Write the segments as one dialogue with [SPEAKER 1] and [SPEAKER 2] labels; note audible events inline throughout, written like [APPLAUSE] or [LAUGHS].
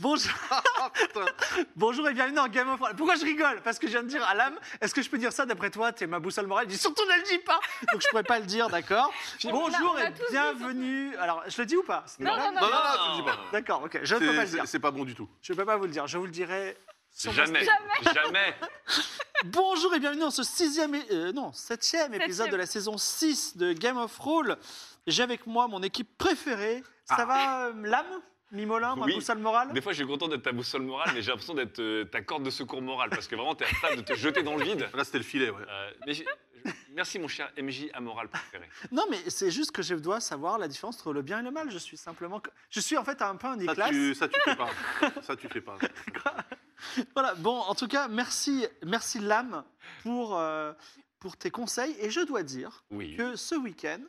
[SPEAKER 1] Bonjour.
[SPEAKER 2] [LAUGHS]
[SPEAKER 1] Bonjour et bienvenue dans Game of Thrones. Pourquoi je rigole Parce que je viens de dire à l'âme, est-ce que je peux dire ça d'après toi T'es ma boussole morale. Je dis surtout ne le dis pas Donc je pourrais pas le dire, d'accord Bonjour
[SPEAKER 2] [LAUGHS] on a
[SPEAKER 1] et
[SPEAKER 2] tous dit
[SPEAKER 1] bienvenue. Alors, je le dis ou pas C'est
[SPEAKER 2] Non,
[SPEAKER 1] vrai
[SPEAKER 2] non, non,
[SPEAKER 3] Non, non,
[SPEAKER 2] non.
[SPEAKER 3] non, tu le dis pas.
[SPEAKER 1] D'accord, ok. Je ne peux pas le
[SPEAKER 3] C'est-
[SPEAKER 1] dire.
[SPEAKER 3] C'est c'est pas bon du tout.
[SPEAKER 1] Je peux pas vous le dire. Je vous le dirai. sur
[SPEAKER 4] Jamais.
[SPEAKER 1] mon-
[SPEAKER 4] Jamais.
[SPEAKER 1] Bonjour et bienvenue dans ce sixième, é- euh, non, septième épisode
[SPEAKER 2] Septième.
[SPEAKER 1] de la saison 6 de Game of Thrones. J'ai avec moi mon équipe préférée. Ça
[SPEAKER 3] Ah.
[SPEAKER 1] va, euh, l'âme Mimolin, ma
[SPEAKER 4] Oui.
[SPEAKER 1] boussole morale
[SPEAKER 4] Des fois, je suis content d'être ta boussole morale, mais j'ai l'impression d'être euh, ta corde de secours morale, parce que vraiment, t'es à table de te jeter dans le vide.
[SPEAKER 3] [LAUGHS] Là, c'était le filet, ouais.
[SPEAKER 4] Euh, mais j'ai- je- merci, mon cher MJ amoral préféré.
[SPEAKER 1] Non, mais c'est juste que je dois savoir la différence entre le bien et le mal. Je suis simplement. que- Je suis en fait un peu un
[SPEAKER 3] Ça
[SPEAKER 1] Nicolas.
[SPEAKER 3] tu, ça, tu fais pas. Ça, tu fais pas.
[SPEAKER 1] [LAUGHS] Voilà, bon, en tout cas, merci, merci Lame pour, euh, pour tes conseils. Et je dois dire
[SPEAKER 4] Oui.
[SPEAKER 1] que ce
[SPEAKER 3] [COUGHS]
[SPEAKER 1] week-end,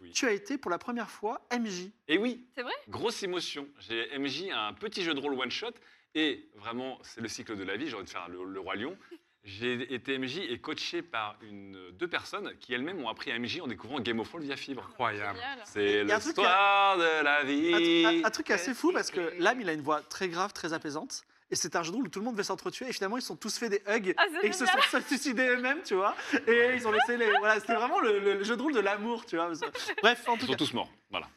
[SPEAKER 4] Oui.
[SPEAKER 1] tu as été pour la première fois MJ.
[SPEAKER 4] Et oui.
[SPEAKER 2] C'est vrai
[SPEAKER 4] Grosse émotion. J'ai MJ un petit jeu de rôle one shot, et vraiment, c'est le cycle de la vie. J'ai envie de faire le, le roi lion. J'ai été MJ et coaché par une, deux personnes qui elles-mêmes ont appris à MJ en découvrant Game of Thrones via fibre.
[SPEAKER 3] Incroyable.
[SPEAKER 2] Génial.
[SPEAKER 4] C'est
[SPEAKER 1] Il y a un truc
[SPEAKER 4] l'histoire de la
[SPEAKER 1] Un,
[SPEAKER 4] vie.
[SPEAKER 1] tru- un- un truc assez fou parce que Lame, il a une voix très grave, très apaisante. Et c'est un jeu de rôle où tout le monde veut s'entretuer. Et finalement, ils se sont tous fait des hugs.
[SPEAKER 2] Ah, c'est
[SPEAKER 1] et ils se sont
[SPEAKER 2] génial.
[SPEAKER 1] suicidés eux-mêmes, tu vois. Et ils ont laissé les. Voilà, c'était vraiment le, le- le jeu de rôle de l'amour, tu vois. Bref, en
[SPEAKER 4] Ils
[SPEAKER 1] tout
[SPEAKER 4] sont
[SPEAKER 1] cas.
[SPEAKER 4] tous morts. Voilà.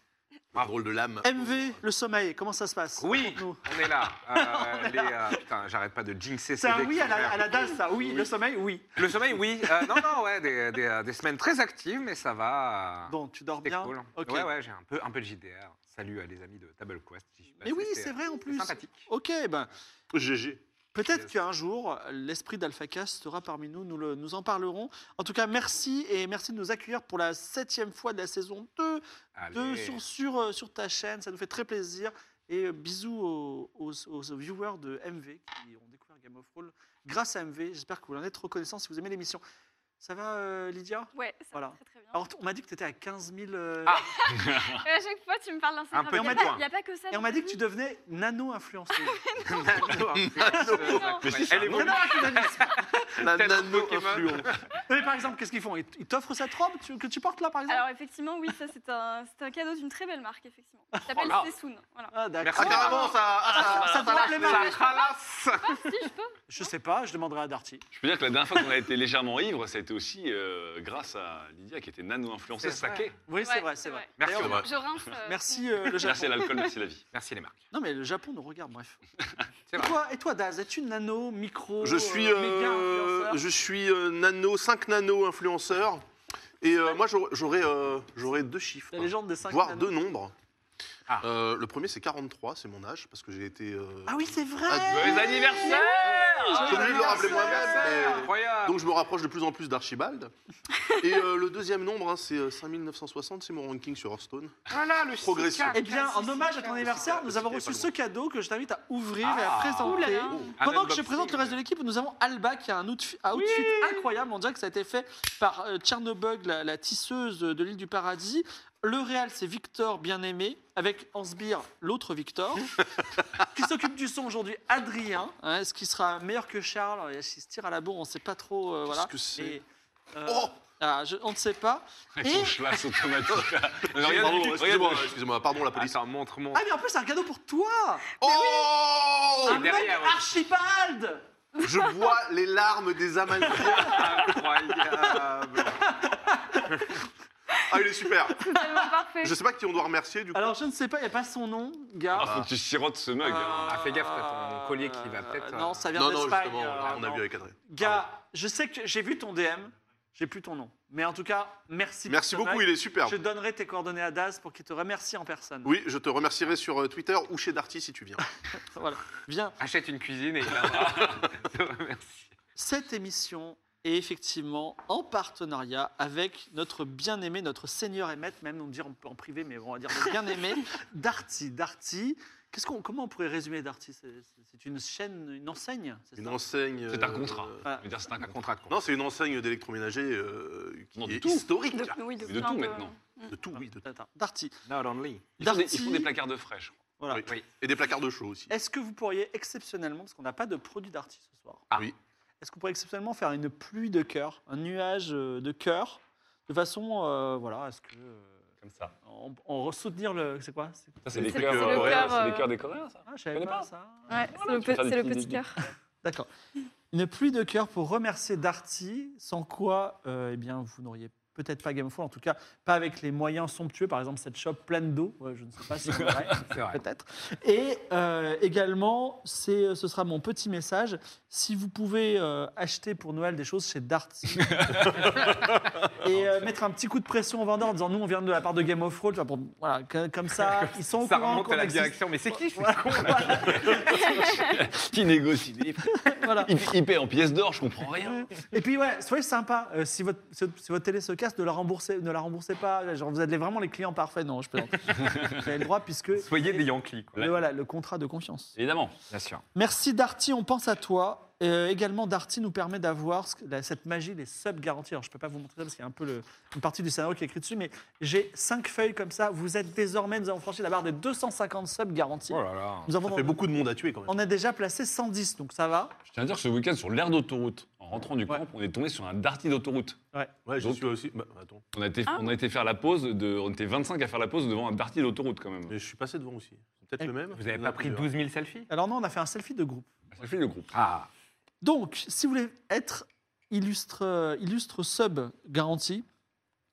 [SPEAKER 3] Un rôle Ah, de lame.
[SPEAKER 1] MV, le sommeil, comment ça se passe
[SPEAKER 5] Oui.
[SPEAKER 1] Raconte-nous.
[SPEAKER 5] On est
[SPEAKER 1] [LAUGHS]
[SPEAKER 5] là. Euh, les, euh, putain, j'arrête pas de
[SPEAKER 1] C'est
[SPEAKER 5] jinxer. ces
[SPEAKER 1] un
[SPEAKER 5] decks
[SPEAKER 1] oui à la,
[SPEAKER 5] ouverts.
[SPEAKER 1] à la DAS, ça. Oui,
[SPEAKER 5] Oui.
[SPEAKER 1] le sommeil, oui.
[SPEAKER 5] Le sommeil, oui. Euh, non, non, ouais, des, des, euh, des semaines très actives, mais ça va. euh,
[SPEAKER 1] Bon, tu dors
[SPEAKER 5] c'était
[SPEAKER 1] bien.
[SPEAKER 5] cool.
[SPEAKER 1] Ok.
[SPEAKER 5] Ouais, ouais, j'ai un peu, un peu de JDR. Salut à les amis de Table Quest. j'y suis
[SPEAKER 1] Mais
[SPEAKER 5] passé,
[SPEAKER 1] oui,
[SPEAKER 5] c'était-
[SPEAKER 1] c'est vrai en
[SPEAKER 5] c'était
[SPEAKER 1] plus.
[SPEAKER 5] Sympathique.
[SPEAKER 1] Ok, ben
[SPEAKER 3] GG.
[SPEAKER 1] peut-être
[SPEAKER 5] Yes.
[SPEAKER 1] qu'un jour l'esprit d'Alphacas sera parmi nous. Nous, le- nous en parlerons. En tout cas, merci et merci de nous accueillir pour la septième fois de la saison 2,
[SPEAKER 5] Allez. [LAUGHS]
[SPEAKER 1] sur, sur, euh, sur ta chaîne. Ça nous fait très plaisir. Et euh, bisous aux, aux- aux viewers de MV qui ont découvert Game of Thrones grâce à MV. J'espère que vous en êtes reconnaissants si vous aimez l'émission. Ça va, euh, Lydia
[SPEAKER 2] Ouais, ça
[SPEAKER 1] Voilà.
[SPEAKER 2] va très très bien.
[SPEAKER 1] Alors, t- on m'a dit que tu étais à 15 000. euh,
[SPEAKER 5] Ah,
[SPEAKER 2] Et à chaque fois, tu me parles d'un
[SPEAKER 5] Un peu
[SPEAKER 2] Il n'y a,
[SPEAKER 5] de
[SPEAKER 2] pas-
[SPEAKER 5] points.
[SPEAKER 2] y a pas que ça. hein.
[SPEAKER 1] et on m'a dit que tu devenais nano-influenceuse.
[SPEAKER 5] Nano, hein, c'est-
[SPEAKER 4] Mais si, c'est
[SPEAKER 5] Elle
[SPEAKER 4] un
[SPEAKER 5] est
[SPEAKER 4] mot.
[SPEAKER 5] bonne.
[SPEAKER 3] La
[SPEAKER 5] Peut-être
[SPEAKER 3] nano
[SPEAKER 5] Pokémon.
[SPEAKER 3] influence.
[SPEAKER 1] Mais par exemple, qu'est-ce qu'ils font Ils ils t'offrent cette robe tu- que tu portes là, par exemple
[SPEAKER 2] Alors, effectivement, oui, ça, c'est un, c'est un cadeau d'une très belle marque, effectivement. Ça s'appelle
[SPEAKER 5] là.
[SPEAKER 2] Sessoun. Voilà.
[SPEAKER 1] Ah,
[SPEAKER 5] Merci.
[SPEAKER 3] Ah,
[SPEAKER 1] d'accord.
[SPEAKER 3] carrément, ça. Ah,
[SPEAKER 1] Ah,
[SPEAKER 3] ça.
[SPEAKER 1] ça te rappelait
[SPEAKER 5] Ça
[SPEAKER 1] mal.
[SPEAKER 5] ralasse.
[SPEAKER 2] Ah, Si je peux.
[SPEAKER 1] Je sais pas, je demanderai à Darty.
[SPEAKER 4] Je peux dire que la dernière fois qu'on a été légèrement ivre, ça a été aussi euh, grâce à Lydia qui était nano-influenceuse
[SPEAKER 5] C'est vrai.
[SPEAKER 4] saké.
[SPEAKER 1] Oui, c'est
[SPEAKER 2] Ouais,
[SPEAKER 1] vrai, c'est vrai.
[SPEAKER 5] Merci,
[SPEAKER 1] D'ailleurs,
[SPEAKER 5] Omar.
[SPEAKER 2] Je rince. euh,
[SPEAKER 1] Merci euh, le Japon.
[SPEAKER 4] Merci à l'alcool, merci à la vie.
[SPEAKER 5] Merci les marques.
[SPEAKER 1] Non mais le Japon nous regarde, bref.
[SPEAKER 5] C'est
[SPEAKER 1] Et
[SPEAKER 5] vrai.
[SPEAKER 1] toi, et toi Daz, es-tu nano, micro
[SPEAKER 3] Je suis,
[SPEAKER 1] euh,
[SPEAKER 3] euh,
[SPEAKER 1] méga influenceur
[SPEAKER 3] je suis euh, nano, 5 nano influenceurs. Et euh, moi, j'aurais- j'aurais euh, j'aurais deux chiffres,
[SPEAKER 1] La légende des 5
[SPEAKER 3] voire deux nombres.
[SPEAKER 5] Ah.
[SPEAKER 3] Euh, le premier, c'est 43, c'est mon âge, parce que j'ai été. euh,
[SPEAKER 1] Ah oui, c'est vrai Ah,
[SPEAKER 3] Ah,
[SPEAKER 4] Joyeux anniversaire
[SPEAKER 3] Je suis obligé de le rappeler moi-même. mais-
[SPEAKER 5] Incroyable.
[SPEAKER 3] Donc je me rapproche de plus en
[SPEAKER 1] [LAUGHS]
[SPEAKER 3] plus d'Archibald. Et euh, le deuxième nombre, hein, c'est euh, 5960, c'est mon ranking sur Hearthstone.
[SPEAKER 5] voilà le
[SPEAKER 3] progression.
[SPEAKER 5] sicac.
[SPEAKER 1] Eh bien, en hommage à ton
[SPEAKER 5] Le
[SPEAKER 1] anniversaire,
[SPEAKER 5] sicac,
[SPEAKER 1] nous
[SPEAKER 5] le
[SPEAKER 1] avons
[SPEAKER 5] sicac,
[SPEAKER 1] reçu
[SPEAKER 5] pas
[SPEAKER 1] ce cadeau que je t'invite à ouvrir et à
[SPEAKER 5] Ah.
[SPEAKER 2] Ouh là
[SPEAKER 1] présenter.
[SPEAKER 2] là.
[SPEAKER 3] Oh.
[SPEAKER 5] Un
[SPEAKER 1] Pendant que je
[SPEAKER 5] unboxing.
[SPEAKER 1] présente le reste de l'équipe, nous avons Alba qui a un outfit, un outfit incroyable. On dirait que ça a été fait par euh, Tchernobog, la, la tisseuse de l'île du paradis. Le Real, c'est Victor bien-aimé, avec en sbire l'autre
[SPEAKER 3] [LAUGHS]
[SPEAKER 1] Victor, qui s'occupe du son aujourd'hui, Adrien. hein, Est-ce qu'il sera meilleur que Charles Alors, Il se tire à la bourre, on ne sait pas trop. euh, voilà.
[SPEAKER 3] Qu'est-ce que c'est
[SPEAKER 1] Et, euh,
[SPEAKER 3] Oh
[SPEAKER 1] ah, je- On ne sait pas.
[SPEAKER 4] Avec son schlass automatique. Non, regarde,
[SPEAKER 3] Pardon,
[SPEAKER 4] regarde.
[SPEAKER 3] excusez-moi, excusez-moi, pardon la police.
[SPEAKER 5] Attends, montre, montre.
[SPEAKER 1] Ah, mais en plus, c'est un cadeau pour toi
[SPEAKER 3] Oh
[SPEAKER 1] Un mug
[SPEAKER 5] derrière, ouais.
[SPEAKER 1] Archibald
[SPEAKER 3] Je vois les larmes
[SPEAKER 1] [LAUGHS]
[SPEAKER 3] des Amazons.
[SPEAKER 5] Incroyable.
[SPEAKER 3] Ah, il est super.
[SPEAKER 2] C'est tellement parfait.
[SPEAKER 3] Je sais pas qui on doit remercier du coup.
[SPEAKER 1] Alors, je ne sais pas, il n'y a pas son nom, gars.
[SPEAKER 4] Ah, faut que tu sirotes ce mug. hein.
[SPEAKER 5] Ah, fais gaffe, t'as ton collier qui va peut-être,
[SPEAKER 1] Non,
[SPEAKER 5] euh,
[SPEAKER 1] ça vient
[SPEAKER 3] Non, non,
[SPEAKER 1] d'Espagne.
[SPEAKER 3] justement,
[SPEAKER 1] euh,
[SPEAKER 3] on a vu avec Adrien.
[SPEAKER 1] Gars, je sais que j'ai vu ton DM, j'ai plus ton nom. Mais en tout cas, merci.
[SPEAKER 3] Merci beaucoup, il est super.
[SPEAKER 1] Je donnerai tes coordonnées à Daz pour qu'il te remercie en personne.
[SPEAKER 3] Oui, je te remercierai sur euh, Twitter ou chez Darty si tu viens.
[SPEAKER 1] Ah, Voilà. Viens.
[SPEAKER 5] Achète une cuisine et il viendra. [LAUGHS] Merci.
[SPEAKER 1] Cette émission Et effectivement, en partenariat avec notre bien-aimé, notre seigneur et maître, même on dit en, en privé, mais bon, on va dire notre bien-aimé,
[SPEAKER 3] [LAUGHS]
[SPEAKER 1] Darty. Darty, qu'est-ce qu'on, comment on pourrait résumer Darty c'est, c'est une chaîne, une enseigne c'est
[SPEAKER 3] Une
[SPEAKER 1] ça
[SPEAKER 3] enseigne.
[SPEAKER 4] C'est un
[SPEAKER 3] euh,
[SPEAKER 4] contrat.
[SPEAKER 3] euh,
[SPEAKER 4] Je veux dire, c'est un
[SPEAKER 5] Un
[SPEAKER 4] contrat.
[SPEAKER 5] contrat de contrat.
[SPEAKER 3] Non, c'est une enseigne d'électroménager euh, qui
[SPEAKER 4] Non, du
[SPEAKER 3] est
[SPEAKER 4] tout.
[SPEAKER 3] historique.
[SPEAKER 2] De, oui, de,
[SPEAKER 4] Mais de
[SPEAKER 2] plein
[SPEAKER 4] tout,
[SPEAKER 2] de-
[SPEAKER 4] maintenant.
[SPEAKER 3] De tout, oui. de-
[SPEAKER 1] Attends, Darty.
[SPEAKER 5] Not only.
[SPEAKER 4] Ils font, des,
[SPEAKER 1] Darty.
[SPEAKER 4] ils font des placards de frais, je crois.
[SPEAKER 1] Voilà.
[SPEAKER 3] Oui. Et des placards de chaud aussi.
[SPEAKER 1] Est-ce que vous pourriez exceptionnellement, parce qu'on n'a pas de produit d'artiste ce soir,
[SPEAKER 4] Ah.
[SPEAKER 3] Oui.
[SPEAKER 1] est-ce que vous pourriez exceptionnellement faire une pluie de cœur, un nuage euh, de cœur, de façon, euh, voilà, à ce que euh,
[SPEAKER 4] Comme ça.
[SPEAKER 1] on, on re- soutenir le, c'est quoi C'est-
[SPEAKER 4] Ça, c'est les
[SPEAKER 2] C'est-
[SPEAKER 4] cœurs
[SPEAKER 2] c'est le
[SPEAKER 4] coréens.
[SPEAKER 2] cœur,
[SPEAKER 4] C'est les
[SPEAKER 2] euh,
[SPEAKER 4] cœurs des Coréens, ça.
[SPEAKER 1] Ah, je savais
[SPEAKER 4] connais
[SPEAKER 1] pas
[SPEAKER 4] pas.
[SPEAKER 1] ça.
[SPEAKER 2] Ouais, c'est le,
[SPEAKER 4] tu
[SPEAKER 2] pe-
[SPEAKER 4] vas faire
[SPEAKER 2] c'est le
[SPEAKER 4] des petits-
[SPEAKER 2] petit
[SPEAKER 4] des
[SPEAKER 2] cœur.
[SPEAKER 1] D'accord. Une pluie de cœur pour remercier Darty, sans quoi, euh, eh bien, vous n'auriez peut-être pas Game of Thrones, en tout cas, pas avec les moyens somptueux, par exemple cette chope pleine d'eau, ouais, je ne sais pas si on aurait.
[SPEAKER 5] C'est vrai.
[SPEAKER 1] peut-être. Et euh, également, c'est, euh, ce sera mon petit message. Si vous pouvez euh, acheter pour Noël des choses chez
[SPEAKER 5] [LAUGHS]
[SPEAKER 1] Darty et euh, mettre un petit coup de pression aux vendeurs en disant nous on vient de la part de Game of Thrones, tu vois, pour- voilà, que- comme
[SPEAKER 5] [LAUGHS]
[SPEAKER 1] ça ils sont au
[SPEAKER 5] Ça
[SPEAKER 1] courant
[SPEAKER 5] remonte
[SPEAKER 1] qu'on
[SPEAKER 5] à la
[SPEAKER 1] existe.
[SPEAKER 5] direction. Mais c'est qui ce
[SPEAKER 1] Voilà,
[SPEAKER 5] con
[SPEAKER 1] voilà,
[SPEAKER 4] [LAUGHS] Qui négocie des prix
[SPEAKER 1] voilà.
[SPEAKER 4] Il, il paie en pièces d'or, je comprends rien.
[SPEAKER 1] [LAUGHS] Et puis ouais, soyez sympa. Euh, si, votre, si votre- si votre télé se casse, ne la remboursez, ne la remboursez pas. Genre vous êtes vraiment les clients parfaits. Non, je
[SPEAKER 5] [LAUGHS]
[SPEAKER 1] plaisante. vous avez le droit puisque
[SPEAKER 5] Soyez des Yankees, quoi.
[SPEAKER 1] le- voilà le contrat de confiance.
[SPEAKER 4] Évidemment.
[SPEAKER 5] Bien sûr.
[SPEAKER 1] Merci Darty, on pense à toi. Euh, également, Darty nous permet d'avoir ce que- la- cette magie, les subs garantis. Alors, je ne peux pas vous montrer ça parce qu'il y a un peu le- une partie du scénario qui est écrite dessus, mais j'ai cinq feuilles comme ça. Vous êtes désormais, nous avons franchi la barre des 250 subs garantis.
[SPEAKER 5] Oh là là.
[SPEAKER 1] Nous avons
[SPEAKER 3] Ça fait beaucoup de monde à tuer quand même.
[SPEAKER 1] on a déjà placé 110, donc ça va.
[SPEAKER 4] Je tiens à dire que ce week-end, sur l'aire d'autoroute, en rentrant du
[SPEAKER 1] Ouais.
[SPEAKER 4] camp, on est tombé sur un darty d'autoroute.
[SPEAKER 3] Ouais, je
[SPEAKER 4] Donc-
[SPEAKER 3] suis aussi. Bah, attends,
[SPEAKER 4] On a, été,
[SPEAKER 2] Ah.
[SPEAKER 4] on a été faire la pause, de, on était 25 à faire la pause devant un darty d'autoroute quand même.
[SPEAKER 3] mais je suis passé devant aussi. C'est peut-être
[SPEAKER 1] Et-
[SPEAKER 3] le même.
[SPEAKER 5] Eh, Vous
[SPEAKER 3] Il
[SPEAKER 5] avez
[SPEAKER 3] y en
[SPEAKER 5] pas
[SPEAKER 3] a
[SPEAKER 5] pris
[SPEAKER 3] plusieurs.
[SPEAKER 5] 12 000 selfies
[SPEAKER 1] Alors, non, on a fait un selfie de groupe.
[SPEAKER 4] Ça fait le groupe.
[SPEAKER 5] Ah,
[SPEAKER 1] Donc, si vous voulez être illustre, euh, illustre sub garanti,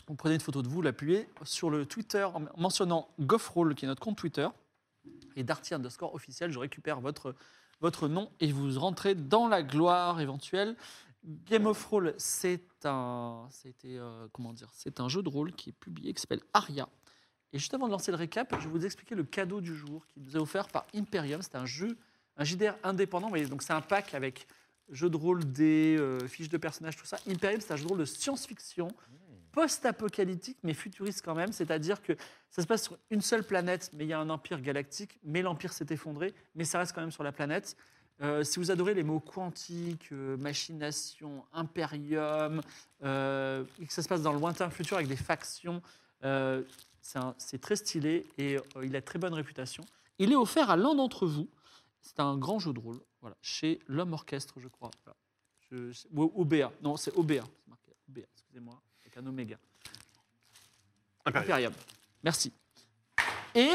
[SPEAKER 1] vous prenez une photo de vous, l'appuyez sur le Twitter en mentionnant GoffRoll, qui est notre compte Twitter, et Darty underscore officiel. Je récupère votre, votre nom et vous rentrez dans la gloire éventuelle. Game of Roll, c'est un, c'était, euh, comment dire, c'est un jeu de rôle qui est publié, qui s'appelle Aria. Et juste avant de lancer le récap, je vais vous expliquer le cadeau du jour qui nous est offert par Imperium. C'est un jeu, un JDR indépendant. Vous voyez, donc c'est un pack avec jeu de rôle, des euh, fiches de personnages, tout ça. Imperium, c'est un jeu de rôle de science-fiction, post-apocalyptique, mais futuriste quand même. C'est-à-dire que ça se passe sur une seule planète, mais il y a un empire galactique, mais l'empire s'est effondré, mais ça reste quand même sur la planète. Euh, si vous adorez les mots quantiques, euh, machination, impérium, euh, et que ça se passe dans le lointain futur avec des factions, euh, c'est un- c'est très stylé et euh, il a très bonne réputation. Il est offert à l'un d'entre vous. C'est un grand jeu de rôle, voilà, chez l'homme orchestre, je crois. Voilà. Je- je- ou OBA, non, c'est OBA, c'est marqué OBA, excusez-moi, avec un oméga.
[SPEAKER 3] Impérial.
[SPEAKER 1] Impérium. Merci. Et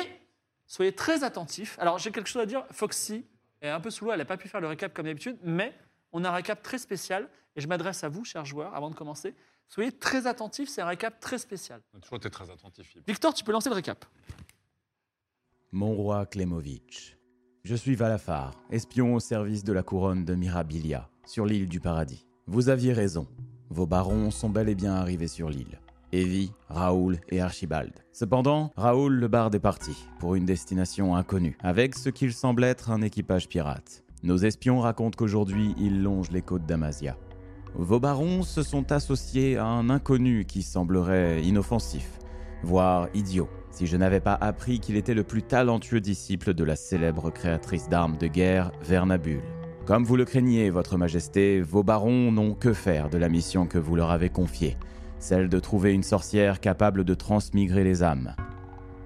[SPEAKER 1] soyez très attentifs. Alors, j'ai quelque chose à dire. Foxy est un peu sous l'eau, elle n'a pas pu faire le récap comme d'habitude, mais on a un récap très spécial. Et je m'adresse à vous, chers joueurs, avant de commencer. Soyez très attentifs, c'est un récap très spécial.
[SPEAKER 4] On a toujours été très attentif. Fibre.
[SPEAKER 1] Victor, tu peux lancer le récap.
[SPEAKER 6] Mon roi Klemovitch. Je suis Valafar, espion au service de la couronne de Mirabilia, sur l'île du paradis. Vous aviez raison. Vos barons sont bel et bien arrivés sur l'île. Evie, Raoul et Archibald. Cependant, Raoul le barde est parti, pour une destination inconnue, avec ce qu'il semble être un équipage pirate. Nos espions racontent qu'aujourd'hui, ils longent les côtes d'Amazia. Vos barons se sont associés à un inconnu qui semblerait inoffensif, voire idiot, si je n'avais pas appris qu'il était le plus talentueux disciple de la célèbre créatrice d'armes de guerre, Vernabule. Comme vous le craignez, Votre Majesté, vos barons n'ont que faire de la mission que vous leur avez confiée, celle de trouver une sorcière capable de transmigrer les âmes.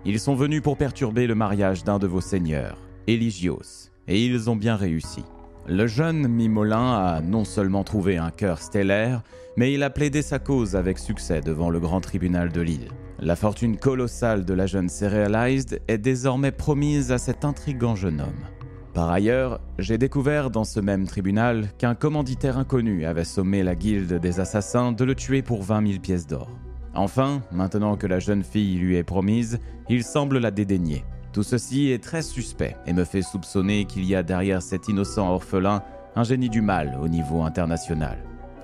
[SPEAKER 6] Ils sont venus pour perturber le mariage d'un de vos seigneurs, Eligios, et ils ont bien réussi. Le jeune Mimolin a non seulement trouvé un cœur stellaire, mais il a plaidé sa cause avec succès devant le grand tribunal de l'île. La fortune colossale de la jeune Serialized est désormais promise à cet intrigant jeune homme. Par ailleurs, j'ai découvert dans ce même tribunal qu'un commanditaire inconnu avait sommé la guilde des assassins de le tuer pour 20 000 pièces d'or. Enfin, maintenant que la jeune fille lui est promise, il semble la dédaigner. Tout ceci est très suspect et me fait soupçonner qu'il y a derrière cet innocent orphelin un génie du mal au niveau international.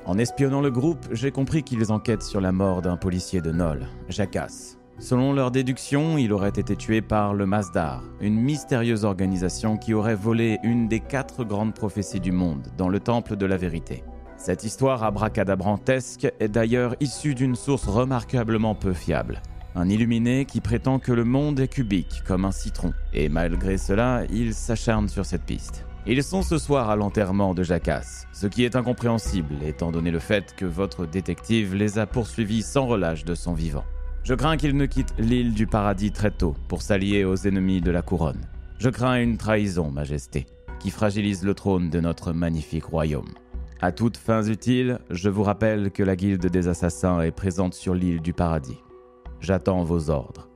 [SPEAKER 6] En espionnant le groupe, j'ai compris qu'ils enquêtent sur la mort d'un policier de Nol, Jacasse. Selon leur déduction, il aurait été tué par le Masdar, une mystérieuse organisation qui aurait volé une des quatre grandes prophéties du monde dans le Temple de la Vérité. Cette histoire abracadabrantesque est d'ailleurs issue d'une source remarquablement peu fiable. Un illuminé qui prétend que le monde est cubique comme un citron. Et malgré cela, il s'acharne sur cette piste. Ils sont ce soir à l'enterrement de Jacasse, ce qui est incompréhensible étant donné le fait que votre détective les a poursuivis sans relâche de son vivant. Je crains qu'ils ne quittent l'île du paradis très tôt pour s'allier aux ennemis de la couronne. Je crains une trahison, Majesté, qui fragilise le trône de notre magnifique royaume. À toutes fins utiles, je vous rappelle que la guilde des assassins est présente sur l'île du paradis. J'attends vos ordres.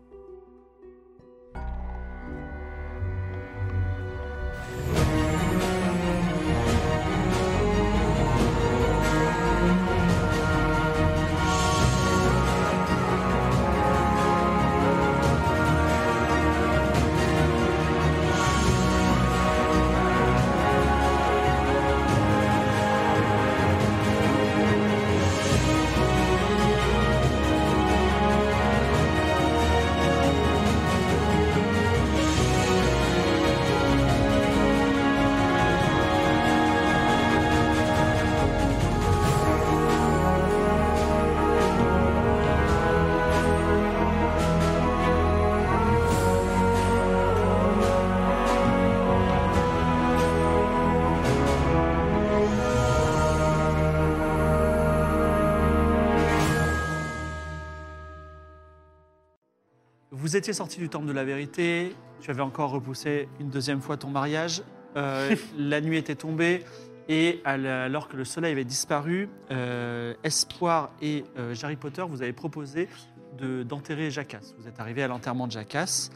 [SPEAKER 1] Vous étiez sorti du temple de la vérité, tu avais encore repoussé une deuxième fois ton mariage, euh, la nuit était tombée, et à la- alors que le soleil avait disparu, euh, Espoir et euh, Harry Potter vous avaient proposé de- d'enterrer Jacasse. Vous êtes arrivé à l'enterrement de Jacasse,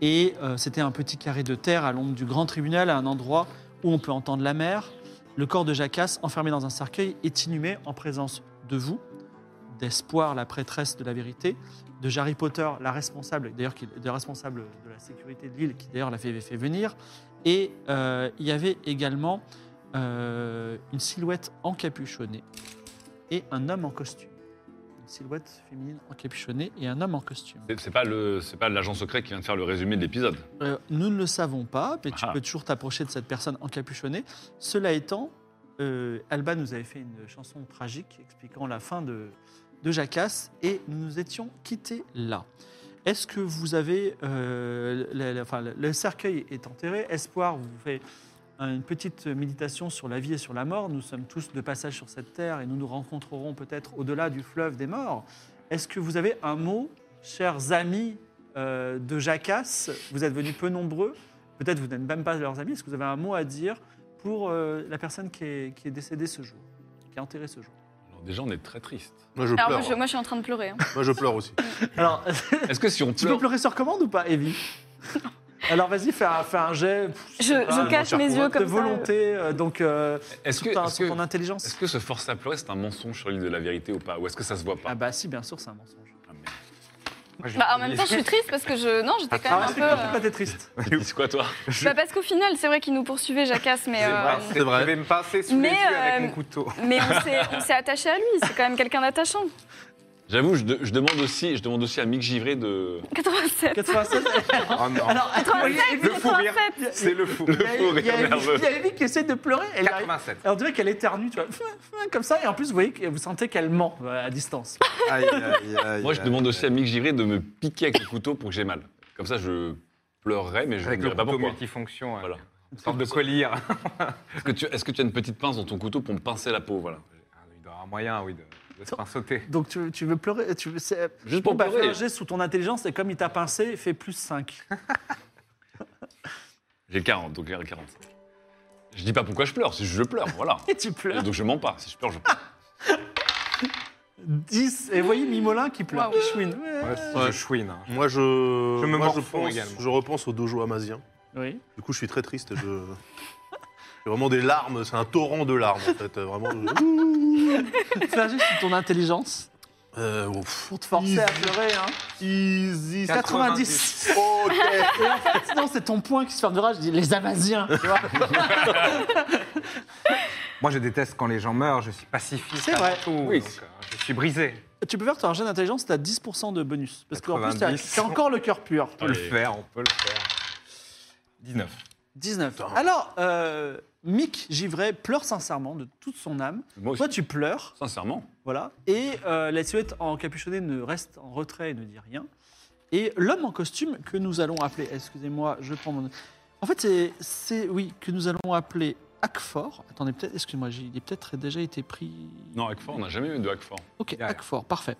[SPEAKER 1] et euh, c'était un petit carré de terre à l'ombre du grand tribunal, à un endroit où on peut entendre la mer. Le corps de Jacasse, enfermé dans un cercueil, est inhumé en présence de vous, d'Espoir, la prêtresse de la vérité, de Harry Potter, la responsable, d'ailleurs qui est responsable de la sécurité de l'île, qui d'ailleurs l'avait fait venir. Et euh, il y avait également euh, une silhouette encapuchonnée et un homme en costume. Une silhouette féminine encapuchonnée et un homme en costume.
[SPEAKER 4] C'est- C'est pas le, c'est pas l'agent secret qui vient de faire le résumé de l'épisode.
[SPEAKER 1] Euh, nous ne le savons pas, mais tu
[SPEAKER 4] Ah.
[SPEAKER 1] peux toujours t'approcher de cette personne encapuchonnée. Cela étant, euh, Alba nous avait fait une chanson tragique expliquant la fin de, de Jacasse et nous nous étions quittés là. Est-ce que vous avez. euh, la- la- enfin, le- le cercueil est enterré. Espoir vous fait une petite méditation sur la vie et sur la mort. Nous sommes tous de passage sur cette terre et nous nous rencontrerons peut-être au-delà du fleuve des morts. Est-ce que vous avez un mot, chers amis euh, de Jacasse Vous êtes venus peu nombreux. Peut-être vous n'êtes même pas leurs amis. Est-ce que vous avez un mot à dire pour euh, la personne qui est, qui est décédée ce jour, qui est enterrée ce jour
[SPEAKER 4] Alors, déjà, on est très triste.
[SPEAKER 3] Moi, je
[SPEAKER 2] Alors,
[SPEAKER 3] pleure.
[SPEAKER 2] moi je, moi, je suis en train de pleurer. hein.
[SPEAKER 3] Moi, je
[SPEAKER 2] [LAUGHS]
[SPEAKER 3] pleure aussi.
[SPEAKER 1] Alors,
[SPEAKER 4] Est-ce que si
[SPEAKER 1] [LAUGHS]
[SPEAKER 4] on
[SPEAKER 1] tu peux
[SPEAKER 4] pleure,
[SPEAKER 1] pleurer sur commande ou pas,
[SPEAKER 4] [LAUGHS]
[SPEAKER 1] Evie Alors vas-y, fais un, fais un jet pff,
[SPEAKER 2] Je, je
[SPEAKER 1] Ah,
[SPEAKER 2] cache
[SPEAKER 3] mon
[SPEAKER 2] mes
[SPEAKER 3] cher
[SPEAKER 2] yeux
[SPEAKER 1] de
[SPEAKER 2] comme ça.
[SPEAKER 1] volonté, euh, donc euh,
[SPEAKER 4] est-ce que,
[SPEAKER 1] sur ta-
[SPEAKER 4] est-ce
[SPEAKER 1] sur ton
[SPEAKER 4] que,
[SPEAKER 1] intelligence.
[SPEAKER 4] est-ce que ce force à pleurer, c'est un mensonge sur l'île de la vérité ou pas Ou est-ce que ça se voit pas
[SPEAKER 1] Ah bah si, bien sûr, c'est un mensonge.
[SPEAKER 2] Bah, en même temps, je suis triste parce que je. Non, j'étais quand
[SPEAKER 1] Ah,
[SPEAKER 2] même un
[SPEAKER 1] c'est
[SPEAKER 2] peu.
[SPEAKER 1] quoi,
[SPEAKER 2] euh,
[SPEAKER 1] pourquoi t'es triste
[SPEAKER 4] C'est quoi, toi
[SPEAKER 2] bah, parce qu'au final, c'est vrai qu'ils nous poursuivaient, Jacasse, mais. euh,
[SPEAKER 5] C'est vrai. Je vais me pincer sous
[SPEAKER 2] Mais,
[SPEAKER 5] les yeux avec
[SPEAKER 2] euh,
[SPEAKER 5] mon couteau.
[SPEAKER 2] Mais on s'est- on s'est attaché à lui, c'est quand même quelqu'un d'attachant.
[SPEAKER 4] J'avoue, je, de- je demande aussi, je demande aussi à Mick Givray de.
[SPEAKER 2] 87. [LAUGHS]
[SPEAKER 1] 96
[SPEAKER 5] [LAUGHS] Oh non.
[SPEAKER 1] Alors, attends, il y a-
[SPEAKER 2] 87,
[SPEAKER 5] Le fou rire.
[SPEAKER 2] 87.
[SPEAKER 5] C'est le fou.
[SPEAKER 1] il y a- il y a
[SPEAKER 4] rire
[SPEAKER 1] Evie-
[SPEAKER 4] nerveux.
[SPEAKER 1] il y a Evie qui essaie de pleurer. Elle arrive-
[SPEAKER 5] 87.
[SPEAKER 1] Alors, on dirait qu'elle éternue, tu vois, comme ça, et en plus, vous voyez que vous sentez qu'elle ment euh, à distance.
[SPEAKER 5] Aïe, aïe, aïe,
[SPEAKER 4] Moi, je
[SPEAKER 5] aïe.
[SPEAKER 4] demande aussi à Mick Givray de me piquer avec le couteau pour que j'ai mal. Comme ça, je pleurerai, mais je
[SPEAKER 5] Avec
[SPEAKER 4] ne
[SPEAKER 5] le
[SPEAKER 4] dirai pas
[SPEAKER 5] couteau
[SPEAKER 4] pourquoi.
[SPEAKER 5] multifonction. hein.
[SPEAKER 4] Voilà.
[SPEAKER 5] Une sorte de collier.
[SPEAKER 4] Est-ce que, tu, est-ce que tu as une petite pince dans ton couteau pour me pincer la peau Voilà.
[SPEAKER 5] Il doit y avoir un moyen, oui, de, de se sauter.
[SPEAKER 1] Donc, tu, tu veux pleurer tu veux, c'est-
[SPEAKER 4] Juste
[SPEAKER 1] Bon,
[SPEAKER 4] pour
[SPEAKER 1] bah, fais
[SPEAKER 4] pleurer.
[SPEAKER 1] un geste sous ton intelligence, et comme il t'a pincé, fais plus 5.
[SPEAKER 4] J'ai 40, donc j'ai 40. Je dis pas pourquoi je pleure, c'est juste que je pleure, voilà.
[SPEAKER 1] [LAUGHS] Et tu
[SPEAKER 4] Et
[SPEAKER 1] pleures.
[SPEAKER 4] donc je mens pas, si je pleure, je pleure.
[SPEAKER 1] 10. Et voyez Mimolin qui pleure.
[SPEAKER 2] Waouh.
[SPEAKER 1] qui chouine. Ouais.
[SPEAKER 5] Ouais, c'est- Je
[SPEAKER 3] Ouais.
[SPEAKER 5] chouine. hein.
[SPEAKER 3] Moi, je.
[SPEAKER 5] Je me
[SPEAKER 3] moi,
[SPEAKER 5] morfonds
[SPEAKER 3] pense-
[SPEAKER 5] également.
[SPEAKER 3] Je repense au dojo amazien.
[SPEAKER 1] Oui.
[SPEAKER 3] Du coup, je suis très triste. Je. [LAUGHS] J'ai vraiment des larmes. C'est un torrent de larmes, en fait. Euh, Vraiment. je-
[SPEAKER 1] Fais un geste sous ton intelligence
[SPEAKER 3] Euh, ouf.
[SPEAKER 1] pour te forcer à
[SPEAKER 3] Easy.
[SPEAKER 1] pleurer. hein.
[SPEAKER 3] Easy.
[SPEAKER 1] 90.
[SPEAKER 3] Ok.
[SPEAKER 1] Et en [LAUGHS] fait, non, c'est ton point qui se ferme de rage. Je dis les Amasiens. tu vois.
[SPEAKER 5] Moi, je déteste quand les gens meurent. Je suis pacifiste.
[SPEAKER 1] C'est
[SPEAKER 5] avant
[SPEAKER 1] vrai.
[SPEAKER 5] tout,
[SPEAKER 4] Oui.
[SPEAKER 5] donc, euh, je suis brisé.
[SPEAKER 1] tu peux faire ton jet d'intelligence, t'as 10% de bonus. Parce qu'en plus, t'as
[SPEAKER 5] 90.
[SPEAKER 1] t'as encore le cœur pur.
[SPEAKER 5] On peut le
[SPEAKER 4] Allez.
[SPEAKER 5] faire, on peut le faire. 19.
[SPEAKER 1] 19. Alors, euh, Mick Givray pleure sincèrement de toute son âme.
[SPEAKER 4] Moi aussi,
[SPEAKER 1] Toi, tu pleures.
[SPEAKER 4] sincèrement.
[SPEAKER 1] Voilà. Et euh, la silhouette encapuchonnée ne reste en retrait et ne dit rien. Et l'homme en costume que nous allons appeler, excusez-moi, je prends mon. En fait, c'est- c'est oui que nous allons appeler Acfor. Attendez, peut-être, excusez-moi, j'ai- il est peut-être déjà été pris.
[SPEAKER 4] Non, Hackfort, on n'a jamais eu de Hackfort.
[SPEAKER 1] Ok,
[SPEAKER 5] Ouais.
[SPEAKER 1] Acfor, parfait.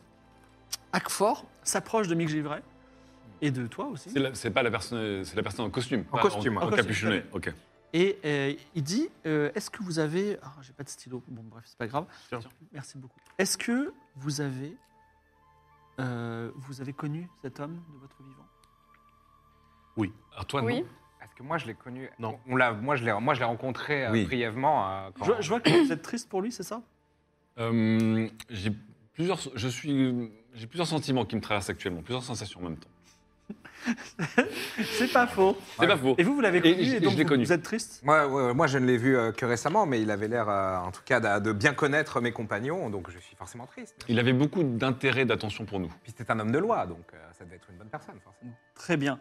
[SPEAKER 1] Acfor s'approche de Mick Givray et de toi aussi.
[SPEAKER 4] C'est la- C'est pas la personne, c'est la personne en costume.
[SPEAKER 5] En
[SPEAKER 4] pas
[SPEAKER 5] costume,
[SPEAKER 4] en,
[SPEAKER 5] hein.
[SPEAKER 4] en capuchonné. Ok.
[SPEAKER 1] Et euh, il dit euh, Est-ce que vous avez. Ah, j'ai pas de stylo. Bon, bref, c'est pas grave.
[SPEAKER 3] Tiens.
[SPEAKER 1] Merci beaucoup. Est-ce que vous avez. euh, vous avez connu cet homme de votre vivant
[SPEAKER 4] Alors toi,
[SPEAKER 2] Oui.
[SPEAKER 4] non.
[SPEAKER 5] Parce que moi, je l'ai connu.
[SPEAKER 3] Non.
[SPEAKER 5] On l'a, moi, je l'ai, moi, je l'ai rencontré euh,
[SPEAKER 4] Oui.
[SPEAKER 5] brièvement. euh,
[SPEAKER 1] je,
[SPEAKER 5] quand-
[SPEAKER 1] vois- je vois que vous êtes triste pour lui, c'est ça
[SPEAKER 4] Euh, j'ai plusieurs, je suis, j'ai plusieurs sentiments qui me traversent actuellement, plusieurs sensations en même temps.
[SPEAKER 1] C'est pas faux.
[SPEAKER 4] C'est pas faux.
[SPEAKER 1] Et vous, vous l'avez
[SPEAKER 4] Et
[SPEAKER 1] connu
[SPEAKER 4] je-
[SPEAKER 1] et,
[SPEAKER 4] et
[SPEAKER 1] donc
[SPEAKER 4] je l'ai
[SPEAKER 1] vous,
[SPEAKER 4] connu.
[SPEAKER 1] vous êtes triste
[SPEAKER 5] Moi, ouais, moi, je ne l'ai vu euh, que récemment, mais il avait l'air, euh, en tout cas, d'a- de bien connaître mes compagnons, donc je suis forcément triste.
[SPEAKER 4] Il avait beaucoup d'intérêt, d'attention pour nous.
[SPEAKER 5] Puis c'était un homme de loi, donc euh, ça devait être une bonne personne, forcément.
[SPEAKER 1] Très bien.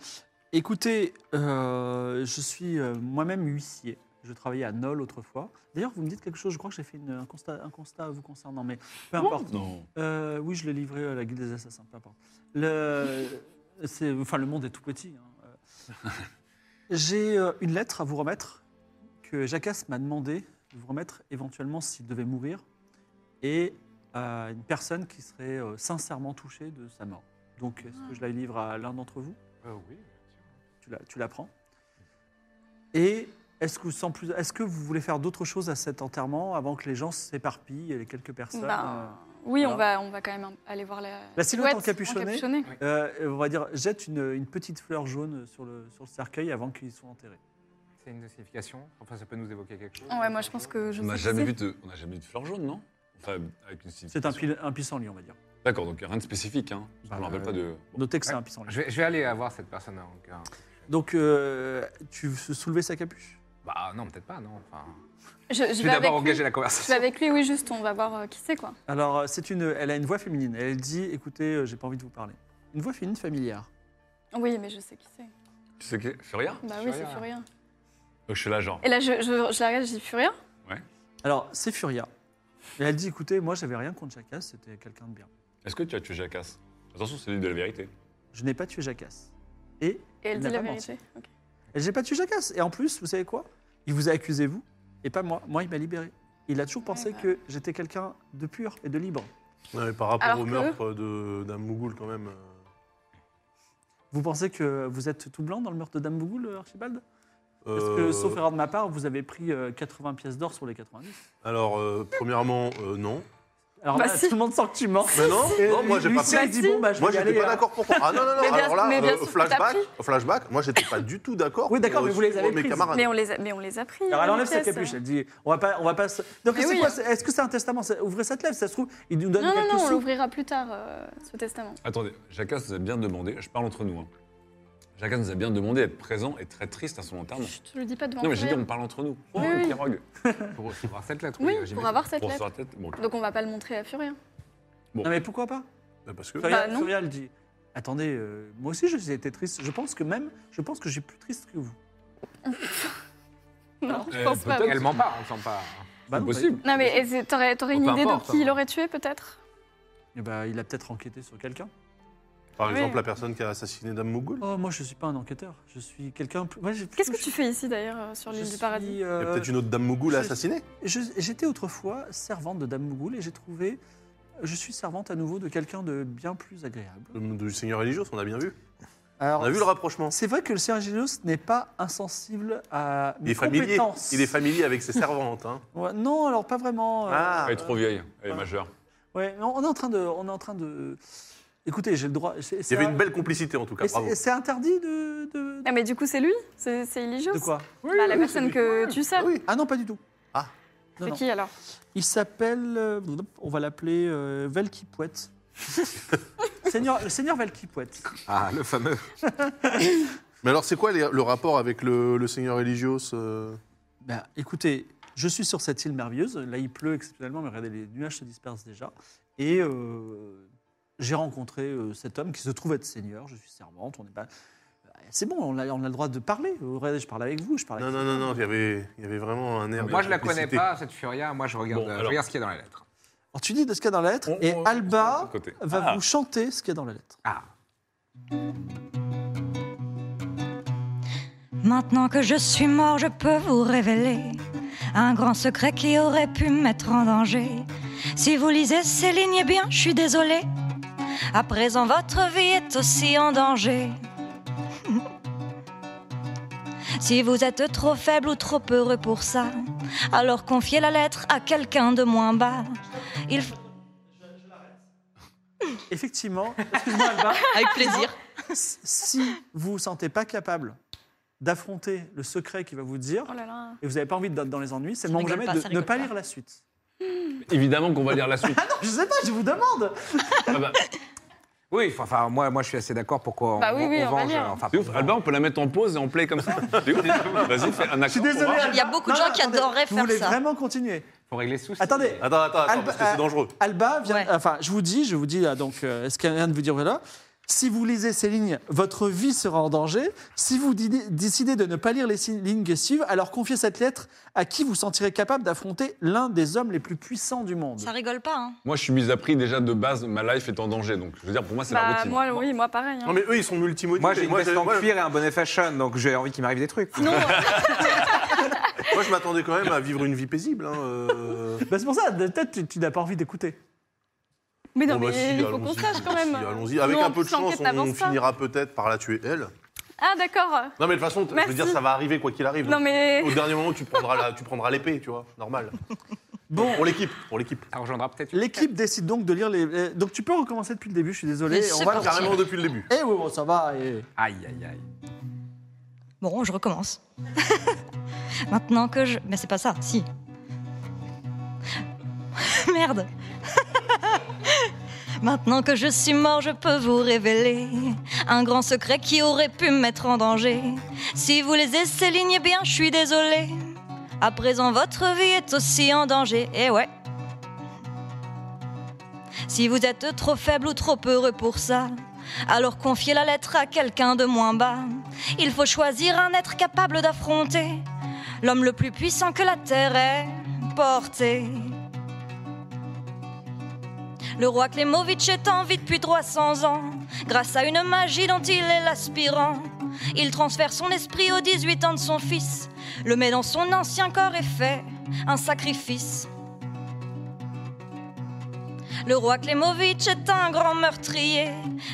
[SPEAKER 1] Écoutez, euh, je suis euh, moi-même huissier. Je travaillais à Nol autrefois. D'ailleurs, vous me dites quelque chose, je crois que j'ai fait une- un, constat, un constat vous concernant, mais peu
[SPEAKER 4] Oh.
[SPEAKER 1] importe.
[SPEAKER 4] Non.
[SPEAKER 1] Euh, oui, je l'ai livré à la guilde des assassins, peu importe. Le, c'est- enfin, le monde est tout petit. hein. Euh, J'ai euh, une lettre à vous remettre que Jacasse m'a demandé de vous remettre éventuellement s'il devait mourir et à une personne qui serait euh, sincèrement touchée de sa mort. Donc, est-ce que je la livre à l'un d'entre vous
[SPEAKER 5] Euh, oui.
[SPEAKER 1] tu la, tu la prends. Et est-ce que, vous- sans plus, est-ce que vous voulez faire d'autres choses à cet enterrement avant que les gens s'éparpillent et les quelques personnes euh,
[SPEAKER 2] Ben, oui, on
[SPEAKER 1] voilà.
[SPEAKER 2] va, on va quand même aller voir la,
[SPEAKER 1] La silhouette encapuchonnée.
[SPEAKER 2] encapuchonnée.
[SPEAKER 1] Euh, on va dire, jette une, une petite fleur jaune sur le, sur le cercueil avant qu'ils soient enterrés.
[SPEAKER 5] C'est une signification. Enfin, ça peut nous évoquer quelque chose.
[SPEAKER 2] Ouais, moi je pense que je
[SPEAKER 4] On n'a
[SPEAKER 2] sais qui
[SPEAKER 4] jamais
[SPEAKER 2] c'est.
[SPEAKER 4] vu de, on n'a jamais vu de fleur jaune, non Enfin, avec une
[SPEAKER 1] C'est un, pil- un pissenlit, on va dire.
[SPEAKER 4] D'accord, donc rien de spécifique. Hein. Je
[SPEAKER 5] Bah,
[SPEAKER 4] me rappelle
[SPEAKER 5] euh,
[SPEAKER 4] pas de. Bon.
[SPEAKER 1] Notez que c'est
[SPEAKER 5] Ouais.
[SPEAKER 1] un pissenlit.
[SPEAKER 5] Je vais, je vais aller euh, voir cette personne. hein, donc, hein.
[SPEAKER 1] Donc, euh, tu veux soulever sa capuche
[SPEAKER 5] Bah non, peut-être pas, non. Enfin,
[SPEAKER 2] Je, je
[SPEAKER 5] je vais
[SPEAKER 2] vais avec
[SPEAKER 5] d'abord engager
[SPEAKER 2] lui. Je
[SPEAKER 5] la
[SPEAKER 2] vais
[SPEAKER 5] conversation.
[SPEAKER 2] avec lui, oui, juste, on va voir euh, qui c'est quoi.
[SPEAKER 1] Alors, euh, c'est une, elle a une voix féminine. Elle dit, écoutez, euh, j'ai pas envie de vous parler. Une voix féminine familière.
[SPEAKER 2] Oui, mais je sais qui c'est.
[SPEAKER 4] Tu sais que Furia
[SPEAKER 2] Bah
[SPEAKER 5] Furia.
[SPEAKER 2] oui, c'est Furia.
[SPEAKER 4] Donc je suis là genre.
[SPEAKER 2] Et là, je, je, je la regarde, je dis Furia
[SPEAKER 1] Alors, c'est Furia. Et elle dit, écoutez, moi, j'avais rien contre Jackass, c'était quelqu'un de bien.
[SPEAKER 4] Est-ce que tu as tué Jacasse Attention, c'est lui de la vérité.
[SPEAKER 1] Je n'ai pas tué Jacasse. Et
[SPEAKER 2] Et elle
[SPEAKER 1] Il
[SPEAKER 2] dit
[SPEAKER 1] n'a
[SPEAKER 2] la
[SPEAKER 1] pas
[SPEAKER 2] vérité. Ok.
[SPEAKER 1] et j'ai pas tué Jacasse. Et en plus, vous savez quoi Il vous a accusé, vous, et pas moi. Moi, il m'a libéré. Il a toujours pensé
[SPEAKER 2] bah.
[SPEAKER 1] que j'étais quelqu'un de pur et de libre.
[SPEAKER 3] Non, mais par rapport
[SPEAKER 2] Alors
[SPEAKER 3] au
[SPEAKER 2] que-
[SPEAKER 3] meurtre de- d'un Mougoul, quand même.
[SPEAKER 1] Vous pensez que vous êtes tout blanc dans le meurtre de Dame Bougoul, Archibald
[SPEAKER 3] euh,
[SPEAKER 1] Parce
[SPEAKER 3] euh,
[SPEAKER 1] que, sauf erreur de ma part, vous avez pris euh, 80 pièces d'or sur les 90.
[SPEAKER 3] Alors, euh, premièrement,
[SPEAKER 2] [LAUGHS]
[SPEAKER 3] euh, non.
[SPEAKER 1] Alors
[SPEAKER 2] Bah
[SPEAKER 1] là,
[SPEAKER 2] si.
[SPEAKER 1] tout le monde sent que tu mens.
[SPEAKER 3] Mais non,
[SPEAKER 1] Et
[SPEAKER 3] non, moi, j'ai pas
[SPEAKER 1] Lucien,
[SPEAKER 3] pris.
[SPEAKER 1] il dit, bon, bah, je
[SPEAKER 3] Moi,
[SPEAKER 1] vais y
[SPEAKER 3] j'étais
[SPEAKER 1] aller,
[SPEAKER 3] pas
[SPEAKER 1] là.
[SPEAKER 3] d'accord pour toi. Ah non, non, non.
[SPEAKER 2] hein. Mais bien-
[SPEAKER 3] alors là,
[SPEAKER 2] mais bien
[SPEAKER 3] euh,
[SPEAKER 2] sûr que t'as
[SPEAKER 3] flashback,
[SPEAKER 2] pris.
[SPEAKER 3] flashback, moi, j'étais pas du tout d'accord.
[SPEAKER 1] Oui, d'accord,
[SPEAKER 3] pour,
[SPEAKER 1] mais vous
[SPEAKER 3] euh,
[SPEAKER 1] les avez
[SPEAKER 3] pour mes
[SPEAKER 1] prises.
[SPEAKER 3] camarades.
[SPEAKER 2] Mais on les a, mais on les a pris. euh,
[SPEAKER 1] Alors elle
[SPEAKER 2] les
[SPEAKER 1] enlève sa
[SPEAKER 2] pièces.
[SPEAKER 1] capuche, elle dit on va pas, on va pas. se- Donc
[SPEAKER 2] Mais
[SPEAKER 1] c'est
[SPEAKER 2] oui. hein.
[SPEAKER 1] quoi c'est- Est-ce que c'est un testament C'est- Ouvrez cette lettre, ça se trouve, il nous donne
[SPEAKER 2] Non, non,
[SPEAKER 1] quelques
[SPEAKER 2] non, on
[SPEAKER 1] sous.
[SPEAKER 2] l'ouvrira plus tard, euh, ce testament.
[SPEAKER 4] Attendez, Jacasse nous a bien demandé. Je parle entre nous. Hein. Jacasse nous a bien demandé d'être présent et très triste à son enterrement.
[SPEAKER 2] Je te le dis pas devant
[SPEAKER 4] Ah Non mais j'ai dit
[SPEAKER 2] Furia.
[SPEAKER 4] on parle entre nous. Oh,
[SPEAKER 2] Oui,
[SPEAKER 4] le
[SPEAKER 2] oui.
[SPEAKER 4] pirogue.
[SPEAKER 5] Pour recevoir cette lettre.
[SPEAKER 2] Oui,
[SPEAKER 5] euh, j'imagine.
[SPEAKER 2] pour avoir cette
[SPEAKER 4] Pour
[SPEAKER 2] lettre.
[SPEAKER 4] sur la tête. Bon,
[SPEAKER 2] Donc on va pas le montrer à Furia.
[SPEAKER 1] Non mais pourquoi pas
[SPEAKER 4] bah,
[SPEAKER 3] Mais Parce que.
[SPEAKER 1] Furia,
[SPEAKER 2] Bah, non.
[SPEAKER 1] Furia, elle dit attendez, euh, moi aussi j'ai été triste. Je pense que même, je pense que j'ai plus triste que vous. Bah
[SPEAKER 2] Non,
[SPEAKER 4] Euh,
[SPEAKER 2] je pense pas.
[SPEAKER 4] peut-être.
[SPEAKER 5] Elle ment pas, on ne sent pas.
[SPEAKER 1] Bah, non, bah,
[SPEAKER 4] possible.
[SPEAKER 2] Non, mais et c'est- t'aurais t'aurais une
[SPEAKER 5] Peu
[SPEAKER 2] idée de
[SPEAKER 5] importe,
[SPEAKER 2] qui
[SPEAKER 5] hein.
[SPEAKER 2] il aurait tué, peut-être
[SPEAKER 1] eh ben, il a peut-être enquêté sur quelqu'un.
[SPEAKER 3] Par
[SPEAKER 2] Oui.
[SPEAKER 3] exemple, la personne qui a assassiné Dame Mougoul.
[SPEAKER 1] Oh, moi je suis pas un enquêteur, je suis quelqu'un. plus- moi, j'ai-
[SPEAKER 2] Qu'est-ce que
[SPEAKER 1] je-
[SPEAKER 2] tu fais ici, d'ailleurs, euh, sur
[SPEAKER 1] je
[SPEAKER 2] l'île du
[SPEAKER 1] suis,
[SPEAKER 2] paradis
[SPEAKER 3] Il y a
[SPEAKER 1] euh,
[SPEAKER 3] peut-être une autre Dame Mougoul à
[SPEAKER 1] je-
[SPEAKER 3] assassiner.
[SPEAKER 1] je- J'étais autrefois servante de Dame Mougoul et j'ai trouvé. Je suis servante à nouveau de quelqu'un de bien plus agréable.
[SPEAKER 3] Le- Du Seigneur religieux, on a bien vu.
[SPEAKER 1] Alors,
[SPEAKER 3] On a vu le rapprochement.
[SPEAKER 1] C'est vrai que le Seigneur Gélios n'est pas insensible à
[SPEAKER 3] Il
[SPEAKER 1] mes
[SPEAKER 3] est familier.
[SPEAKER 1] compétences.
[SPEAKER 3] Il est familier avec ses servantes. hein.
[SPEAKER 1] Ouais, non, alors pas vraiment. euh,
[SPEAKER 3] Ah.
[SPEAKER 4] Elle est trop vieille. Elle est
[SPEAKER 1] Ah.
[SPEAKER 4] majeure.
[SPEAKER 1] ouais, mais on est en train de, on est en train de. Écoutez, j'ai le droit. c'est-
[SPEAKER 3] Il y
[SPEAKER 1] c'est
[SPEAKER 3] avait
[SPEAKER 1] un-
[SPEAKER 3] une belle complicité, en tout cas.
[SPEAKER 1] mais c'est-
[SPEAKER 3] Bravo.
[SPEAKER 1] C'est interdit de. de,
[SPEAKER 2] Ah, mais du coup, c'est lui C'est c'est Eligios
[SPEAKER 1] de quoi
[SPEAKER 2] Bah, La personne que tu sers.
[SPEAKER 3] Oui.
[SPEAKER 1] Ah non, pas du tout.
[SPEAKER 3] Ah.
[SPEAKER 1] Non,
[SPEAKER 2] C'est
[SPEAKER 1] non.
[SPEAKER 2] qui alors
[SPEAKER 1] Il s'appelle. euh, on va l'appeler euh, Velkipouette. Seigneur, le Seigneur Velkipouette.
[SPEAKER 5] Ah, le fameux.
[SPEAKER 3] Mais alors, c'est quoi les- le rapport avec le, le Seigneur religieux euh,
[SPEAKER 1] Ben, écoutez, je suis sur cette île merveilleuse. Là, il pleut exceptionnellement, mais regardez, les nuages se dispersent déjà. Et euh, j'ai rencontré euh, cet homme qui se trouve être seigneur. Je suis servante. On n'est pas. C'est bon, on a, on a le droit de parler. Euh, Regardez, je parle avec vous, je parle
[SPEAKER 3] Non,
[SPEAKER 1] avec
[SPEAKER 3] non, non, non, il y avait, il y avait vraiment un air.
[SPEAKER 5] Moi,
[SPEAKER 3] de
[SPEAKER 5] je la connais
[SPEAKER 3] complicité.
[SPEAKER 5] pas, cette Furia. Moi, je regarde,
[SPEAKER 4] Bon,
[SPEAKER 5] euh, je
[SPEAKER 4] alors.
[SPEAKER 5] regarde ce qu'il y a dans les lettres.
[SPEAKER 1] Alors, tu dis de ce qu'il y a dans la lettre,
[SPEAKER 4] On-
[SPEAKER 1] et
[SPEAKER 4] on- de
[SPEAKER 1] Alba
[SPEAKER 4] l'autre côté.
[SPEAKER 1] va
[SPEAKER 4] Ah.
[SPEAKER 1] vous chanter ce qu'il y a dans la lettre.
[SPEAKER 5] Ah,
[SPEAKER 7] Maintenant que je suis mort, je peux vous révéler un grand secret qui aurait pu me mettre en danger. Si vous lisez ces lignes, eh bien, je suis désolée. À présent, votre vie est aussi en danger. [LAUGHS] si vous êtes trop faible ou trop heureux pour ça, alors confiez la lettre à quelqu'un de moins bas. Il f-
[SPEAKER 1] Effectivement, excuse-moi Alba,
[SPEAKER 2] Avec plaisir.
[SPEAKER 1] si vous vous sentez pas capable d'affronter le secret qu'il va vous dire,
[SPEAKER 8] Oh là là.
[SPEAKER 1] et vous n'avez pas envie d'être dans les ennuis, c'est le moment
[SPEAKER 2] rigole
[SPEAKER 1] jamais
[SPEAKER 2] pas,
[SPEAKER 1] de
[SPEAKER 2] ça
[SPEAKER 1] ne
[SPEAKER 2] rigole
[SPEAKER 1] pas
[SPEAKER 2] pas.
[SPEAKER 1] lire la suite.
[SPEAKER 4] Évidemment qu'on va lire la suite.
[SPEAKER 2] Ah
[SPEAKER 1] Non, je sais pas, je vous demande
[SPEAKER 4] Ah bah,
[SPEAKER 5] oui, enfin, enfin, moi, moi, je suis assez d'accord pour qu'on
[SPEAKER 8] Bah oui,
[SPEAKER 5] on-
[SPEAKER 8] oui,
[SPEAKER 5] on
[SPEAKER 8] on va
[SPEAKER 5] venge,
[SPEAKER 8] lire.
[SPEAKER 5] euh, enfin,
[SPEAKER 4] c'est ouf.
[SPEAKER 5] on-
[SPEAKER 4] Alba, on peut la mettre en pause et en play comme ça. C'est ouf. Vas-y, fais un accord.
[SPEAKER 1] Je suis désolé.
[SPEAKER 4] pour voir.
[SPEAKER 2] Il y a
[SPEAKER 1] Alba.
[SPEAKER 2] beaucoup de gens qui adoraient
[SPEAKER 1] vous
[SPEAKER 2] faire
[SPEAKER 1] voulez
[SPEAKER 2] ça.
[SPEAKER 1] vraiment continuer.
[SPEAKER 5] Faut régler ce souci.
[SPEAKER 1] Attendez.
[SPEAKER 3] Attends, attends, attends,
[SPEAKER 1] Alba-
[SPEAKER 3] parce que c'est
[SPEAKER 1] euh,
[SPEAKER 3] dangereux.
[SPEAKER 1] Alba vient.
[SPEAKER 2] Ouais.
[SPEAKER 1] Enfin, je vous dis, je vous dis, là, donc, euh, est-ce qu'il y a rien de vous dire voilà Si vous lisez ces lignes, votre vie sera en danger. Si vous di- décidez de ne pas lire les si- lignes qui suivent, alors confiez cette lettre à qui vous sentirez capable d'affronter l'un des hommes les plus puissants du monde.
[SPEAKER 7] [LAUGHS] Ça rigole pas, hein
[SPEAKER 4] Moi, je suis mis à prix déjà de base. Ma life est en danger. Donc, je veux dire, pour moi, c'est la
[SPEAKER 8] Bah,
[SPEAKER 4] routine.
[SPEAKER 8] moi, oui, moi pareil. hein.
[SPEAKER 3] Non, mais eux, ils sont multimodifs.
[SPEAKER 5] Moi, j'ai une veste
[SPEAKER 3] j'avais-
[SPEAKER 5] en
[SPEAKER 3] moi,
[SPEAKER 5] cuir et un bonnet fashion, donc j'ai envie qu'il m'arrive des trucs.
[SPEAKER 2] Non,
[SPEAKER 3] moi, je m'attendais quand même à vivre une vie paisible. hein, euh.
[SPEAKER 1] Bah, c'est pour ça, peut-être tu, tu n'as pas envie d'écouter.
[SPEAKER 8] Mais non,
[SPEAKER 3] Bon, bah,
[SPEAKER 8] mais
[SPEAKER 3] si,
[SPEAKER 8] il faut
[SPEAKER 3] allons-y,
[SPEAKER 8] qu'on sache quand
[SPEAKER 3] si,
[SPEAKER 8] même.
[SPEAKER 3] allons-y. Avec
[SPEAKER 8] Sinon,
[SPEAKER 3] un peu de
[SPEAKER 8] si
[SPEAKER 3] chance,
[SPEAKER 8] l'enquête
[SPEAKER 3] on,
[SPEAKER 8] n'avance pas.
[SPEAKER 3] finira peut-être par la tuer, elle.
[SPEAKER 8] Ah, d'accord.
[SPEAKER 3] Non, mais de toute façon, t- je
[SPEAKER 8] Merci.
[SPEAKER 3] veux dire, ça va arriver quoi qu'il arrive.
[SPEAKER 8] Non,
[SPEAKER 3] Donc,
[SPEAKER 8] mais.
[SPEAKER 3] Au dernier moment, tu prendras la- tu prendras l'épée, tu vois, normal.
[SPEAKER 1] Bon.
[SPEAKER 3] Pour l'équipe, pour l'équipe.
[SPEAKER 5] Ça rejoindra peut-être. une-
[SPEAKER 1] L'équipe décide donc de lire les. les- Donc tu peux recommencer depuis le début, je suis désolé.
[SPEAKER 7] Mais
[SPEAKER 1] on
[SPEAKER 7] c'est
[SPEAKER 1] va-
[SPEAKER 7] parti.
[SPEAKER 3] Carrément depuis le début.
[SPEAKER 1] Eh oui, bon, ça va. eh.
[SPEAKER 5] Aïe, aïe, aïe.
[SPEAKER 7] Bon, je recommence. [LAUGHS] Maintenant que je. Mais c'est pas ça, si. [LAUGHS] Merde. [LAUGHS] Maintenant que je suis mort, je peux vous révéler un grand secret qui aurait pu me mettre en danger. Si vous les ces lignes, eh bien, je suis désolée. À présent, votre vie est aussi en danger. Eh ouais. Si vous êtes trop faible ou trop heureux pour ça, alors confiez la lettre à quelqu'un de moins bas. Il faut choisir un être capable d'affronter l'homme le plus puissant que la terre ait porté. Le roi Klemovitch est en vie depuis 300 ans, grâce à une magie dont il est l'aspirant. Il transfère son esprit aux 18 ans de son fils, le met dans son ancien corps et fait un sacrifice. Le roi Klemovitch est un grand meurtrier,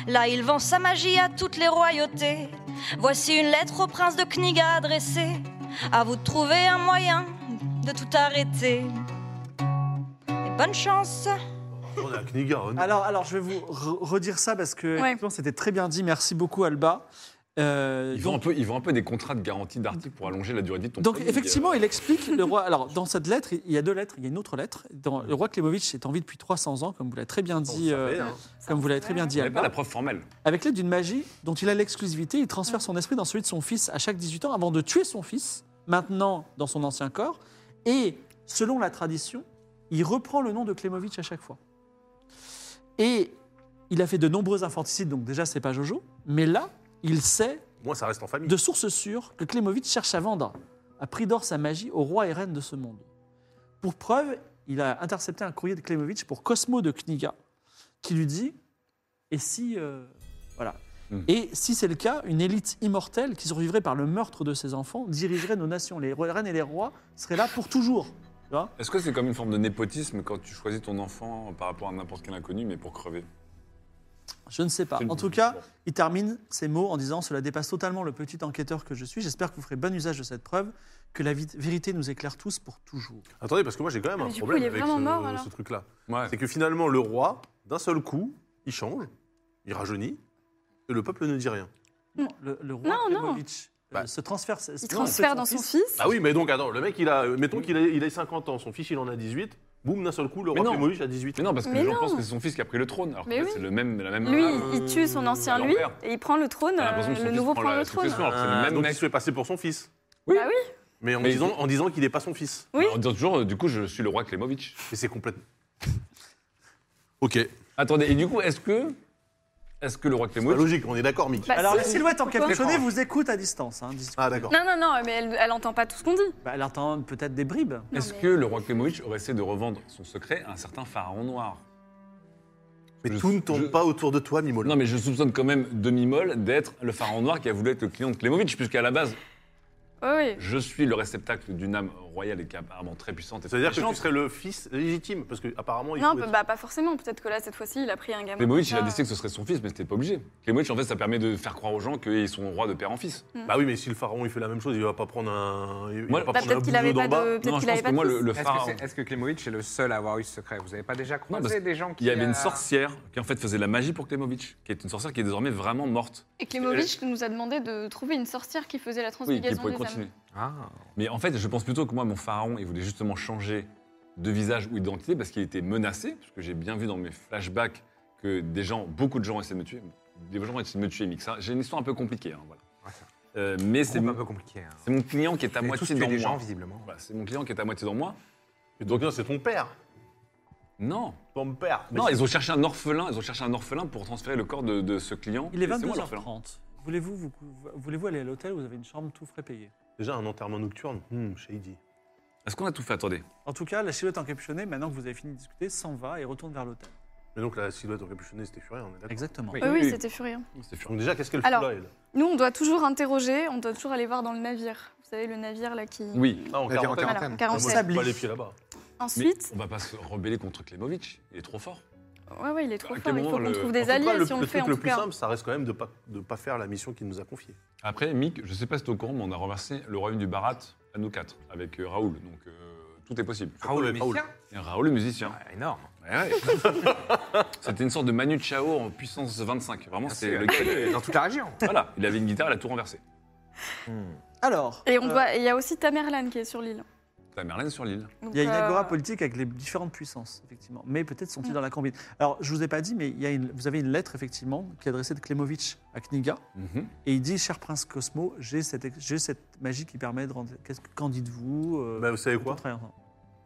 [SPEAKER 7] là il vend sa magie à toutes les royautés. Voici une lettre au prince de Kniga adressée. À vous de trouver un moyen de tout arrêter. Et bonne chance.
[SPEAKER 3] On est à Kniga.
[SPEAKER 4] Oh
[SPEAKER 3] hein.
[SPEAKER 1] Alors, alors, je vais vous re- redire ça parce que
[SPEAKER 8] Ouais.
[SPEAKER 1] effectivement, c'était très bien dit. Merci beaucoup, Alba. Euh,
[SPEAKER 4] Ils
[SPEAKER 1] donc-
[SPEAKER 4] vendent, un peu, ils vendent un peu des contrats de garantie d'articles pour allonger la durée de vie de ton
[SPEAKER 1] Donc
[SPEAKER 4] produit. euh.
[SPEAKER 1] effectivement, il explique le roi. Alors dans cette lettre, il y a deux lettres. Il y a une autre lettre. Dans- le roi Klemovitch est en vie depuis 300 ans, comme vous l'avez très bien
[SPEAKER 3] On
[SPEAKER 1] dit. euh,
[SPEAKER 3] savait, hein.
[SPEAKER 1] comme vous l'avez très bien
[SPEAKER 4] Il
[SPEAKER 1] dit,
[SPEAKER 4] n'y avait pas
[SPEAKER 1] Alba.
[SPEAKER 4] la preuve formelle.
[SPEAKER 1] Avec l'aide d'une magie dont il a l'exclusivité, il transfère son esprit dans celui de son fils à chaque 18 ans avant de tuer son fils, maintenant dans son ancien corps. Et selon la tradition, il reprend le nom de Klemovitch à chaque fois. Et il a fait de nombreux infanticides, donc déjà c'est pas Jojo. Mais là, il sait
[SPEAKER 3] Moi, ça reste en famille.
[SPEAKER 1] de sources sûres que Klemovitch cherche à vendre à prix d'or sa magie aux rois et reines de ce monde. Pour preuve, il a intercepté un courrier de Klemovitch pour Cosmo de Kniga qui lui dit Et si. euh, voilà.
[SPEAKER 4] Hmm.
[SPEAKER 1] Et si c'est le cas, une élite immortelle qui survivrait par le meurtre de ses enfants dirigerait nos nations. Les rois- reines et les rois seraient là pour toujours. Tu vois
[SPEAKER 4] Est-ce que c'est comme une forme de népotisme quand tu choisis ton enfant par rapport à n'importe quel inconnu, mais pour crever
[SPEAKER 1] Je ne sais pas.
[SPEAKER 4] C'est une-
[SPEAKER 1] Bah, En tout cas, il termine ces mots en disant Cela dépasse totalement le petit enquêteur que je suis. J'espère que vous ferez bon usage de cette preuve, que la vi- vérité nous éclaire tous pour toujours.
[SPEAKER 3] Attendez, parce que moi, j'ai quand même
[SPEAKER 8] Ah,
[SPEAKER 3] un
[SPEAKER 8] mais du coup,
[SPEAKER 3] problème
[SPEAKER 8] il est
[SPEAKER 3] avec
[SPEAKER 8] vraiment mort,
[SPEAKER 3] ce-
[SPEAKER 8] alors.
[SPEAKER 3] ce truc-là.
[SPEAKER 4] Ouais.
[SPEAKER 3] C'est que finalement, le roi, d'un seul coup, il change, il rajeunit, et le peuple ne dit rien.
[SPEAKER 1] le, le roi
[SPEAKER 8] Non, non.
[SPEAKER 1] Klemovitch, euh,
[SPEAKER 3] Bah,
[SPEAKER 1] se transfère, se-
[SPEAKER 8] Il
[SPEAKER 1] se-
[SPEAKER 8] transfère
[SPEAKER 1] se-
[SPEAKER 8] dans son fils.
[SPEAKER 3] Ah oui, mais donc, attends, le mec, il a, euh, mettons qu'il a, il a 50 ans, son fils, il en a 18, boum, d'un seul coup, le
[SPEAKER 4] Mais
[SPEAKER 3] roi
[SPEAKER 4] non.
[SPEAKER 3] Klemovic a 18.
[SPEAKER 4] Mais non, parce que
[SPEAKER 8] Mais
[SPEAKER 4] les gens
[SPEAKER 8] non.
[SPEAKER 4] pensent que c'est son fils qui a pris le trône. Alors que
[SPEAKER 8] Mais oui.
[SPEAKER 4] c'est le même, la même.
[SPEAKER 8] Lui,
[SPEAKER 4] Ah,
[SPEAKER 8] il tue son ancien lui
[SPEAKER 4] l'envers.
[SPEAKER 8] et il prend le trône.
[SPEAKER 4] T'as l'impression
[SPEAKER 8] euh,
[SPEAKER 4] que son
[SPEAKER 8] Le
[SPEAKER 4] fils
[SPEAKER 8] nouveau
[SPEAKER 4] prend
[SPEAKER 8] prend
[SPEAKER 4] la
[SPEAKER 8] le trône.
[SPEAKER 4] succession. Alors, c'est le
[SPEAKER 3] Ah,
[SPEAKER 4] même
[SPEAKER 3] donc,
[SPEAKER 4] mec.
[SPEAKER 3] il se fait passer pour son fils.
[SPEAKER 8] Bah oui.
[SPEAKER 3] Mais en
[SPEAKER 4] Mais-
[SPEAKER 3] disant, en disant qu'il n'est pas son fils.
[SPEAKER 8] Oui.
[SPEAKER 4] Alors, On dit toujours, euh, du coup, je suis le roi Klemovic.
[SPEAKER 3] Et c'est complètement. Ok.
[SPEAKER 4] Attendez, et du coup, est-ce que Est-ce que le roi
[SPEAKER 3] Pas
[SPEAKER 4] Clémouth
[SPEAKER 3] logique, on est d'accord, Mick.
[SPEAKER 8] Bah,
[SPEAKER 1] Alors,
[SPEAKER 8] si.
[SPEAKER 1] la silhouette en
[SPEAKER 8] Pourquoi
[SPEAKER 1] capuchonné vous écoute à distance. hein, dis-
[SPEAKER 3] Ah, d'accord.
[SPEAKER 8] Non, non, non, mais elle, elle entend pas tout ce qu'on dit.
[SPEAKER 1] Bah, elle entend peut-être des bribes.
[SPEAKER 8] Non,
[SPEAKER 4] Est-ce
[SPEAKER 8] mais-
[SPEAKER 4] que le roi Klemovitch aurait essayé de revendre son secret à un certain pharaon noir
[SPEAKER 3] Mais
[SPEAKER 4] Je-
[SPEAKER 3] tout ne tourne
[SPEAKER 4] je-
[SPEAKER 3] pas autour de toi, Mimol.
[SPEAKER 4] Non, mais je soupçonne quand même demi-molle d'être le pharaon noir qui a voulu être le client de Klemovitch, puisqu'à la base,
[SPEAKER 8] Oui, oui.
[SPEAKER 4] je suis le réceptacle d'une âme royale et qui est apparemment très puissante. et très
[SPEAKER 3] C'est-à-dire que tu
[SPEAKER 4] méchante.
[SPEAKER 3] serais le fils légitime, parce qu'apparemment, il
[SPEAKER 8] Non,
[SPEAKER 3] faut être-
[SPEAKER 8] bah, pas forcément. Peut-être que là, cette fois-ci, il a pris un gamin.
[SPEAKER 4] Klemovitch, il
[SPEAKER 8] comme
[SPEAKER 4] a
[SPEAKER 8] ça.
[SPEAKER 4] décidé que ce serait son fils, mais c'était pas obligé. Klemovitch, en fait, ça permet de faire croire aux gens qu'ils sont rois de père en fils.
[SPEAKER 3] Bah oui, mais si le pharaon il fait la même chose, il va pas prendre un. Il il
[SPEAKER 4] Moi-
[SPEAKER 3] va pas
[SPEAKER 8] Bah,
[SPEAKER 3] prendre un
[SPEAKER 8] peut-être qu'il avait
[SPEAKER 3] boulot
[SPEAKER 8] pas
[SPEAKER 3] d'en bas.
[SPEAKER 8] de. Peut-être
[SPEAKER 4] non, je
[SPEAKER 8] qu'il
[SPEAKER 4] pense
[SPEAKER 8] avait
[SPEAKER 4] que
[SPEAKER 8] pas de.
[SPEAKER 4] moi, le,
[SPEAKER 8] fils.
[SPEAKER 4] le
[SPEAKER 5] Est-ce que,
[SPEAKER 4] pharaon.
[SPEAKER 5] c'est- est-ce que Klimovic est le seul à avoir eu ce secret Vous avez pas déjà croisé
[SPEAKER 4] parce
[SPEAKER 5] des gens qui.
[SPEAKER 4] Il y avait
[SPEAKER 5] euh,
[SPEAKER 4] une sorcière qui, en fait, faisait la magie pour Klemovitch, qui est une sorcière qui est désormais vraiment morte.
[SPEAKER 2] Et Klemovic nous a demandé de trouver une sorcière qui faisait la
[SPEAKER 4] Oui, qui
[SPEAKER 2] transmigration
[SPEAKER 4] pourrait
[SPEAKER 2] des âmes.
[SPEAKER 4] continuer.
[SPEAKER 5] Ah.
[SPEAKER 4] Mais en fait, je pense plutôt que moi, mon pharaon, il voulait justement changer de visage ou d'identité parce qu'il était menacé, parce que j'ai bien vu dans mes flashbacks que des gens, beaucoup de gens essaient de me tuer. Des gens essaient de me tuer, Mix. hein. J'ai une histoire un peu compliquée, hein, voilà.
[SPEAKER 5] Ouais, ça-
[SPEAKER 4] Euh, mais c'est
[SPEAKER 5] C'est un
[SPEAKER 4] mon,
[SPEAKER 5] peu compliqué. Hein.
[SPEAKER 4] c'est mon client qui est à
[SPEAKER 5] Vous avez tous
[SPEAKER 4] moitié
[SPEAKER 5] tué
[SPEAKER 4] dans
[SPEAKER 5] des
[SPEAKER 4] moi.
[SPEAKER 5] gens, visiblement.
[SPEAKER 4] Voilà, c'est mon client qui est à moitié dans moi.
[SPEAKER 3] Et Donc non, c'est ton père.
[SPEAKER 4] Non,
[SPEAKER 3] Ton père.
[SPEAKER 4] non, ils ont cherché un orphelin. Ils ont cherché un orphelin pour transférer le corps de, de ce client.
[SPEAKER 1] Il est
[SPEAKER 4] Et c'est moi, l'orphelin.
[SPEAKER 1] 22h30. Voulez-vous vous, voulez-vous aller à l'hôtel Vous avez une chambre tout frais payée.
[SPEAKER 3] Déjà un enterrement nocturne. Hmm, shady.
[SPEAKER 4] Est-ce qu'on a tout fait Attendez.
[SPEAKER 1] En tout cas, la silhouette encapuchonnée, maintenant que vous avez fini de discuter, s'en va et retourne vers l'hôtel.
[SPEAKER 3] Mais donc la silhouette encapuchonnée, c'était furieux, on est d'accord.
[SPEAKER 1] Exactement.
[SPEAKER 4] Oui.
[SPEAKER 2] Oui, oui,
[SPEAKER 4] Oui.
[SPEAKER 2] c'était furieux.
[SPEAKER 4] C'est furieux.
[SPEAKER 3] Donc déjà, qu'est-ce qu'elle fait
[SPEAKER 2] Alors-
[SPEAKER 3] là, elle
[SPEAKER 2] Nous, on doit toujours interroger, on doit toujours aller voir dans le navire. Vous savez, le navire là qui.
[SPEAKER 4] Oui,
[SPEAKER 3] Ah, en
[SPEAKER 5] Elle était en
[SPEAKER 3] quarantaine.
[SPEAKER 2] Voilà,
[SPEAKER 5] quarantaine.
[SPEAKER 3] Ah, moi,
[SPEAKER 2] quarantaine.
[SPEAKER 3] je mets pas les pieds là-bas.
[SPEAKER 4] mais
[SPEAKER 2] Ensuite,
[SPEAKER 4] on va pas se rebeller contre Klemovitch. Il est trop fort.
[SPEAKER 2] ouais, ouais, il est trop
[SPEAKER 4] À quel
[SPEAKER 2] fort. Il faut
[SPEAKER 4] moment
[SPEAKER 2] qu'on
[SPEAKER 4] le-
[SPEAKER 2] trouve des
[SPEAKER 3] En tout cas,
[SPEAKER 2] alliés
[SPEAKER 3] le,
[SPEAKER 2] si on le,
[SPEAKER 3] le
[SPEAKER 2] fait
[SPEAKER 3] truc
[SPEAKER 2] en
[SPEAKER 3] le
[SPEAKER 2] tout
[SPEAKER 3] plus
[SPEAKER 2] cas.
[SPEAKER 3] simple, ça reste quand même de pas de pas faire la mission qu'il nous a confiée.
[SPEAKER 4] Après, Mick, je sais pas si t'es au courant, mais on a renversé le royaume du Barat à nous quatre, avec euh, Raoul. Donc, euh, tout est possible.
[SPEAKER 5] Raoul le
[SPEAKER 3] Raoul.
[SPEAKER 5] Messien
[SPEAKER 4] Et Raoul, le musicien.
[SPEAKER 5] Ah, Énorme.
[SPEAKER 4] Ouais, ouais. [LAUGHS] C'était une sorte de Manu Chao en puissance 25. Vraiment, c'est
[SPEAKER 5] sûr.
[SPEAKER 4] le gars. il-
[SPEAKER 5] Dans toute la région.
[SPEAKER 4] Voilà, il avait une guitare, il a tout renversé.
[SPEAKER 1] Alors,
[SPEAKER 2] Et on
[SPEAKER 1] euh,
[SPEAKER 2] doit. et Il y a aussi Tamerlan qui est sur l'île.
[SPEAKER 4] La Merlin sur l'île.
[SPEAKER 2] Donc,
[SPEAKER 1] il y a une
[SPEAKER 2] euh,
[SPEAKER 1] agora politique avec les différentes puissances, effectivement. Mais peut-être
[SPEAKER 8] Mm.
[SPEAKER 1] sont-ils dans la combine. Alors, je vous ai pas dit, mais il y a une, vous avez une lettre, effectivement, qui est adressée de Klemovic à Kniga.
[SPEAKER 4] Mhm.
[SPEAKER 1] Et il dit Cher prince Cosmo, j'ai cette, ex- j'ai cette magie qui permet de rendre. Qu'est-ce que- Qu'en dites-vous euh,
[SPEAKER 3] Bah, vous savez
[SPEAKER 1] au
[SPEAKER 3] quoi
[SPEAKER 1] contraire.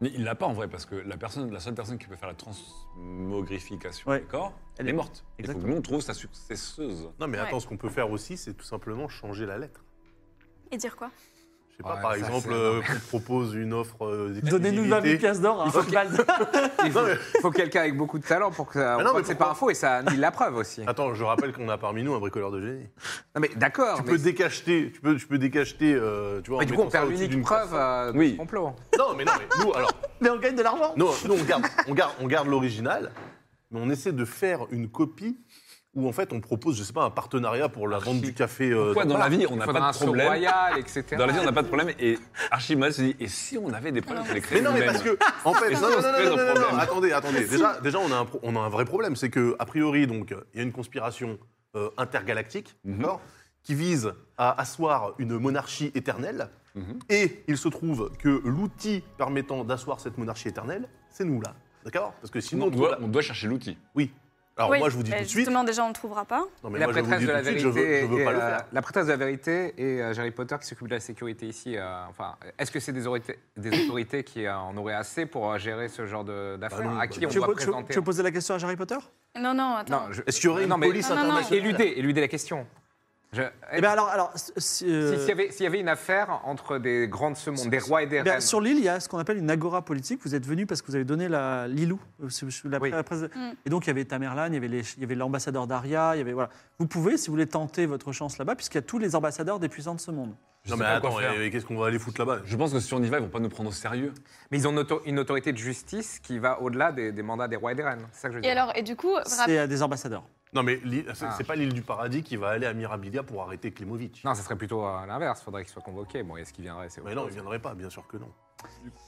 [SPEAKER 4] Mais il l'a pas en vrai, parce que la, personne, la seule personne qui peut faire la transmogrification
[SPEAKER 1] Ouais.
[SPEAKER 4] du corps, elle,
[SPEAKER 1] Elle
[SPEAKER 4] est
[SPEAKER 1] est-
[SPEAKER 4] morte. Il faut que
[SPEAKER 1] Exactement.
[SPEAKER 4] nous, on trouve sa successeuse.
[SPEAKER 3] Non, mais
[SPEAKER 2] Ouais.
[SPEAKER 3] attends, ce qu'on peut faire aussi, c'est tout simplement changer la lettre.
[SPEAKER 2] Et dire quoi
[SPEAKER 3] Je sais pas,
[SPEAKER 5] Ouais,
[SPEAKER 3] par
[SPEAKER 5] ça,
[SPEAKER 3] exemple,
[SPEAKER 5] c'est-
[SPEAKER 3] euh, qu'on te propose une offre euh,
[SPEAKER 1] Donnez-nous 20 000
[SPEAKER 3] d'exclusivité.
[SPEAKER 1] pièces d'or, hein,
[SPEAKER 5] [LAUGHS]
[SPEAKER 1] Archibald.
[SPEAKER 5] Il faut, faut quelqu'un avec beaucoup de talent pour que ça.
[SPEAKER 3] Mais
[SPEAKER 5] on
[SPEAKER 3] Ah non,
[SPEAKER 5] voit
[SPEAKER 3] mais
[SPEAKER 5] que c'est pas un
[SPEAKER 3] pourquoi Ah.
[SPEAKER 5] faux et ça ni la preuve aussi.
[SPEAKER 3] Attends, je rappelle qu'on a parmi nous un bricoleur de génie.
[SPEAKER 5] Non, mais d'accord.
[SPEAKER 3] Tu
[SPEAKER 5] mais-
[SPEAKER 3] peux décacheter, tu peux, tu peux décacheter, euh, tu vois.
[SPEAKER 5] mais
[SPEAKER 3] en
[SPEAKER 5] du coup, on
[SPEAKER 3] mettant ça
[SPEAKER 5] perd
[SPEAKER 3] au-dessus
[SPEAKER 5] l'unique
[SPEAKER 3] d'une
[SPEAKER 5] preuve
[SPEAKER 3] personne.
[SPEAKER 5] euh,
[SPEAKER 4] Oui.
[SPEAKER 5] du complot.
[SPEAKER 3] Non, mais non, mais nous,
[SPEAKER 5] [LAUGHS]
[SPEAKER 3] alors,
[SPEAKER 1] mais on gagne de l'argent.
[SPEAKER 3] non, nous, on garde, on garde, on garde l'original, mais on essaie de faire une copie où en fait on propose, je sais pas, un partenariat pour la vente du café. euh,
[SPEAKER 4] Pourquoi dans la vie, on
[SPEAKER 5] Il
[SPEAKER 4] n'a
[SPEAKER 5] faudra
[SPEAKER 4] pas
[SPEAKER 5] un
[SPEAKER 4] de
[SPEAKER 5] saut
[SPEAKER 4] problème
[SPEAKER 5] royal, etc.
[SPEAKER 4] Dans la vie, on n'a pas de problème. Et Archimald se dit et si on avait des problèmes
[SPEAKER 2] Alors,
[SPEAKER 4] avec les créer
[SPEAKER 3] Mais non, mais
[SPEAKER 4] nous-mêmes
[SPEAKER 3] parce que, en fait, non, non, non, non, non, non, non,
[SPEAKER 4] problème.
[SPEAKER 3] attendez, attendez. Déjà, déjà, on a un, pro- on a un vrai problème, c'est que a priori, donc, il y a une conspiration euh, intergalactique,
[SPEAKER 4] Mhm.
[SPEAKER 3] d'accord, qui vise à asseoir une monarchie éternelle.
[SPEAKER 4] Mhm.
[SPEAKER 3] Et il se trouve que l'outil permettant d'asseoir cette monarchie éternelle, c'est nous là, d'accord Parce que sinon,
[SPEAKER 4] on, doit,
[SPEAKER 3] voilà.
[SPEAKER 4] on doit chercher l'outil.
[SPEAKER 3] oui. Alors
[SPEAKER 2] Oui,
[SPEAKER 3] moi, je vous dis
[SPEAKER 2] mais
[SPEAKER 3] tout de suite.
[SPEAKER 2] Justement, déjà, on le trouvera pas.
[SPEAKER 3] Non,
[SPEAKER 5] Et
[SPEAKER 3] mais
[SPEAKER 5] la
[SPEAKER 3] moi, je vous
[SPEAKER 5] prêtresse
[SPEAKER 3] dis
[SPEAKER 5] de
[SPEAKER 3] tout
[SPEAKER 5] la
[SPEAKER 3] de suite,
[SPEAKER 5] vérité.
[SPEAKER 3] je veux, je veux
[SPEAKER 5] et,
[SPEAKER 3] pas le
[SPEAKER 5] euh,
[SPEAKER 3] faire.
[SPEAKER 5] La prêtresse de la vérité et euh, Harry Potter qui s'occupe de la sécurité ici. euh, enfin, est-ce que c'est des autorités, des autorités qui euh, en auraient assez pour euh, gérer ce genre de- d'affaires
[SPEAKER 3] non,
[SPEAKER 5] À
[SPEAKER 3] bah,
[SPEAKER 5] qui on
[SPEAKER 1] Tu veux,
[SPEAKER 5] doit
[SPEAKER 1] tu veux-
[SPEAKER 5] présenter
[SPEAKER 1] tu veux poser la question à Harry Potter
[SPEAKER 2] Non, non, attends.
[SPEAKER 5] je-
[SPEAKER 3] Est-ce qu'il y aurait
[SPEAKER 5] non,
[SPEAKER 3] une
[SPEAKER 5] mais-
[SPEAKER 3] police
[SPEAKER 2] Non, non, non.
[SPEAKER 3] internationale
[SPEAKER 5] Éluder, éluder la question. Je-
[SPEAKER 1] Eh
[SPEAKER 4] ben,
[SPEAKER 1] bien, alors, alors si- si,
[SPEAKER 5] Si-
[SPEAKER 1] euh,
[SPEAKER 5] S'il y, avait- s'il y avait une affaire entre des grandes ce monde, des rois et des
[SPEAKER 1] eh bien,
[SPEAKER 5] reines,
[SPEAKER 1] sur l'île, il y a ce qu'on appelle une agora politique. Vous êtes venu parce que vous avez donné la l'îlou. euh, si vous- la-
[SPEAKER 5] Oui.
[SPEAKER 1] la presse-
[SPEAKER 2] Mm.
[SPEAKER 1] Et donc, il y avait Tamerlan, il y avait les- il y avait l'ambassadeur d'Aria. Il y avait, voilà. Vous pouvez, si vous voulez, tenter votre chance là-bas, puisqu'il y a tous les ambassadeurs des puissants de ce monde.
[SPEAKER 4] Je
[SPEAKER 3] Non,
[SPEAKER 4] sais
[SPEAKER 3] mais
[SPEAKER 4] pas quoi
[SPEAKER 3] attends,
[SPEAKER 4] faire.
[SPEAKER 3] et- et qu'est-ce qu'on va aller foutre là-bas
[SPEAKER 4] Je pense que si on y va, ils vont pas nous prendre au sérieux.
[SPEAKER 5] mais ils ont une, auto- une autorité de justice qui va au-delà des, des mandats des rois et des reines. C'est ça que je veux
[SPEAKER 2] Et
[SPEAKER 5] dire.
[SPEAKER 2] alors, et du coup,
[SPEAKER 1] C'est euh, des ambassadeurs.
[SPEAKER 3] Non, mais l'île- c'est
[SPEAKER 5] Ah.
[SPEAKER 3] c'est pas l'île du paradis qui va aller à Mirabilia pour arrêter Klimovic.
[SPEAKER 5] Non, ça serait plutôt euh, l'inverse. Faudrait qu'il soit convoqué. Bon, est-ce qu'il viendrait c'est
[SPEAKER 3] Mais
[SPEAKER 5] autre
[SPEAKER 3] non, il
[SPEAKER 5] chose.
[SPEAKER 3] viendrait pas, bien sûr que non.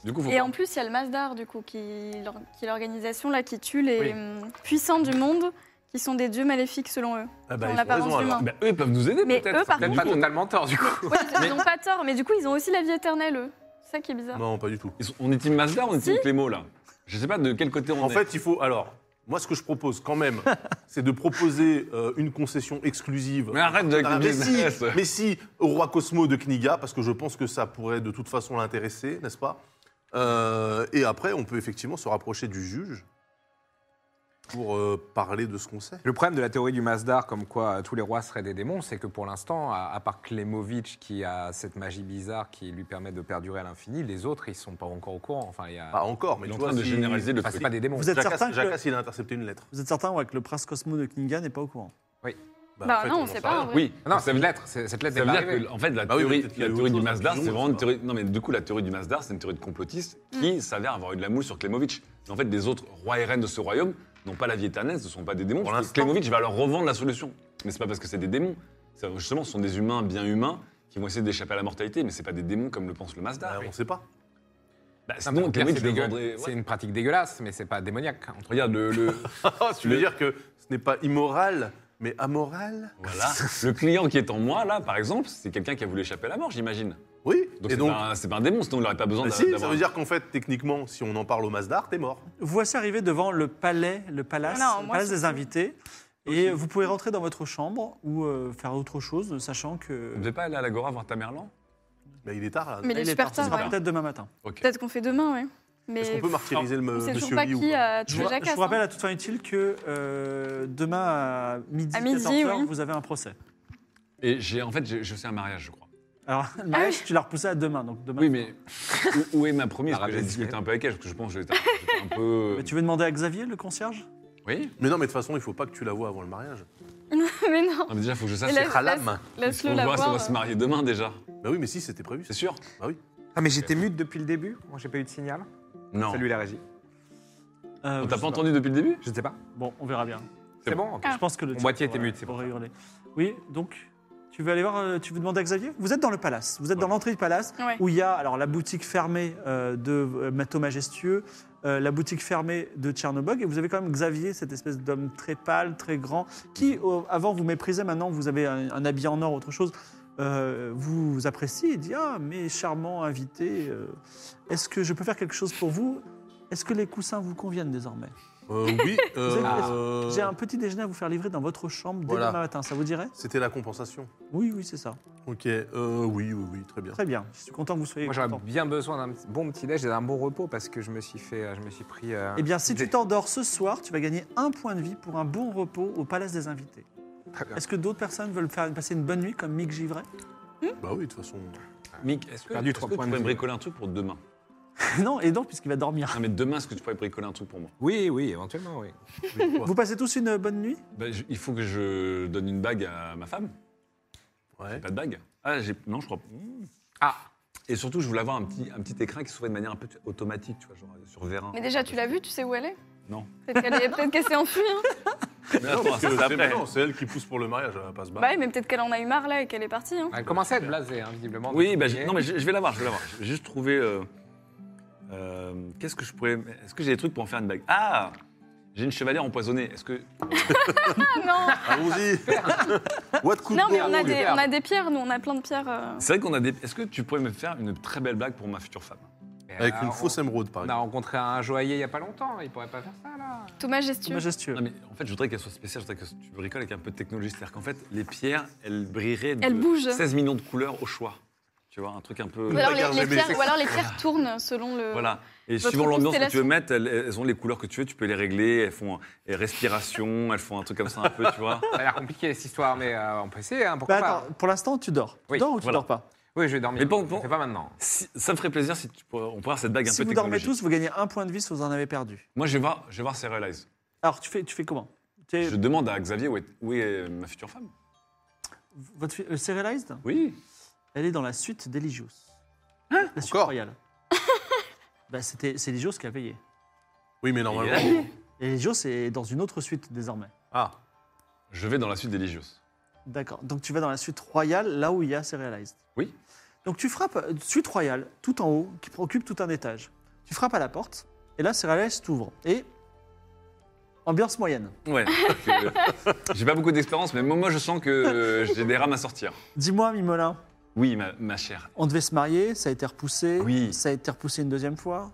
[SPEAKER 4] Du coup, faut
[SPEAKER 2] Et
[SPEAKER 4] pas-
[SPEAKER 2] en plus, il y a le Masdar, du coup, qui, l'or- qui est l'organisation là, qui tue les
[SPEAKER 5] Oui.
[SPEAKER 2] hum, puissants du monde, qui sont des dieux maléfiques selon eux.
[SPEAKER 3] Ah
[SPEAKER 2] Dans
[SPEAKER 3] ils
[SPEAKER 2] la
[SPEAKER 3] ont
[SPEAKER 2] parence
[SPEAKER 3] raison, alors.
[SPEAKER 2] humaine.
[SPEAKER 4] Bah, eux, ils peuvent nous aider
[SPEAKER 2] Mais
[SPEAKER 4] peut-être.
[SPEAKER 2] eux, par
[SPEAKER 4] Bah,
[SPEAKER 5] Peut-être
[SPEAKER 4] du
[SPEAKER 5] pas
[SPEAKER 4] coup, on-
[SPEAKER 5] totalement tort, du coup.
[SPEAKER 2] Ouais, ils n'ont pas tort, mais du coup, ils ont aussi la vie éternelle, eux. C'est ça qui est bizarre.
[SPEAKER 3] Non, pas du tout.
[SPEAKER 4] ils sont- On est team Mazda, on est team
[SPEAKER 2] Si.
[SPEAKER 4] Clémo là. Je sais pas de quel côté on
[SPEAKER 3] En
[SPEAKER 4] est.
[SPEAKER 3] fait, il faut. Alors, moi, ce que je propose quand même,
[SPEAKER 4] [LAUGHS]
[SPEAKER 3] c'est de proposer euh, une concession exclusive.
[SPEAKER 4] Mais arrête de-
[SPEAKER 3] Ah, mais, si,
[SPEAKER 4] business.
[SPEAKER 3] mais si, au roi Cosmo de Kniga, parce que je pense que ça pourrait de toute façon l'intéresser, n'est-ce pas Euh, Et après, on peut effectivement se rapprocher du juge. pour euh, parler de ce qu'on sait.
[SPEAKER 5] Le problème de la théorie du Masdar, comme quoi euh, tous les rois seraient des démons, c'est que pour l'instant, à, à part Klemovic qui a cette magie bizarre qui lui permet de perdurer à l'infini, les autres, ils sont pas encore au courant. Enfin, il y a...
[SPEAKER 3] Pas encore, mais
[SPEAKER 4] Il est
[SPEAKER 3] tu
[SPEAKER 4] en
[SPEAKER 3] vois,
[SPEAKER 4] train de
[SPEAKER 3] si-
[SPEAKER 4] généraliser le
[SPEAKER 5] Enfin, c'est
[SPEAKER 4] truc.
[SPEAKER 5] pas des démons.
[SPEAKER 1] Vous êtes
[SPEAKER 3] Jackass,
[SPEAKER 1] certain que-
[SPEAKER 3] Jackass, il a intercepté une lettre.
[SPEAKER 1] Vous êtes certain ouais, que le prince Cosmo de Kninga n'est pas au courant
[SPEAKER 2] Bah
[SPEAKER 3] en fait,
[SPEAKER 2] non, on
[SPEAKER 3] n'en
[SPEAKER 2] sait
[SPEAKER 3] sait
[SPEAKER 2] pas,
[SPEAKER 3] rien.
[SPEAKER 2] en vrai.
[SPEAKER 4] Oui,
[SPEAKER 5] Non,
[SPEAKER 4] ça
[SPEAKER 5] cette
[SPEAKER 4] veut dire-
[SPEAKER 5] lettre, c'est- cette lettre
[SPEAKER 4] ça
[SPEAKER 5] n'est
[SPEAKER 4] veut
[SPEAKER 5] pas
[SPEAKER 4] dire
[SPEAKER 5] arrivée.
[SPEAKER 4] que, en fait, la
[SPEAKER 3] Bah oui,
[SPEAKER 4] théorie,
[SPEAKER 3] peut-être qu'il y a
[SPEAKER 4] la
[SPEAKER 3] eu
[SPEAKER 4] théorie
[SPEAKER 3] autre
[SPEAKER 4] du
[SPEAKER 3] chose,
[SPEAKER 4] Masdar,
[SPEAKER 3] un
[SPEAKER 4] c'est
[SPEAKER 3] pigeon,
[SPEAKER 4] vraiment
[SPEAKER 3] je
[SPEAKER 4] une
[SPEAKER 3] sais
[SPEAKER 4] théorie, non, mais du coup, la théorie du Masdar, c'est une théorie de complotiste
[SPEAKER 3] Mm.
[SPEAKER 4] qui s'avère avoir eu de l'amour sur Klemovic. Mais en fait, les autres rois et reines de ce royaume n'ont pas la vie éternelle, ce ne sont pas des démons.
[SPEAKER 3] Pour
[SPEAKER 4] parce que
[SPEAKER 3] l'instant.
[SPEAKER 4] Klemovic va leur revendre la solution. Mais c'est pas parce que c'est des démons. Ça, justement, ce sont des humains bien humains qui vont essayer d'échapper à la mortalité, mais c'est pas des démons comme le pense le
[SPEAKER 3] Bah,
[SPEAKER 4] Masdar.
[SPEAKER 3] On sait pas.
[SPEAKER 4] [LAUGHS] Bah,
[SPEAKER 5] Non, mais
[SPEAKER 4] sinon,
[SPEAKER 5] on peut dire que
[SPEAKER 4] Klemovic
[SPEAKER 5] c'est
[SPEAKER 4] le
[SPEAKER 5] dégueu-
[SPEAKER 4] vendrait.
[SPEAKER 5] C'est
[SPEAKER 4] ouais.
[SPEAKER 5] une pratique dégueulasse, mais c'est pas démoniaque. entre-
[SPEAKER 4] Regarde, le,
[SPEAKER 3] [LAUGHS]
[SPEAKER 4] le-
[SPEAKER 3] tu veux
[SPEAKER 4] Le-
[SPEAKER 3] dire que ce n'est pas immoral, mais amoral
[SPEAKER 4] voilà. le client qui est en moi, là, par exemple, c'est quelqu'un qui a voulu échapper à la mort, j'imagine.
[SPEAKER 3] Oui.
[SPEAKER 4] Donc,
[SPEAKER 3] et
[SPEAKER 4] c'est
[SPEAKER 3] donc,
[SPEAKER 4] pas, un- c'est pas un démon, sinon il n'aurait pas besoin
[SPEAKER 3] Ah,
[SPEAKER 4] d'a-
[SPEAKER 3] si, ça
[SPEAKER 4] d'avoir-
[SPEAKER 3] veut dire qu'en fait, techniquement, si on en parle au Masdar, t'es mort.
[SPEAKER 1] Voici arrivé devant le palais, le palace,
[SPEAKER 2] Voilà, au
[SPEAKER 1] le
[SPEAKER 2] moins,
[SPEAKER 1] palace
[SPEAKER 2] c'est
[SPEAKER 1] des
[SPEAKER 2] cool.
[SPEAKER 1] invités. Et vous pouvez rentrer dans votre chambre ou euh, faire autre chose, sachant que
[SPEAKER 4] Vous devez pas aller à l'Agora voir Tamerlan
[SPEAKER 3] Mais il est tard là.
[SPEAKER 2] Mais il est
[SPEAKER 1] Elle
[SPEAKER 2] super
[SPEAKER 1] partie,
[SPEAKER 2] tard,
[SPEAKER 1] ce sera
[SPEAKER 2] ouais.
[SPEAKER 1] peut-être demain matin.
[SPEAKER 4] Ok.
[SPEAKER 2] Peut-être qu'on fait demain, ouais.
[SPEAKER 3] Est-ce
[SPEAKER 2] Mais
[SPEAKER 3] qu'on peut martyriser le me-
[SPEAKER 2] on sait toujours
[SPEAKER 3] monsieur
[SPEAKER 2] pas
[SPEAKER 3] Lee ou
[SPEAKER 2] qui
[SPEAKER 3] pas
[SPEAKER 2] a
[SPEAKER 1] Je vous,
[SPEAKER 2] tué Jacques. hein.
[SPEAKER 1] je vous rappelle à toute fin utile que euh, demain à midi,
[SPEAKER 2] À midi,
[SPEAKER 1] 14h,
[SPEAKER 2] oui.
[SPEAKER 1] vous avez un procès.
[SPEAKER 4] Et j'ai, en fait, j'ai- je sais un mariage, je crois.
[SPEAKER 1] Alors,
[SPEAKER 2] Ah
[SPEAKER 1] le mariage, tu l'as repoussé à demain, donc demain.
[SPEAKER 4] Oui, mais [LAUGHS] où, où est ma promise Parce que J'ai
[SPEAKER 5] Arabesque.
[SPEAKER 4] discuté un peu avec elle, parce que je pense que j'étais un- j'étais un peu.
[SPEAKER 1] [LAUGHS] Mais tu veux demander à Xavier, le concierge
[SPEAKER 4] Oui
[SPEAKER 2] euh,
[SPEAKER 3] Mais non, mais de toute façon, il faut pas que tu la vois avant le mariage.
[SPEAKER 2] [LAUGHS] Mais non,
[SPEAKER 4] non, mais Déjà, faut que je sache.
[SPEAKER 2] Et la-
[SPEAKER 4] c'est-
[SPEAKER 3] Khalam.
[SPEAKER 2] laisse-le
[SPEAKER 4] on
[SPEAKER 2] la
[SPEAKER 4] verra si on va
[SPEAKER 2] voir. euh,
[SPEAKER 4] se marier demain déjà.
[SPEAKER 3] Bah oui, mais si, c'était prévu.
[SPEAKER 4] C'est sûr
[SPEAKER 5] Ah, mais j'étais mute depuis le début. Moi, j'ai pas eu de signal.
[SPEAKER 4] Non.
[SPEAKER 5] Salut la régie.
[SPEAKER 1] Euh,
[SPEAKER 4] On
[SPEAKER 1] je
[SPEAKER 4] t'a
[SPEAKER 1] sais
[SPEAKER 4] pas entendu depuis le début
[SPEAKER 5] Je ne sais pas.
[SPEAKER 1] Bon, on verra bien.
[SPEAKER 5] C'est,
[SPEAKER 4] C'est
[SPEAKER 5] bon. ok.
[SPEAKER 1] Je pense que le
[SPEAKER 5] Mon
[SPEAKER 1] chat
[SPEAKER 5] boîtier était
[SPEAKER 1] aurait-
[SPEAKER 5] mute, c'est pour
[SPEAKER 1] aurait
[SPEAKER 5] ça.
[SPEAKER 1] hurlé. Oui, donc tu veux aller voir, euh, tu veux demander à Xavier Vous êtes dans le palace, vous êtes dans
[SPEAKER 4] Ouais.
[SPEAKER 1] l'entrée du palace
[SPEAKER 2] Ouais.
[SPEAKER 1] où il y a alors la boutique fermée euh, de euh, Mato Majestueux, euh, la boutique fermée de Tchernobog et vous avez quand même Xavier, cette espèce d'homme très pâle, très grand, qui au- avant vous méprisait, maintenant vous avez un, un habit en or, autre chose. euh, vous, vous appréciez et dit Ah, mes charmants invités, euh, est-ce que je peux faire quelque chose pour vous Est-ce que les coussins vous conviennent désormais
[SPEAKER 3] Euh,
[SPEAKER 2] [LAUGHS]
[SPEAKER 3] oui. euh,
[SPEAKER 1] Vous avez-
[SPEAKER 3] euh,
[SPEAKER 1] J'ai un petit déjeuner à vous faire livrer dans votre chambre dès
[SPEAKER 3] Voilà.
[SPEAKER 1] demain matin, ça vous dirait
[SPEAKER 3] C'était la compensation.
[SPEAKER 1] Oui, oui, c'est ça.
[SPEAKER 3] Ok. euh, oui, oui, oui, très bien.
[SPEAKER 1] Très bien. Je suis content que vous soyez
[SPEAKER 5] Moi, j'aurais
[SPEAKER 1] content.
[SPEAKER 5] bien besoin d'un petit- bon petit déj et d'un bon repos parce que je me suis fait, euh, je me suis pris. euh,
[SPEAKER 1] Eh bien, si tu
[SPEAKER 5] Des-
[SPEAKER 1] t'endors ce soir, tu vas gagner un point de vie pour un bon repos au Palace des Invités.
[SPEAKER 5] Très bien.
[SPEAKER 1] Est-ce que d'autres personnes veulent faire passer une bonne nuit comme Mick Givray [LAUGHS]
[SPEAKER 3] Bah oui, de toute façon.
[SPEAKER 4] Mick, est-ce que,
[SPEAKER 5] Perdu
[SPEAKER 4] est-ce
[SPEAKER 5] trois
[SPEAKER 4] que tu
[SPEAKER 5] points de
[SPEAKER 4] pourrais
[SPEAKER 5] vie.
[SPEAKER 4] bricoler un truc pour demain
[SPEAKER 1] Non, et donc, puisqu'il va dormir.
[SPEAKER 4] [LAUGHS] Non, mais demain, est-ce que tu pourrais bricoler un truc pour moi
[SPEAKER 5] Oui, oui, éventuellement, oui.
[SPEAKER 3] oui, quoi.
[SPEAKER 1] Vous passez tous une bonne nuit
[SPEAKER 4] Bah, je- Il faut que je donne une bague à ma femme.
[SPEAKER 3] Ouais.
[SPEAKER 4] Pas de bague Ah, j'ai. Non, je crois.
[SPEAKER 5] Ah,
[SPEAKER 4] Et surtout, je voulais avoir un petit, un petit écrin qui se ferait de manière un peu automatique, tu vois, genre euh, sur vérin.
[SPEAKER 2] Mais déjà, tu l'as vu, tu sais où elle est
[SPEAKER 4] Non.
[SPEAKER 2] Peut-être qu'elle est- peut-être qu'elle s'est enfuie. hein.
[SPEAKER 4] Mais attends,
[SPEAKER 3] Parce
[SPEAKER 4] ça,
[SPEAKER 3] que
[SPEAKER 4] c'est
[SPEAKER 3] c'est
[SPEAKER 4] après.
[SPEAKER 3] non, c'est elle qui pousse pour le mariage, elle va pas se
[SPEAKER 2] Bah
[SPEAKER 3] battre.
[SPEAKER 2] oui, mais peut-être qu'elle en a eu marre là et qu'elle est partie. hein.
[SPEAKER 5] elle commençait à être blasée, hein, visiblement.
[SPEAKER 4] Oui, bah, j'ai- non, mais je, je vais l'avoir, je vais l'avoir. Je vais juste trouver. euh, euh, Qu'est-ce que je pourrais. Est-ce que j'ai des trucs pour en faire une bague Ah J'ai une chevalière empoisonnée. Est-ce que.
[SPEAKER 2] Ah non [LAUGHS]
[SPEAKER 3] Allons-y. What could
[SPEAKER 2] Non, mais
[SPEAKER 3] go
[SPEAKER 2] on a,
[SPEAKER 3] wrong
[SPEAKER 2] des, on a des pierres, nous, on a plein de pierres. euh.
[SPEAKER 4] C'est vrai qu'on a des. Est-ce que tu pourrais me faire une très belle bague pour ma future femme
[SPEAKER 5] Mais,
[SPEAKER 3] Avec
[SPEAKER 5] euh,
[SPEAKER 3] une
[SPEAKER 5] on-
[SPEAKER 3] fausse émeraude, par
[SPEAKER 5] On a
[SPEAKER 3] exemple.
[SPEAKER 5] rencontré un joaillier il y a pas longtemps, il pourrait pas faire ça là.
[SPEAKER 2] Tout majestueux.
[SPEAKER 1] Majestueux.
[SPEAKER 4] Non, mais en fait, je voudrais qu'elle soit spéciale, je voudrais que tu bricoles avec un peu de technologie. C'est-à-dire qu'en fait, les pierres, elles brilleraient de
[SPEAKER 2] Elles bougent.
[SPEAKER 4] 16 millions de couleurs au choix. Tu vois, un truc un peu.
[SPEAKER 2] Ou alors, les,
[SPEAKER 3] Regarde
[SPEAKER 2] les
[SPEAKER 3] jamais.
[SPEAKER 2] pierres, ou alors les pierres tournent selon le.
[SPEAKER 4] Voilà. Et
[SPEAKER 2] Votre
[SPEAKER 4] suivant l'ambiance que tu veux
[SPEAKER 2] constellation.
[SPEAKER 4] mettre, elles, elles ont les couleurs que tu veux, tu peux les régler. Elles font euh, respiration, elles font un truc comme ça un peu, tu vois.
[SPEAKER 5] Ça a l'air compliqué cette histoire, mais euh, on peut essayer, hein,
[SPEAKER 1] Bah,
[SPEAKER 5] pourquoi pas.
[SPEAKER 1] attends, pour l'instant, tu dors. tu
[SPEAKER 5] Oui,
[SPEAKER 1] dors ou tu
[SPEAKER 4] voilà.
[SPEAKER 1] dors pas
[SPEAKER 5] Oui, je vais dormir.
[SPEAKER 4] Mais bon, bon.
[SPEAKER 5] C'est pas maintenant.
[SPEAKER 4] Si- ça me ferait plaisir si tu pourrais- on pourrait avoir cette bague un
[SPEAKER 1] Si
[SPEAKER 4] peu
[SPEAKER 1] vous dormez
[SPEAKER 4] technologique.
[SPEAKER 1] tous, vous gagnez un point de vie si vous en avez perdu.
[SPEAKER 4] Moi, je vais voir, je vais voir Serialize.
[SPEAKER 1] Alors, tu fais, tu fais comment Tu es-
[SPEAKER 4] Je demande à Xavier où est, où est ma future femme.
[SPEAKER 1] votre fi- euh, Serialized,
[SPEAKER 4] Oui.
[SPEAKER 1] elle est dans la suite d'Eligios. la suite
[SPEAKER 3] Encore
[SPEAKER 4] [LAUGHS]
[SPEAKER 1] royale. bah, c'était, c'est Eligios qui a payé.
[SPEAKER 3] Oui, mais normalement.
[SPEAKER 1] Et Eligios est dans une autre suite désormais.
[SPEAKER 3] Ah,
[SPEAKER 4] Je vais dans la suite d'Eligios.
[SPEAKER 1] D'accord. Donc tu vas dans la suite royale, là où il y a Serialized.
[SPEAKER 4] Oui.
[SPEAKER 1] Donc tu frappes euh, suite royale, tout en haut, qui occupe tout un étage. Tu frappes à la porte, et là Serialized t'ouvre. Et ambiance moyenne.
[SPEAKER 4] [LAUGHS] Ouais. Euh, j'ai pas beaucoup d'expérience, mais moi, moi, je sens que euh, j'ai des rames à sortir.
[SPEAKER 1] Dis-moi, Mimolin,
[SPEAKER 4] Oui, ma, ma chère.
[SPEAKER 1] on devait se marier, ça a été repoussé.
[SPEAKER 4] Oui.
[SPEAKER 1] Ça a été repoussé une deuxième fois.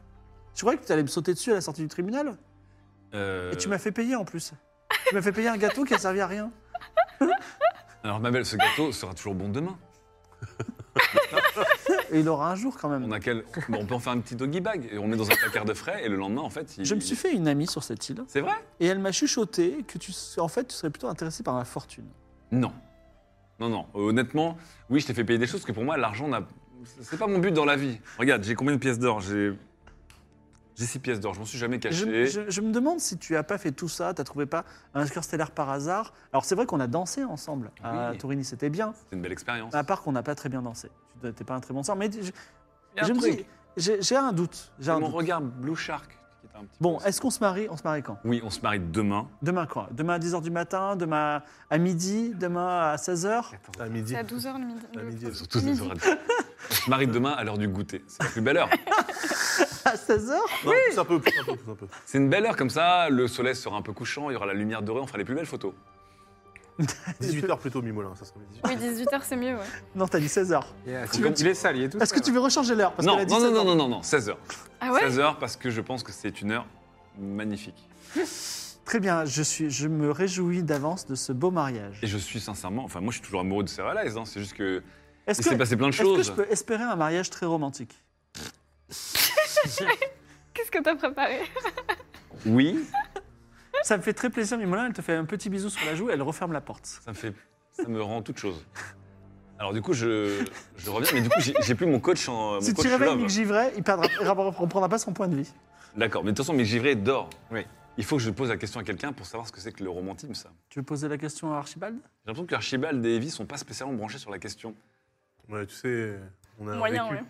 [SPEAKER 1] Tu croyais que tu allais me sauter dessus à la sortie du tribunal
[SPEAKER 4] Euh,
[SPEAKER 1] Et tu m'as fait payer en plus. tu m'as fait payer un gâteau qui a servi à rien.
[SPEAKER 4] Alors, ma belle, ce gâteau sera toujours bon demain.
[SPEAKER 1] Et il aura un jour quand
[SPEAKER 4] On,
[SPEAKER 1] même.
[SPEAKER 4] a quel- Bon, on peut en faire un petit doggy bag et on le met dans un placard de frais et le lendemain, en fait. il-
[SPEAKER 1] Je me suis fait une amie sur cette île
[SPEAKER 4] C'est vrai
[SPEAKER 1] et elle m'a chuchoté que tu, en fait, tu serais plutôt intéressé par ma fortune.
[SPEAKER 4] Non. Non, non. Honnêtement, oui, je t'ai fait payer des choses parce que pour moi, l'argent n'a. C'est pas mon but dans la vie. Regarde, j'ai combien de pièces d'or J'ai. J'ai six pièces d'or, je m'en suis jamais
[SPEAKER 1] Je,
[SPEAKER 4] caché.
[SPEAKER 1] je- je me demande si tu as pas fait tout ça, t'as trouvé pas un cœur stellaire par hasard. Alors c'est vrai qu'on a dansé ensemble à
[SPEAKER 4] Oui.
[SPEAKER 1] Torini, c'était bien.
[SPEAKER 4] C'est une belle expérience.
[SPEAKER 1] À part qu'on n'a pas très bien dansé. Tu n'es pas un très bon sort, mais je,
[SPEAKER 4] Il y a un
[SPEAKER 1] je me
[SPEAKER 4] truc.
[SPEAKER 1] dis, j'ai j'ai un doute. j'ai
[SPEAKER 4] C'est
[SPEAKER 1] un
[SPEAKER 4] mon
[SPEAKER 1] doute.
[SPEAKER 4] regard Blue Shark qui est un petit
[SPEAKER 1] Bon,
[SPEAKER 4] peu-
[SPEAKER 1] est-ce qu'on se marie On se marie quand
[SPEAKER 4] Oui, on se marie demain.
[SPEAKER 1] Demain quoi Demain à 10h du matin, demain à midi, demain à 16h
[SPEAKER 3] À midi.
[SPEAKER 2] C'est à 12h le midi.
[SPEAKER 3] À midi.
[SPEAKER 4] Surtout, ça sera- On se marie demain à l'heure du goûter. C'est la plus belle heure.
[SPEAKER 1] À 16h
[SPEAKER 3] Non, pousse un peu, pousse un peu, pousse un peu.
[SPEAKER 2] [LAUGHS]
[SPEAKER 4] C'est une belle heure comme ça, le soleil sera un peu couchant, il y aura la lumière dorée, on fera les plus belles photos.
[SPEAKER 3] 18h plutôt, Mimolin, ça serait 18
[SPEAKER 2] Oui, 18h, c'est mieux, ouais.
[SPEAKER 1] Non, t'as dit 16h.
[SPEAKER 5] Il est- il est sale, il est tout
[SPEAKER 1] Est-ce que
[SPEAKER 5] seul.
[SPEAKER 1] tu veux rechanger l'heure Parce qu'elle
[SPEAKER 4] Non,
[SPEAKER 1] a dit
[SPEAKER 4] non, non,
[SPEAKER 1] 16h.
[SPEAKER 4] non, non, non, non, 16h.
[SPEAKER 2] Ah ouais
[SPEAKER 4] 16h parce que je pense que c'est une heure magnifique.
[SPEAKER 1] Très bien, je, suis, je me réjouis d'avance de ce beau mariage.
[SPEAKER 4] Et je suis sincèrement, enfin moi je suis toujours amoureux de Sarah Lies, hein, c'est juste que
[SPEAKER 1] Est-ce
[SPEAKER 4] il
[SPEAKER 1] que,
[SPEAKER 4] s'est passé plein de
[SPEAKER 1] est-ce que
[SPEAKER 4] choses.
[SPEAKER 1] je peux espérer un mariage très romantique
[SPEAKER 2] Qu'est-ce que t'as préparé Eh
[SPEAKER 4] Oui,
[SPEAKER 1] Ça me fait très plaisir, Mimolin, elle te fait un petit bisou sur la joue, elle referme la porte.
[SPEAKER 4] ça me fait, ça me rend toute chose. Alors du coup je, je reviens, mais du coup j'ai j'ai plus mon coach en Ah, mon
[SPEAKER 1] si
[SPEAKER 4] coach
[SPEAKER 1] tu réveilles
[SPEAKER 4] love.
[SPEAKER 1] Mick Givray, il perdra, il reprendra pas son point de vie.
[SPEAKER 4] D'accord, mais de toute façon mais Givré dort.
[SPEAKER 5] Oui.
[SPEAKER 4] Il faut que je pose la question à quelqu'un pour savoir ce que c'est que le romantisme ça.
[SPEAKER 1] Tu veux poser la question à Archibald
[SPEAKER 4] J'ai l'impression qu'Archibald et Evie sont pas spécialement branchés sur la question.
[SPEAKER 3] Ouais, tu sais, on a un
[SPEAKER 2] Moyen,
[SPEAKER 3] vécu.
[SPEAKER 2] ouais.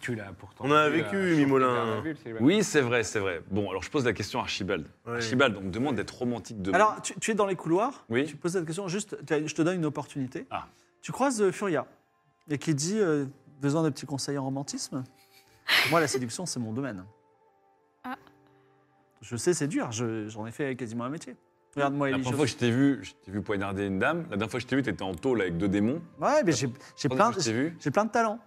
[SPEAKER 5] Tu l'as pourtant.
[SPEAKER 3] On a
[SPEAKER 5] tu l'as
[SPEAKER 3] vécu,
[SPEAKER 5] chauffé
[SPEAKER 3] Mimolin.
[SPEAKER 5] vers la bulle, c'est vrai.
[SPEAKER 4] Oui, c'est vrai, c'est vrai. Bon, alors je pose la question à Archibald.
[SPEAKER 3] Ouais.
[SPEAKER 4] Archibald, on me demande d'être romantique demain.
[SPEAKER 1] Alors, tu, tu es dans les couloirs,
[SPEAKER 4] Oui.
[SPEAKER 1] tu poses cette question, juste, tu as- je te donne une opportunité.
[SPEAKER 4] Ah.
[SPEAKER 1] Tu croises euh, Furia, et qui dit euh, besoin de petits conseils en romantisme Moi, la séduction, c'est mon domaine.
[SPEAKER 2] Ah.
[SPEAKER 1] Je sais, c'est dur, je- j'en ai fait quasiment un métier. Regarde-moi,
[SPEAKER 4] La
[SPEAKER 1] Ellie.
[SPEAKER 4] première
[SPEAKER 1] je-
[SPEAKER 4] fois que je t'ai vu, je t'ai vu poignarder une dame. La dernière fois que je t'ai vu, t'étais en tôle avec deux démons.
[SPEAKER 1] Ouais, mais j'ai j'ai
[SPEAKER 4] La
[SPEAKER 1] plein,
[SPEAKER 4] première fois que je t'ai vu.
[SPEAKER 1] j'ai plein de talents.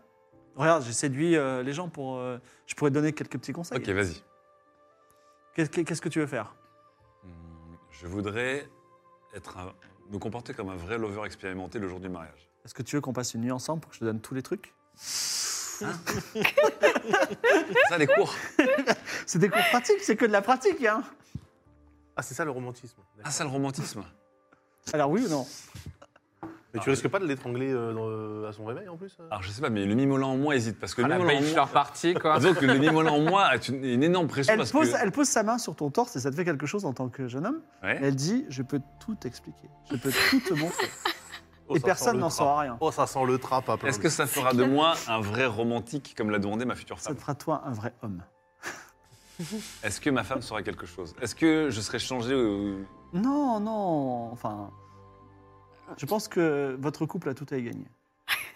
[SPEAKER 1] Regarde, j'ai séduit euh, les gens pour. euh, je pourrais te donner quelques petits conseils.
[SPEAKER 4] Ok, vas-y.
[SPEAKER 1] Qu'est- qu'est- Qu'est-ce que tu veux faire
[SPEAKER 4] Hum, Je voudrais être un- me comporter comme un vrai lover expérimenté le jour du mariage. [LAUGHS]
[SPEAKER 1] Est-ce que tu veux qu'on passe une nuit ensemble pour que je te donne tous les trucs
[SPEAKER 4] Ça, les cours.
[SPEAKER 1] C'est des cours pratiques, c'est que de la pratique, hein
[SPEAKER 3] Ah, c'est ça le romantisme.
[SPEAKER 4] Ah,
[SPEAKER 3] D'accord.
[SPEAKER 4] ça, le romantisme.
[SPEAKER 1] Alors, oui ou non
[SPEAKER 3] Mais tu risques pas de l'étrangler euh, dans- à son réveil en plus euh
[SPEAKER 4] Alors, je sais pas, mais le mimolin en moi hésite parce que
[SPEAKER 5] Ah,
[SPEAKER 4] le
[SPEAKER 5] la
[SPEAKER 4] mimolin Ah, en
[SPEAKER 5] bachelor
[SPEAKER 4] moi.
[SPEAKER 5] party, quoi.
[SPEAKER 4] Disons que le mimolin en moi a une, une énorme pression
[SPEAKER 1] Elle
[SPEAKER 4] parce
[SPEAKER 1] pose,
[SPEAKER 4] que.
[SPEAKER 1] elle pose sa main sur ton torse et ça te fait quelque chose en tant que jeune homme.
[SPEAKER 4] Ouais.
[SPEAKER 1] Elle dit Je peux tout t'expliquer. Je peux tout te montrer.
[SPEAKER 3] Oh,
[SPEAKER 1] et
[SPEAKER 3] ça sent
[SPEAKER 1] personne
[SPEAKER 3] le
[SPEAKER 1] n'en
[SPEAKER 3] trap.
[SPEAKER 1] saura rien.
[SPEAKER 3] Oh, ça sent le trap à plein.
[SPEAKER 4] Est-ce que ça fera de moi un vrai romantique comme l'a demandé ma future
[SPEAKER 1] Ça
[SPEAKER 4] femme
[SPEAKER 1] te fera toi un vrai homme.
[SPEAKER 4] Est-ce que ma femme saura quelque chose Est-ce que je serai changé euh,
[SPEAKER 1] Non, non. Enfin. Je pense que votre couple a tout à y gagner.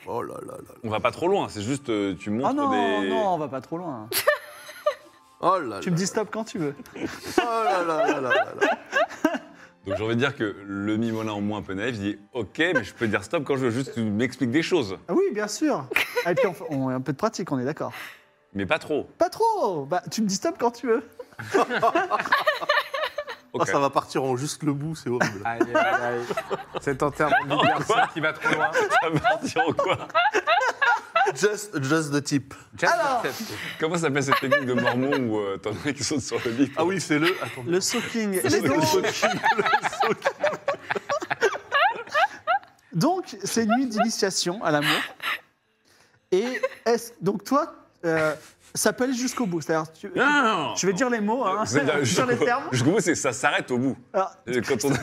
[SPEAKER 3] Oh là là là. là.
[SPEAKER 4] On va pas trop loin, c'est juste euh, tu montres
[SPEAKER 1] Ah non,
[SPEAKER 4] des.
[SPEAKER 1] non, on va pas trop loin.
[SPEAKER 3] Oh là
[SPEAKER 1] tu
[SPEAKER 3] là
[SPEAKER 1] me dis stop quand tu veux.
[SPEAKER 3] là. Oh là là là là là là.
[SPEAKER 4] Donc j'ai envie de dire que le mimolin en moins un peu naïf dit ok, mais je peux dire stop quand je veux, juste tu m'expliques des choses,
[SPEAKER 1] Ah oui, bien sûr. Et puis, on, fait- on a un peu de pratique, on est d'accord.
[SPEAKER 4] mais pas trop.
[SPEAKER 1] Pas trop Bah, tu me dis stop quand tu veux.
[SPEAKER 3] Oh, ça va partir en juste le bout, c'est horrible.
[SPEAKER 5] Aïe, aïe, aïe. Cet enterrement du garçon qui va trop loin.
[SPEAKER 4] [LAUGHS] Ça va partir en quoi
[SPEAKER 3] just, just the tip.
[SPEAKER 5] Just [LAUGHS]
[SPEAKER 1] Alors.
[SPEAKER 5] accept.
[SPEAKER 4] Comment s'appelle cette technique de mormon où euh, t'en as qui sautent sur le lit
[SPEAKER 3] Ah oui, c'est le. Attends.
[SPEAKER 1] Le soaking.
[SPEAKER 3] le
[SPEAKER 1] Et donc-
[SPEAKER 3] soaking.
[SPEAKER 1] Donc, c'est une nuit d'initiation à l'amour. Et est-ce- donc toi, euh, ça peut aller jusqu'au bout. C'est-à-dire, tu-
[SPEAKER 4] Ah Non
[SPEAKER 1] je vais dire les mots, hein,
[SPEAKER 4] Vous êtes
[SPEAKER 1] [LAUGHS]
[SPEAKER 4] là,
[SPEAKER 1] sur les termes.
[SPEAKER 4] Jusqu'au bout, c'est ça s'arrête au bout.
[SPEAKER 1] Alors,
[SPEAKER 4] Euh, Quand on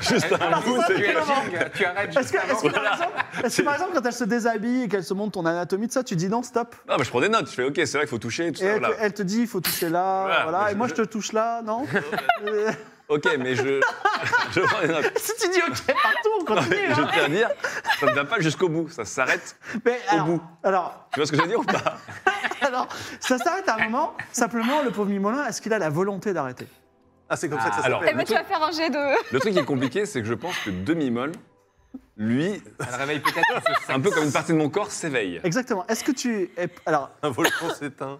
[SPEAKER 4] juste un
[SPEAKER 1] Alors,
[SPEAKER 4] bout,
[SPEAKER 1] ça,
[SPEAKER 4] c'est
[SPEAKER 5] Tu es
[SPEAKER 1] c'est vraiment-
[SPEAKER 5] Jing, tu arrêtes
[SPEAKER 1] Est-ce
[SPEAKER 5] juste
[SPEAKER 1] que, est-ce que,
[SPEAKER 5] avant.
[SPEAKER 1] par exemple, est-ce que, par exemple, quand elle se déshabille et qu'elle se montre ton anatomie, de ça, tu dis non, stop.
[SPEAKER 4] Non, mais je prends des notes. Je fais ok, c'est vrai qu'il faut toucher, tout
[SPEAKER 1] Et
[SPEAKER 4] ça.
[SPEAKER 1] elle, te-
[SPEAKER 4] voilà.
[SPEAKER 1] elle te dit, il faut toucher là,
[SPEAKER 4] Voilà,
[SPEAKER 1] voilà.
[SPEAKER 4] mais
[SPEAKER 1] et
[SPEAKER 4] je-
[SPEAKER 1] moi, je te touche là, non Euh, [LAUGHS]
[SPEAKER 4] Ok, mais je [LAUGHS] je prends des notes.
[SPEAKER 1] Si tu dis ok partout, on
[SPEAKER 4] Non,
[SPEAKER 1] continue.
[SPEAKER 4] mais je
[SPEAKER 1] hein.
[SPEAKER 4] tiens à dire, ça ne va pas jusqu'au bout, ça s'arrête
[SPEAKER 1] Mais
[SPEAKER 4] au
[SPEAKER 1] alors,
[SPEAKER 4] bout.
[SPEAKER 1] alors,
[SPEAKER 4] Tu vois ce que je veux dire ou pas
[SPEAKER 1] alors, ça s'arrête à un moment. Simplement, le pauvre Mimolin, est-ce qu'il a la volonté d'arrêter
[SPEAKER 3] Ah, c'est comme ça que ça
[SPEAKER 4] Alors,
[SPEAKER 3] s'appelle.
[SPEAKER 2] Eh ben, tu vas faire un jet de.
[SPEAKER 4] Le truc qui est compliqué, c'est que je pense que demi-molle, lui, [LAUGHS]
[SPEAKER 5] Elle réveille peut-être ce
[SPEAKER 4] un peu comme une partie de mon corps, s'éveille.
[SPEAKER 1] Exactement. Est-ce que tu. Alors,
[SPEAKER 3] Un volcan s'éteint,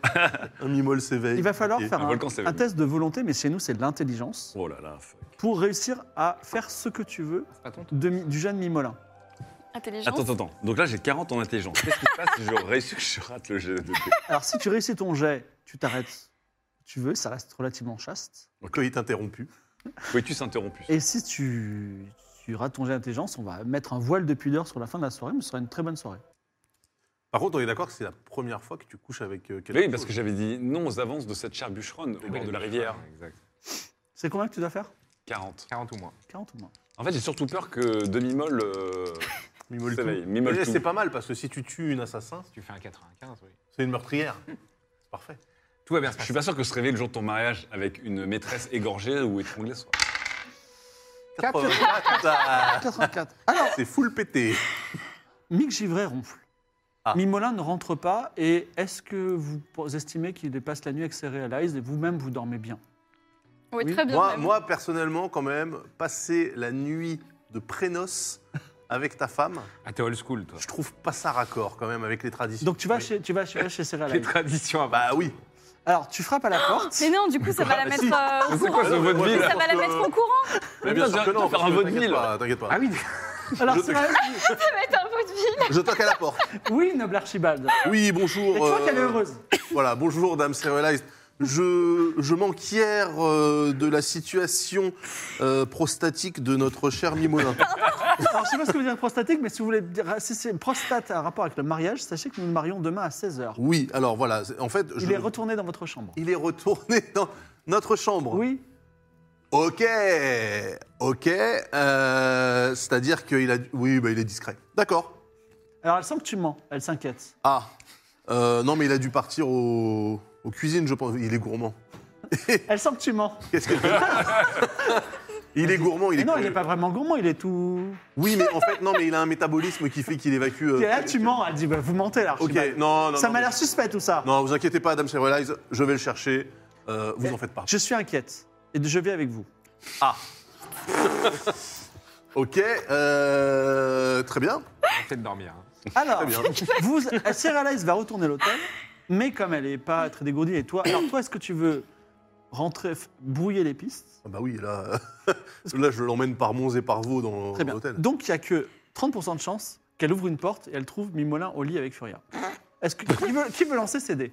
[SPEAKER 3] un mimol s'éveille.
[SPEAKER 1] Il va falloir
[SPEAKER 3] Et-
[SPEAKER 1] faire
[SPEAKER 4] un
[SPEAKER 1] un,
[SPEAKER 4] volcan s'éveille.
[SPEAKER 1] un test de volonté, mais chez nous, c'est de l'intelligence,
[SPEAKER 4] Oh là là, fuck.
[SPEAKER 1] pour réussir à faire ce que tu veux
[SPEAKER 5] pas ton
[SPEAKER 1] de mi- du jeune Mimolin.
[SPEAKER 2] Intelligence.
[SPEAKER 4] Attends, attends, attends. Donc là, j'ai 40 en intelligence. Qu'est-ce qui se passe si je réussis que je rate le jeu de dés
[SPEAKER 1] Alors, si tu réussis ton jet, tu t'arrêtes. Tu veux, ça reste relativement chaste.
[SPEAKER 3] Donc Chloé est interrompue.
[SPEAKER 4] Pouvais-tu s'interrompre
[SPEAKER 1] Et si tu, tu rates ton jet d'intelligence, on va mettre un voile de pudeur sur la fin de la soirée, mais ce sera une très bonne soirée.
[SPEAKER 3] Par contre, on est d'accord que c'est la première fois que tu couches avec euh, quelqu'un.
[SPEAKER 4] Oui, parce que j'avais dit non aux avances de cette chère bûcheronne au bord de la rivière.
[SPEAKER 5] Exact.
[SPEAKER 1] C'est combien que tu dois faire
[SPEAKER 4] 40.
[SPEAKER 5] 40 ou moins.
[SPEAKER 1] 40 ou moins
[SPEAKER 4] En fait, j'ai surtout peur que demi-molle euh,
[SPEAKER 3] Mimole
[SPEAKER 4] s'éveille.
[SPEAKER 3] tout.
[SPEAKER 4] Mimole
[SPEAKER 3] Mais
[SPEAKER 4] tout.
[SPEAKER 3] c'est pas mal parce que si tu tues une assassin,
[SPEAKER 5] Tu fais un 95, oui.
[SPEAKER 3] c'est une meurtrière. C'est parfait.
[SPEAKER 5] Tout va bien se
[SPEAKER 4] Je
[SPEAKER 5] passer.
[SPEAKER 4] suis pas sûr que se réveiller le jour de ton mariage avec une maîtresse égorgée ou étranglée soit.
[SPEAKER 3] 84, ah,
[SPEAKER 1] 84. Alors,
[SPEAKER 3] C'est full pété.
[SPEAKER 1] Mick Givray ronfle.
[SPEAKER 3] Ah.
[SPEAKER 1] Mimolin ne rentre pas et est-ce que vous estimez qu'il passe la nuit avec ses réalises et vous-même vous dormez bien
[SPEAKER 2] Oui,
[SPEAKER 1] Oui.
[SPEAKER 2] très [LAUGHS] bien.
[SPEAKER 3] Moi,
[SPEAKER 2] même.
[SPEAKER 3] moi, personnellement, quand même, passer la nuit de prénoce avec ta femme,
[SPEAKER 5] Ah, t'es old school, toi.
[SPEAKER 3] je trouve pas ça raccord quand même avec les traditions.
[SPEAKER 1] Donc tu vas
[SPEAKER 3] Oui.
[SPEAKER 1] chez tu vas chez, chez ses
[SPEAKER 5] Les
[SPEAKER 1] réalises.
[SPEAKER 5] traditions avant.
[SPEAKER 3] Bah oui.
[SPEAKER 1] Alors tu frappes à la porte.
[SPEAKER 2] Mais non, du coup, ça va la
[SPEAKER 3] bah
[SPEAKER 2] mettre
[SPEAKER 3] si.
[SPEAKER 2] euh, au
[SPEAKER 5] C'est
[SPEAKER 2] courant.
[SPEAKER 5] quoi ce
[SPEAKER 3] Ouais, ouais,
[SPEAKER 5] vaudeville,
[SPEAKER 3] ouais,
[SPEAKER 2] Ça va
[SPEAKER 3] ouais,
[SPEAKER 2] la
[SPEAKER 3] je pense
[SPEAKER 2] mettre
[SPEAKER 3] que-
[SPEAKER 2] au courant.
[SPEAKER 3] Mais bien
[SPEAKER 4] Attends,
[SPEAKER 3] sûr
[SPEAKER 4] tu
[SPEAKER 3] que
[SPEAKER 4] vas
[SPEAKER 3] non.
[SPEAKER 4] faire
[SPEAKER 3] parce
[SPEAKER 4] un
[SPEAKER 3] que T'inquiète
[SPEAKER 4] vaudeville.
[SPEAKER 3] pas, t'inquiète pas.
[SPEAKER 5] Ah oui,
[SPEAKER 1] Alors
[SPEAKER 3] Je
[SPEAKER 1] c'est vrai.
[SPEAKER 2] Ça va être un pot de vie.
[SPEAKER 3] [LAUGHS] Je toque à la porte.
[SPEAKER 1] Oui, noble Archibald.
[SPEAKER 3] Oui, bonjour.
[SPEAKER 1] Et tu vois qu'elle est
[SPEAKER 3] euh,
[SPEAKER 1] heureuse.
[SPEAKER 3] Voilà, bonjour, Dame Serialized. Je, je m'enquière euh, de la situation euh, prostatique de notre cher
[SPEAKER 2] [LAUGHS]
[SPEAKER 3] Mimolin.
[SPEAKER 1] Alors je sais pas ce que vous dire prostatique, mais si vous voulez dire si c'est prostate à rapport avec le mariage, sachez que nous nous marions demain à 16h.
[SPEAKER 3] Oui, alors voilà, c'est- en fait, je-
[SPEAKER 1] Il est retourné dans votre chambre.
[SPEAKER 3] il est retourné dans notre chambre.
[SPEAKER 1] Oui.
[SPEAKER 3] Ok, ok, euh, c'est-à-dire qu'il a... Oui, bah, il est discret. D'accord.
[SPEAKER 1] Alors elle sent que tu mens, elle s'inquiète.
[SPEAKER 3] Ah, euh, non, mais il a dû partir au... aux cuisines, je pense. Il est gourmand.
[SPEAKER 1] Elle sent que tu mens.
[SPEAKER 3] Qu'est-ce que Il est gourmand, il
[SPEAKER 1] Mais
[SPEAKER 3] est
[SPEAKER 1] non, il
[SPEAKER 3] curieux.
[SPEAKER 1] n'est pas vraiment gourmand, il est tout.
[SPEAKER 3] Oui, mais
[SPEAKER 1] [LAUGHS]
[SPEAKER 3] en fait, non, mais il a un métabolisme qui fait qu'il évacue... euh,
[SPEAKER 1] Et là tu mens, elle dit bah, vous mentez
[SPEAKER 3] Ok,
[SPEAKER 1] l'Archibald.
[SPEAKER 3] non, non,
[SPEAKER 1] Ça
[SPEAKER 3] non,
[SPEAKER 1] m'a
[SPEAKER 3] mais-
[SPEAKER 1] l'air suspect tout ça.
[SPEAKER 3] Non, vous inquiétez pas, Adam Serialize, je vais le chercher. Euh, vous
[SPEAKER 1] Eh,
[SPEAKER 3] en faites pas.
[SPEAKER 1] Je suis inquiète et je vais avec vous.
[SPEAKER 3] Ok, euh, très bien.
[SPEAKER 5] Faites dormir. hein.
[SPEAKER 1] Alors,
[SPEAKER 3] bien.
[SPEAKER 1] [LAUGHS] vous, euh, Sierra Lice va retourner à l'hôtel, mais comme elle n'est pas très dégourdie, et toi, alors toi, est-ce que tu veux rentrer, f- brouiller les pistes
[SPEAKER 3] Ah bah oui, là, [LAUGHS] là je l'emmène par Mons et par Vaux dans
[SPEAKER 1] Très bien.
[SPEAKER 3] l'hôtel.
[SPEAKER 1] Donc, il n'y a que 30% de chance qu'elle ouvre une porte et elle trouve Mimolin au lit avec Furia. Est-ce que qui veut, qui veut lancer ses dés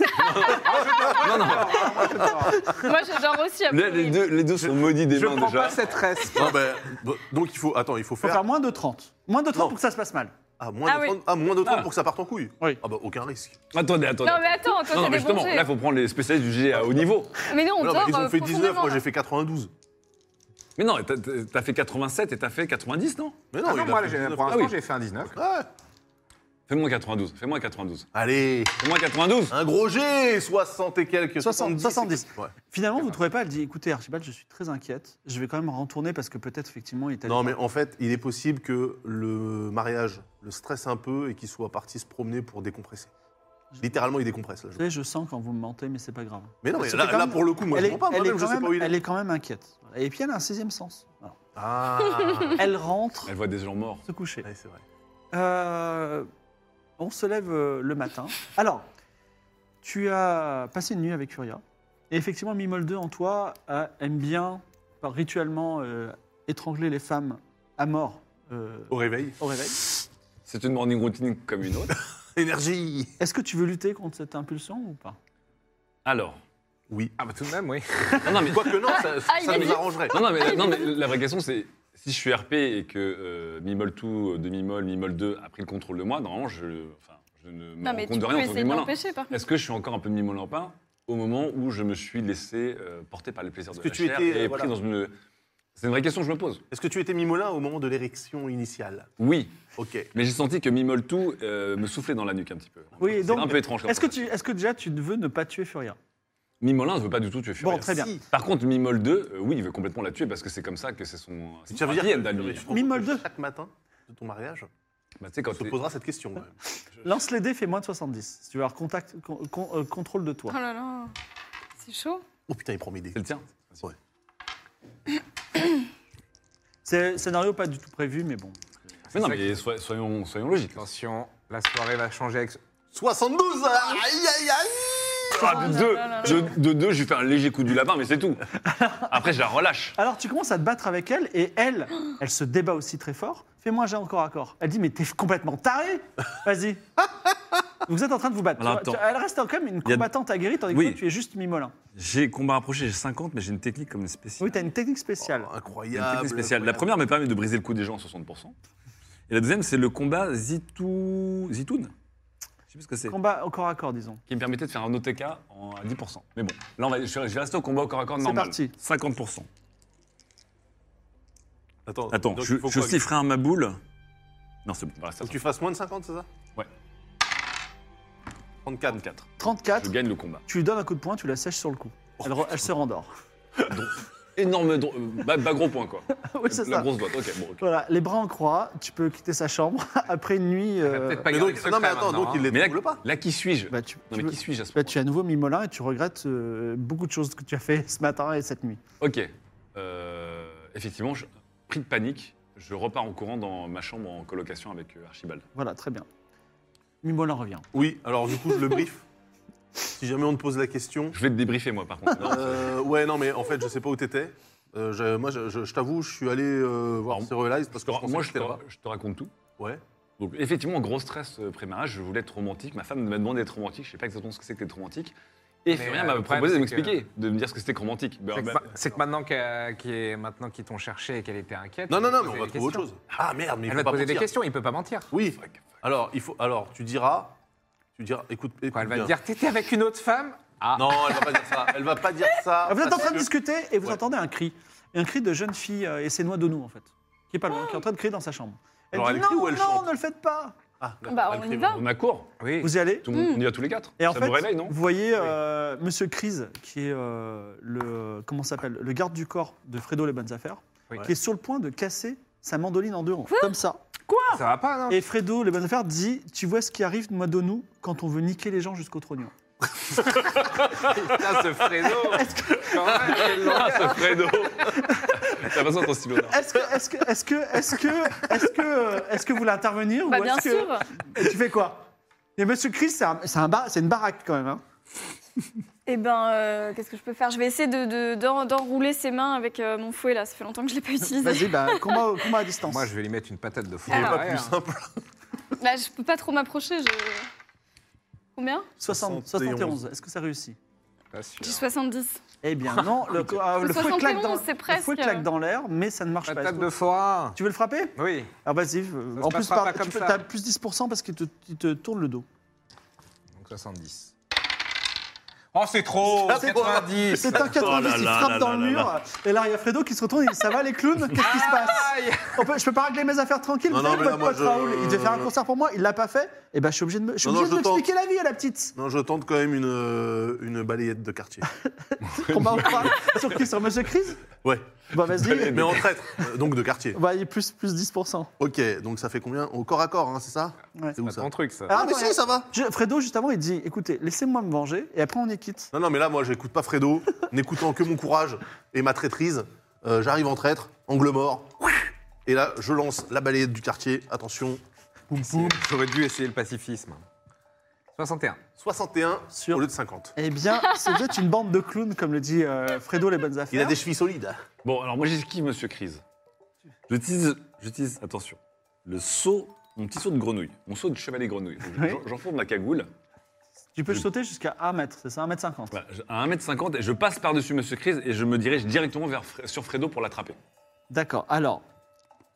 [SPEAKER 5] Non, non,
[SPEAKER 2] Moi, j'adore aussi.
[SPEAKER 4] Là, les deux, les deux sont maudits des
[SPEAKER 5] je
[SPEAKER 4] mains
[SPEAKER 5] prends
[SPEAKER 4] déjà.
[SPEAKER 5] pas cette reste.
[SPEAKER 3] Non, bah, bah, donc il faut, attends, il faut
[SPEAKER 1] Faut
[SPEAKER 3] faire
[SPEAKER 1] faire moins de 30. Moins de 30
[SPEAKER 3] Non.
[SPEAKER 1] pour que ça se passe mal.
[SPEAKER 3] à moins
[SPEAKER 2] Ah
[SPEAKER 3] de
[SPEAKER 2] oui.
[SPEAKER 3] 30, ah, moins de 30
[SPEAKER 4] Ah.
[SPEAKER 3] pour que ça parte en couille.
[SPEAKER 1] Oui.
[SPEAKER 3] Ah bah aucun risque.
[SPEAKER 4] Attendez, attendez.
[SPEAKER 2] Non, mais attends,
[SPEAKER 4] Non,
[SPEAKER 2] toi,
[SPEAKER 4] non,
[SPEAKER 2] c'est
[SPEAKER 4] mais
[SPEAKER 2] des
[SPEAKER 4] justement,
[SPEAKER 2] bons
[SPEAKER 4] là, il
[SPEAKER 2] jets.
[SPEAKER 4] faut prendre les spécialistes du GA à haut niveau.
[SPEAKER 2] Mais non, on
[SPEAKER 3] Non, bah,
[SPEAKER 2] dort.
[SPEAKER 3] ils ont
[SPEAKER 2] euh,
[SPEAKER 3] fait 19, moi
[SPEAKER 2] profondément.
[SPEAKER 3] j'ai fait 92.
[SPEAKER 4] Mais non, t'as- t'as t'as fait 87 et t'as fait 90, non
[SPEAKER 3] Mais non,
[SPEAKER 5] Ah
[SPEAKER 3] il
[SPEAKER 5] non,
[SPEAKER 3] a
[SPEAKER 5] moi,
[SPEAKER 3] fait
[SPEAKER 5] j'ai-
[SPEAKER 3] 19.
[SPEAKER 5] pour
[SPEAKER 3] Ah
[SPEAKER 5] l'instant,
[SPEAKER 3] oui.
[SPEAKER 5] j'ai fait un 19.
[SPEAKER 3] Ouais.
[SPEAKER 4] Fais-moi 92, fais-moi 92.
[SPEAKER 3] Allez,
[SPEAKER 4] Fais-moi 92
[SPEAKER 3] un gros G, 60 et quelques.
[SPEAKER 1] 60, 70.
[SPEAKER 3] Ouais.
[SPEAKER 1] Finalement, vous ne trouvez pas Elle dit écoutez, Archibald, je suis très inquiète. Je vais quand même retourner parce que peut-être, effectivement, il est allé
[SPEAKER 3] Non, mais en fait, il est possible que le mariage le stresse un peu et qu'il soit parti se promener pour décompresser. Littéralement, il décompresse. Là, je-
[SPEAKER 1] Vous savez, je sens quand vous me mentez, mais c'est pas grave.
[SPEAKER 3] Mais non, mais
[SPEAKER 1] C'était
[SPEAKER 3] là,
[SPEAKER 1] quand
[SPEAKER 3] là,
[SPEAKER 1] même-
[SPEAKER 3] pour le coup, moi,
[SPEAKER 1] elle,
[SPEAKER 3] je
[SPEAKER 1] est,
[SPEAKER 3] comprends pas.
[SPEAKER 1] elle est
[SPEAKER 3] Moi-même, je
[SPEAKER 1] quand
[SPEAKER 3] sais
[SPEAKER 1] même,
[SPEAKER 3] pas où il
[SPEAKER 1] elle
[SPEAKER 3] est.
[SPEAKER 1] est quand même inquiète. Voilà. Et puis elle a un sixième sens. Voilà.
[SPEAKER 3] Ah
[SPEAKER 1] Elle
[SPEAKER 2] Hein
[SPEAKER 1] rentre
[SPEAKER 4] Elle voit des gens morts.
[SPEAKER 1] se coucher.
[SPEAKER 3] Ouais, c'est vrai.
[SPEAKER 1] Euh, on se lève euh, le matin. Alors, tu as passé une nuit avec Furia. Et effectivement, Mimol 2 en toi euh, aime bien par- rituellement euh, étrangler les femmes à mort euh,
[SPEAKER 3] Au réveil.
[SPEAKER 1] au réveil.
[SPEAKER 4] C'est une morning routine comme une autre.
[SPEAKER 3] Énergie
[SPEAKER 1] Est-ce que tu veux lutter contre cette impulsion ou pas
[SPEAKER 4] Alors.
[SPEAKER 3] Oui.
[SPEAKER 5] Ah bah tout de même, oui.
[SPEAKER 4] Non, non, mais,
[SPEAKER 3] Quoique non, ça, ça,
[SPEAKER 2] Ah, il est
[SPEAKER 3] nous
[SPEAKER 2] vite.
[SPEAKER 3] arrangerait.
[SPEAKER 4] non, non, mais, non, mais la vraie question, c'est si je suis RP et que euh, Mimol tout, demi-mol, Mimol 2 a pris le contrôle de moi, normalement, je, enfin, je ne me
[SPEAKER 2] Non,
[SPEAKER 4] rends
[SPEAKER 2] mais
[SPEAKER 4] compte
[SPEAKER 2] tu
[SPEAKER 4] de
[SPEAKER 2] peux
[SPEAKER 4] rien en tant que
[SPEAKER 2] essayer de
[SPEAKER 4] Mimolin.
[SPEAKER 2] l'empêcher, par contre.
[SPEAKER 4] Est-ce que je suis encore un peu Mimol en pain au moment où je me suis laissé euh, porter par les plaisirs de
[SPEAKER 3] que
[SPEAKER 4] la
[SPEAKER 3] tu
[SPEAKER 4] chair
[SPEAKER 3] étais, euh,
[SPEAKER 4] et
[SPEAKER 3] voilà.
[SPEAKER 4] pris dans une... C'est une vraie question que je me pose.
[SPEAKER 3] Est-ce que tu étais Mimolin au moment de l'érection initiale
[SPEAKER 4] Oui,
[SPEAKER 3] Ok.
[SPEAKER 4] mais j'ai senti que Mimol tout euh, me soufflait dans la nuque un petit peu.
[SPEAKER 1] Oui,
[SPEAKER 4] C'est
[SPEAKER 1] donc,
[SPEAKER 4] un peu étrange. comme
[SPEAKER 1] Est-ce que,
[SPEAKER 4] sensation.
[SPEAKER 1] tu- est-ce que déjà tu veux ne pas tuer Furia
[SPEAKER 4] Mimolin ne veut pas du tout tuer Furia.
[SPEAKER 1] Bon, très bien.
[SPEAKER 3] Si.
[SPEAKER 4] Par contre, Mimol 2, euh, oui, il veut complètement la tuer parce que c'est comme ça que c'est son. c'est
[SPEAKER 3] Ça veut
[SPEAKER 4] son
[SPEAKER 3] dire
[SPEAKER 4] ADN
[SPEAKER 3] que-
[SPEAKER 4] d'allié.
[SPEAKER 3] mais tu te rends
[SPEAKER 1] Mimol
[SPEAKER 3] compte que
[SPEAKER 1] deux.
[SPEAKER 3] chaque matin de ton mariage,
[SPEAKER 4] Bah, tu sais,
[SPEAKER 3] on
[SPEAKER 4] quand
[SPEAKER 3] se
[SPEAKER 4] t'es-
[SPEAKER 3] posera cette question. ouais.
[SPEAKER 1] Lance les dés, fais moins de 70. Si tu veux avoir contact, con- con- euh, contrôle de
[SPEAKER 2] Oh
[SPEAKER 1] toi.
[SPEAKER 2] là là, c'est chaud.
[SPEAKER 3] Oh putain, il prend mes dés.
[SPEAKER 4] C'est le tien.
[SPEAKER 1] C'est scénario pas du tout prévu, mais bon.
[SPEAKER 4] Mais non,
[SPEAKER 5] ça
[SPEAKER 4] mais sois- soyons, soyons logiques.
[SPEAKER 5] Euh, Attention, la soirée va changer avec...
[SPEAKER 3] 72 Aïe, aïe, aïe
[SPEAKER 4] Ah, de, deux, de, de deux, je lui fais un léger coup du lapin, mais c'est tout. Après, je la relâche.
[SPEAKER 1] Alors tu commences à te battre avec elle et elle, elle se débat aussi très fort. Fais-moi un jet encore à corps. Elle dit mais t'es complètement taré. Vas-y. Vous êtes en train de vous battre.
[SPEAKER 9] Alors,
[SPEAKER 1] Tu vois,
[SPEAKER 9] attends.
[SPEAKER 1] tu- elle reste quand même une
[SPEAKER 9] Il y a-
[SPEAKER 1] combattante aguerrie tandis que
[SPEAKER 9] Oui.
[SPEAKER 1] toi, tu es juste mimolin.
[SPEAKER 9] J'ai combat rapproché, j'ai 50, mais j'ai une technique comme les spécialistes.
[SPEAKER 1] Oui, t'as une technique
[SPEAKER 9] Il
[SPEAKER 1] spéciale.
[SPEAKER 9] y a une
[SPEAKER 3] Oh, Incroyable.
[SPEAKER 9] technique spéciale. La
[SPEAKER 3] incroyable.
[SPEAKER 9] première me permet de briser le cou des gens à 60%. Et la deuxième, c'est le combat Zitou... Zitoun Je sais plus ce que c'est.
[SPEAKER 1] Combat au corps à corps, disons.
[SPEAKER 4] Qui me permettait de faire un OTK en- à 10%. Mais bon, là, on va, je, je vais rester au combat au corps à corps
[SPEAKER 1] C'est
[SPEAKER 4] normal.
[SPEAKER 1] parti.
[SPEAKER 9] 50%.
[SPEAKER 3] Attends,
[SPEAKER 9] Attends,
[SPEAKER 3] donc
[SPEAKER 9] je,
[SPEAKER 3] il faut
[SPEAKER 9] je
[SPEAKER 3] quoi
[SPEAKER 9] sifflerai un maboule. Non, c'est bon.
[SPEAKER 4] Voilà, ça,
[SPEAKER 3] Faut que tu fasses moins de 50, c'est ça
[SPEAKER 4] Ouais.
[SPEAKER 3] 34.
[SPEAKER 4] 34. Je
[SPEAKER 1] 34,
[SPEAKER 4] gagne le combat.
[SPEAKER 1] tu lui donnes un coup de poing, tu la sèches sur le cou. Elle, re- elle se rendort.
[SPEAKER 4] Énorme. dro- euh, [LAUGHS] Bah, bah, gros point, quoi.
[SPEAKER 1] oui, c'est
[SPEAKER 4] la
[SPEAKER 1] ça.
[SPEAKER 4] grosse boîte. Ok, bon, ok.
[SPEAKER 1] Voilà, les bras en croix, tu peux quitter sa chambre [LAUGHS] après une nuit. euh,
[SPEAKER 5] Peut-être pas
[SPEAKER 3] Mais
[SPEAKER 5] garder
[SPEAKER 3] donc-
[SPEAKER 5] le
[SPEAKER 3] non, mais
[SPEAKER 5] secret
[SPEAKER 3] attends, donc
[SPEAKER 5] maintenant,
[SPEAKER 3] il
[SPEAKER 5] hein.
[SPEAKER 3] les
[SPEAKER 4] Mais
[SPEAKER 3] trouble
[SPEAKER 4] là,
[SPEAKER 3] pas.
[SPEAKER 4] là, qui suis-je
[SPEAKER 1] bah, tu,
[SPEAKER 4] Non,
[SPEAKER 1] tu
[SPEAKER 4] mais
[SPEAKER 1] veux-
[SPEAKER 4] qui suis-je à ce
[SPEAKER 1] bah,
[SPEAKER 4] moment
[SPEAKER 1] tu es à nouveau mimolin et tu regrettes euh, beaucoup de choses que tu as fait ce matin et cette nuit.
[SPEAKER 4] Ok. Euh, effectivement, je- pris de panique, je repars en courant dans ma chambre en colocation avec euh, Archibald.
[SPEAKER 1] Voilà, très bien. Mimolin revient.
[SPEAKER 3] Oui, alors du coup, je le brief. si jamais on te pose la question.
[SPEAKER 4] Je vais te débriefer, moi, par contre. Non,
[SPEAKER 3] Euh, ouais, non, mais en fait, je sais pas où t'étais. Euh, je- moi, je, je- je t'avoue, je suis allé euh, voir
[SPEAKER 4] Alors,
[SPEAKER 3] Serialized parce que
[SPEAKER 4] parce que moi, je te,
[SPEAKER 3] t'étais là.
[SPEAKER 4] je te raconte tout.
[SPEAKER 3] Ouais.
[SPEAKER 4] Donc, effectivement, gros stress euh, pré-mariage, je voulais être romantique. Ma femme m'a demandé d'être romantique, je sais pas exactement ce que c'est que d'être romantique. Et Furia
[SPEAKER 5] euh,
[SPEAKER 4] m'a
[SPEAKER 5] le problème,
[SPEAKER 4] proposé de
[SPEAKER 5] c'est
[SPEAKER 4] m'expliquer, de me dire ce que c'était que romantique.
[SPEAKER 3] Bah,
[SPEAKER 4] Ben,
[SPEAKER 5] C'est que,
[SPEAKER 4] ben,
[SPEAKER 5] ma- c'est que maintenant qu'elle- qu'il est- maintenant qu'ils t'ont cherché et qu'elle était inquiète.
[SPEAKER 3] Non,
[SPEAKER 5] elle
[SPEAKER 3] non,
[SPEAKER 5] va
[SPEAKER 3] non,
[SPEAKER 5] te
[SPEAKER 3] mais on
[SPEAKER 5] poser
[SPEAKER 3] va
[SPEAKER 5] des
[SPEAKER 3] trouver autre
[SPEAKER 5] questions.
[SPEAKER 3] chose. Ah merde, mais il
[SPEAKER 5] Elle
[SPEAKER 3] faut
[SPEAKER 5] va te
[SPEAKER 3] pas
[SPEAKER 5] poser des
[SPEAKER 3] mentir.
[SPEAKER 5] questions, il peut pas mentir.
[SPEAKER 3] Oui. Alors, il faut, alors, tu diras. Tu diras. Écoute, écoute
[SPEAKER 5] Quoi, elle va
[SPEAKER 3] bien.
[SPEAKER 5] te dire T'étais avec une autre femme Ah,
[SPEAKER 3] Non, elle va pas dire
[SPEAKER 5] [LAUGHS]
[SPEAKER 3] ça. Elle va pas dire ça.
[SPEAKER 1] Ah, vous êtes en
[SPEAKER 3] parce
[SPEAKER 1] train de
[SPEAKER 3] que-
[SPEAKER 1] discuter et vous
[SPEAKER 3] Ouais.
[SPEAKER 1] entendez un cri. Un cri de jeune fille euh, et c'est Noix de nous, en fait. Qui est pas loin, qui est en train de crier dans sa chambre. Elle
[SPEAKER 3] Alors,
[SPEAKER 1] dit
[SPEAKER 3] elle crie
[SPEAKER 1] Non,
[SPEAKER 3] ou elle
[SPEAKER 1] non,
[SPEAKER 3] chante
[SPEAKER 1] ne le faites pas
[SPEAKER 3] Ah, d'accord,
[SPEAKER 2] Bah,
[SPEAKER 3] elle
[SPEAKER 2] on
[SPEAKER 3] crie
[SPEAKER 2] y va. Mm.
[SPEAKER 4] on a cours.
[SPEAKER 5] oui.
[SPEAKER 1] Vous y allez
[SPEAKER 4] Tout le monde- On y va tous les quatre.
[SPEAKER 1] Et en
[SPEAKER 4] ça
[SPEAKER 1] fait,
[SPEAKER 4] vous réveille, non [LAUGHS]
[SPEAKER 1] vous voyez euh, Monsieur Crise, qui est euh, le comment s'appelle le garde du corps de Fredo les bonnes affaires,
[SPEAKER 5] Oui.
[SPEAKER 1] qui est sur le point de casser sa mandoline en deux, comme ça.
[SPEAKER 5] Ça va pas, non
[SPEAKER 1] Et Fredo les bonnes affaires dit Tu vois ce qui arrive moi de nous quand on veut niquer les gens jusqu'au trognon.
[SPEAKER 5] Putain, ce Fredo Quand même, quel
[SPEAKER 4] Ah,
[SPEAKER 5] langage.
[SPEAKER 4] ce Fredo T'as besoin de
[SPEAKER 1] [LAUGHS]
[SPEAKER 4] ton stylo.
[SPEAKER 1] Est-ce que est-ce que est-ce que est-ce que est-ce que est-ce que vous voulez intervenir
[SPEAKER 2] Bah,
[SPEAKER 1] ou
[SPEAKER 2] bien
[SPEAKER 1] est-ce que
[SPEAKER 2] sûr.
[SPEAKER 1] Et tu fais quoi Et Monsieur Chris, c'est un, c'est un bar- c'est une baraque quand même. hein.
[SPEAKER 2] Eh ben, euh, qu'est-ce que je peux faire Je vais essayer de- de- d'en- d'enrouler ses mains avec euh, mon fouet là. Ça fait longtemps que je l'ai pas utilisé. [LAUGHS]
[SPEAKER 1] Vas-y, bah, combat, au- combat à distance.
[SPEAKER 5] Moi, je vais lui mettre une patate de fou.
[SPEAKER 2] Il est pas
[SPEAKER 5] plus simple.
[SPEAKER 2] Là, Bah, je peux pas trop m'approcher. je- Combien
[SPEAKER 1] 60, 71.
[SPEAKER 3] 71.
[SPEAKER 1] Est-ce que ça réussit
[SPEAKER 2] J'ai 70.
[SPEAKER 1] Eh bien non, le, euh, le fouet
[SPEAKER 2] 71,
[SPEAKER 1] claque dans,
[SPEAKER 2] c'est
[SPEAKER 1] le
[SPEAKER 2] presque.
[SPEAKER 1] fouet claque dans l'air, mais ça ne marche pas.
[SPEAKER 5] Patate
[SPEAKER 1] Est-ce que-
[SPEAKER 5] de forain.
[SPEAKER 1] Tu veux le frapper
[SPEAKER 5] Oui.
[SPEAKER 1] Ah vas-y. euh, En
[SPEAKER 5] se
[SPEAKER 1] plus,
[SPEAKER 5] passera
[SPEAKER 1] par,
[SPEAKER 5] pas
[SPEAKER 1] tu
[SPEAKER 5] comme
[SPEAKER 1] peux-
[SPEAKER 5] ça.
[SPEAKER 1] t'as plus 10% parce qu'il te, il te tourne le dos.
[SPEAKER 5] Donc 70. Oh, c'est trop
[SPEAKER 3] C'est
[SPEAKER 5] 90
[SPEAKER 1] C'est un 90,
[SPEAKER 3] là
[SPEAKER 1] il
[SPEAKER 3] là
[SPEAKER 1] frappe
[SPEAKER 3] là
[SPEAKER 1] dans
[SPEAKER 3] là
[SPEAKER 1] le mur. Et là, il y a Fredo qui se retourne et il dit, Ça va les clowns Qu'est-ce qui se passe
[SPEAKER 5] Aïe
[SPEAKER 1] On peut- Je peux pas régler mes affaires tranquilles
[SPEAKER 3] Non,
[SPEAKER 1] Vous
[SPEAKER 3] non,
[SPEAKER 1] savez,
[SPEAKER 3] mais
[SPEAKER 1] votre
[SPEAKER 3] là, moi,
[SPEAKER 1] pote
[SPEAKER 3] je-
[SPEAKER 1] Raoul, il devait faire un concert pour moi, il l'a pas fait. Et ben, je suis obligé de me, je suis
[SPEAKER 3] Non, non,
[SPEAKER 1] obligé de
[SPEAKER 3] je
[SPEAKER 1] lui expliquer la vie à la petite.
[SPEAKER 3] Non, je tente quand même une, euh, une balayette de
[SPEAKER 5] [LAUGHS]
[SPEAKER 3] quartier.
[SPEAKER 1] Combat au
[SPEAKER 3] [LAUGHS]
[SPEAKER 1] pas Sur qui Sur Monsieur Chris
[SPEAKER 3] Ouais.
[SPEAKER 1] Bah vas-y.
[SPEAKER 3] Mais en traître, euh, donc de quartier.
[SPEAKER 1] Bah, il est plus, plus 10%.
[SPEAKER 3] Ok, donc ça fait combien Au corps à corps, hein, c'est ça
[SPEAKER 1] Ouais.
[SPEAKER 3] C'est où
[SPEAKER 5] C'est
[SPEAKER 3] ça
[SPEAKER 5] ton truc, ça.
[SPEAKER 3] Ah, mais si, ça va
[SPEAKER 1] Je- Fredo, juste avant, il dit écoutez, laissez-moi me venger et après on est quitte.
[SPEAKER 3] Non, non, mais là, moi, j'écoute pas Fredo, [LAUGHS] n'écoutant que mon courage et ma traîtrise. euh, J'arrive en traître, angle mort. Et là, je lance la balayette du quartier. Attention,
[SPEAKER 5] C'est- J'aurais dû essayer le pacifisme. 61.
[SPEAKER 3] 61
[SPEAKER 1] Sur-
[SPEAKER 3] au lieu de 50.
[SPEAKER 1] Eh bien, si vous êtes une bande de clowns, comme le dit euh, Fredo les bonnes affaires.
[SPEAKER 3] Il a des chevilles
[SPEAKER 1] hein.
[SPEAKER 3] solides.
[SPEAKER 4] Bon, alors moi, j'esquive Monsieur Crise.
[SPEAKER 9] J'utilise, j'utilise, attention, le saut, mon petit saut de grenouille, mon saut de chevalet grenouille. Donc,
[SPEAKER 1] Oui.
[SPEAKER 4] j'en- J'enfourne ma cagoule
[SPEAKER 1] Tu peux sauter jusqu'à 1 mètre, c'est ça 1 mètre 50.
[SPEAKER 4] voilà, à 1m50 et je passe par-dessus Monsieur Crise et je me dirige directement vers, Fre- sur Fredo pour l'attraper.
[SPEAKER 1] D'accord. Alors,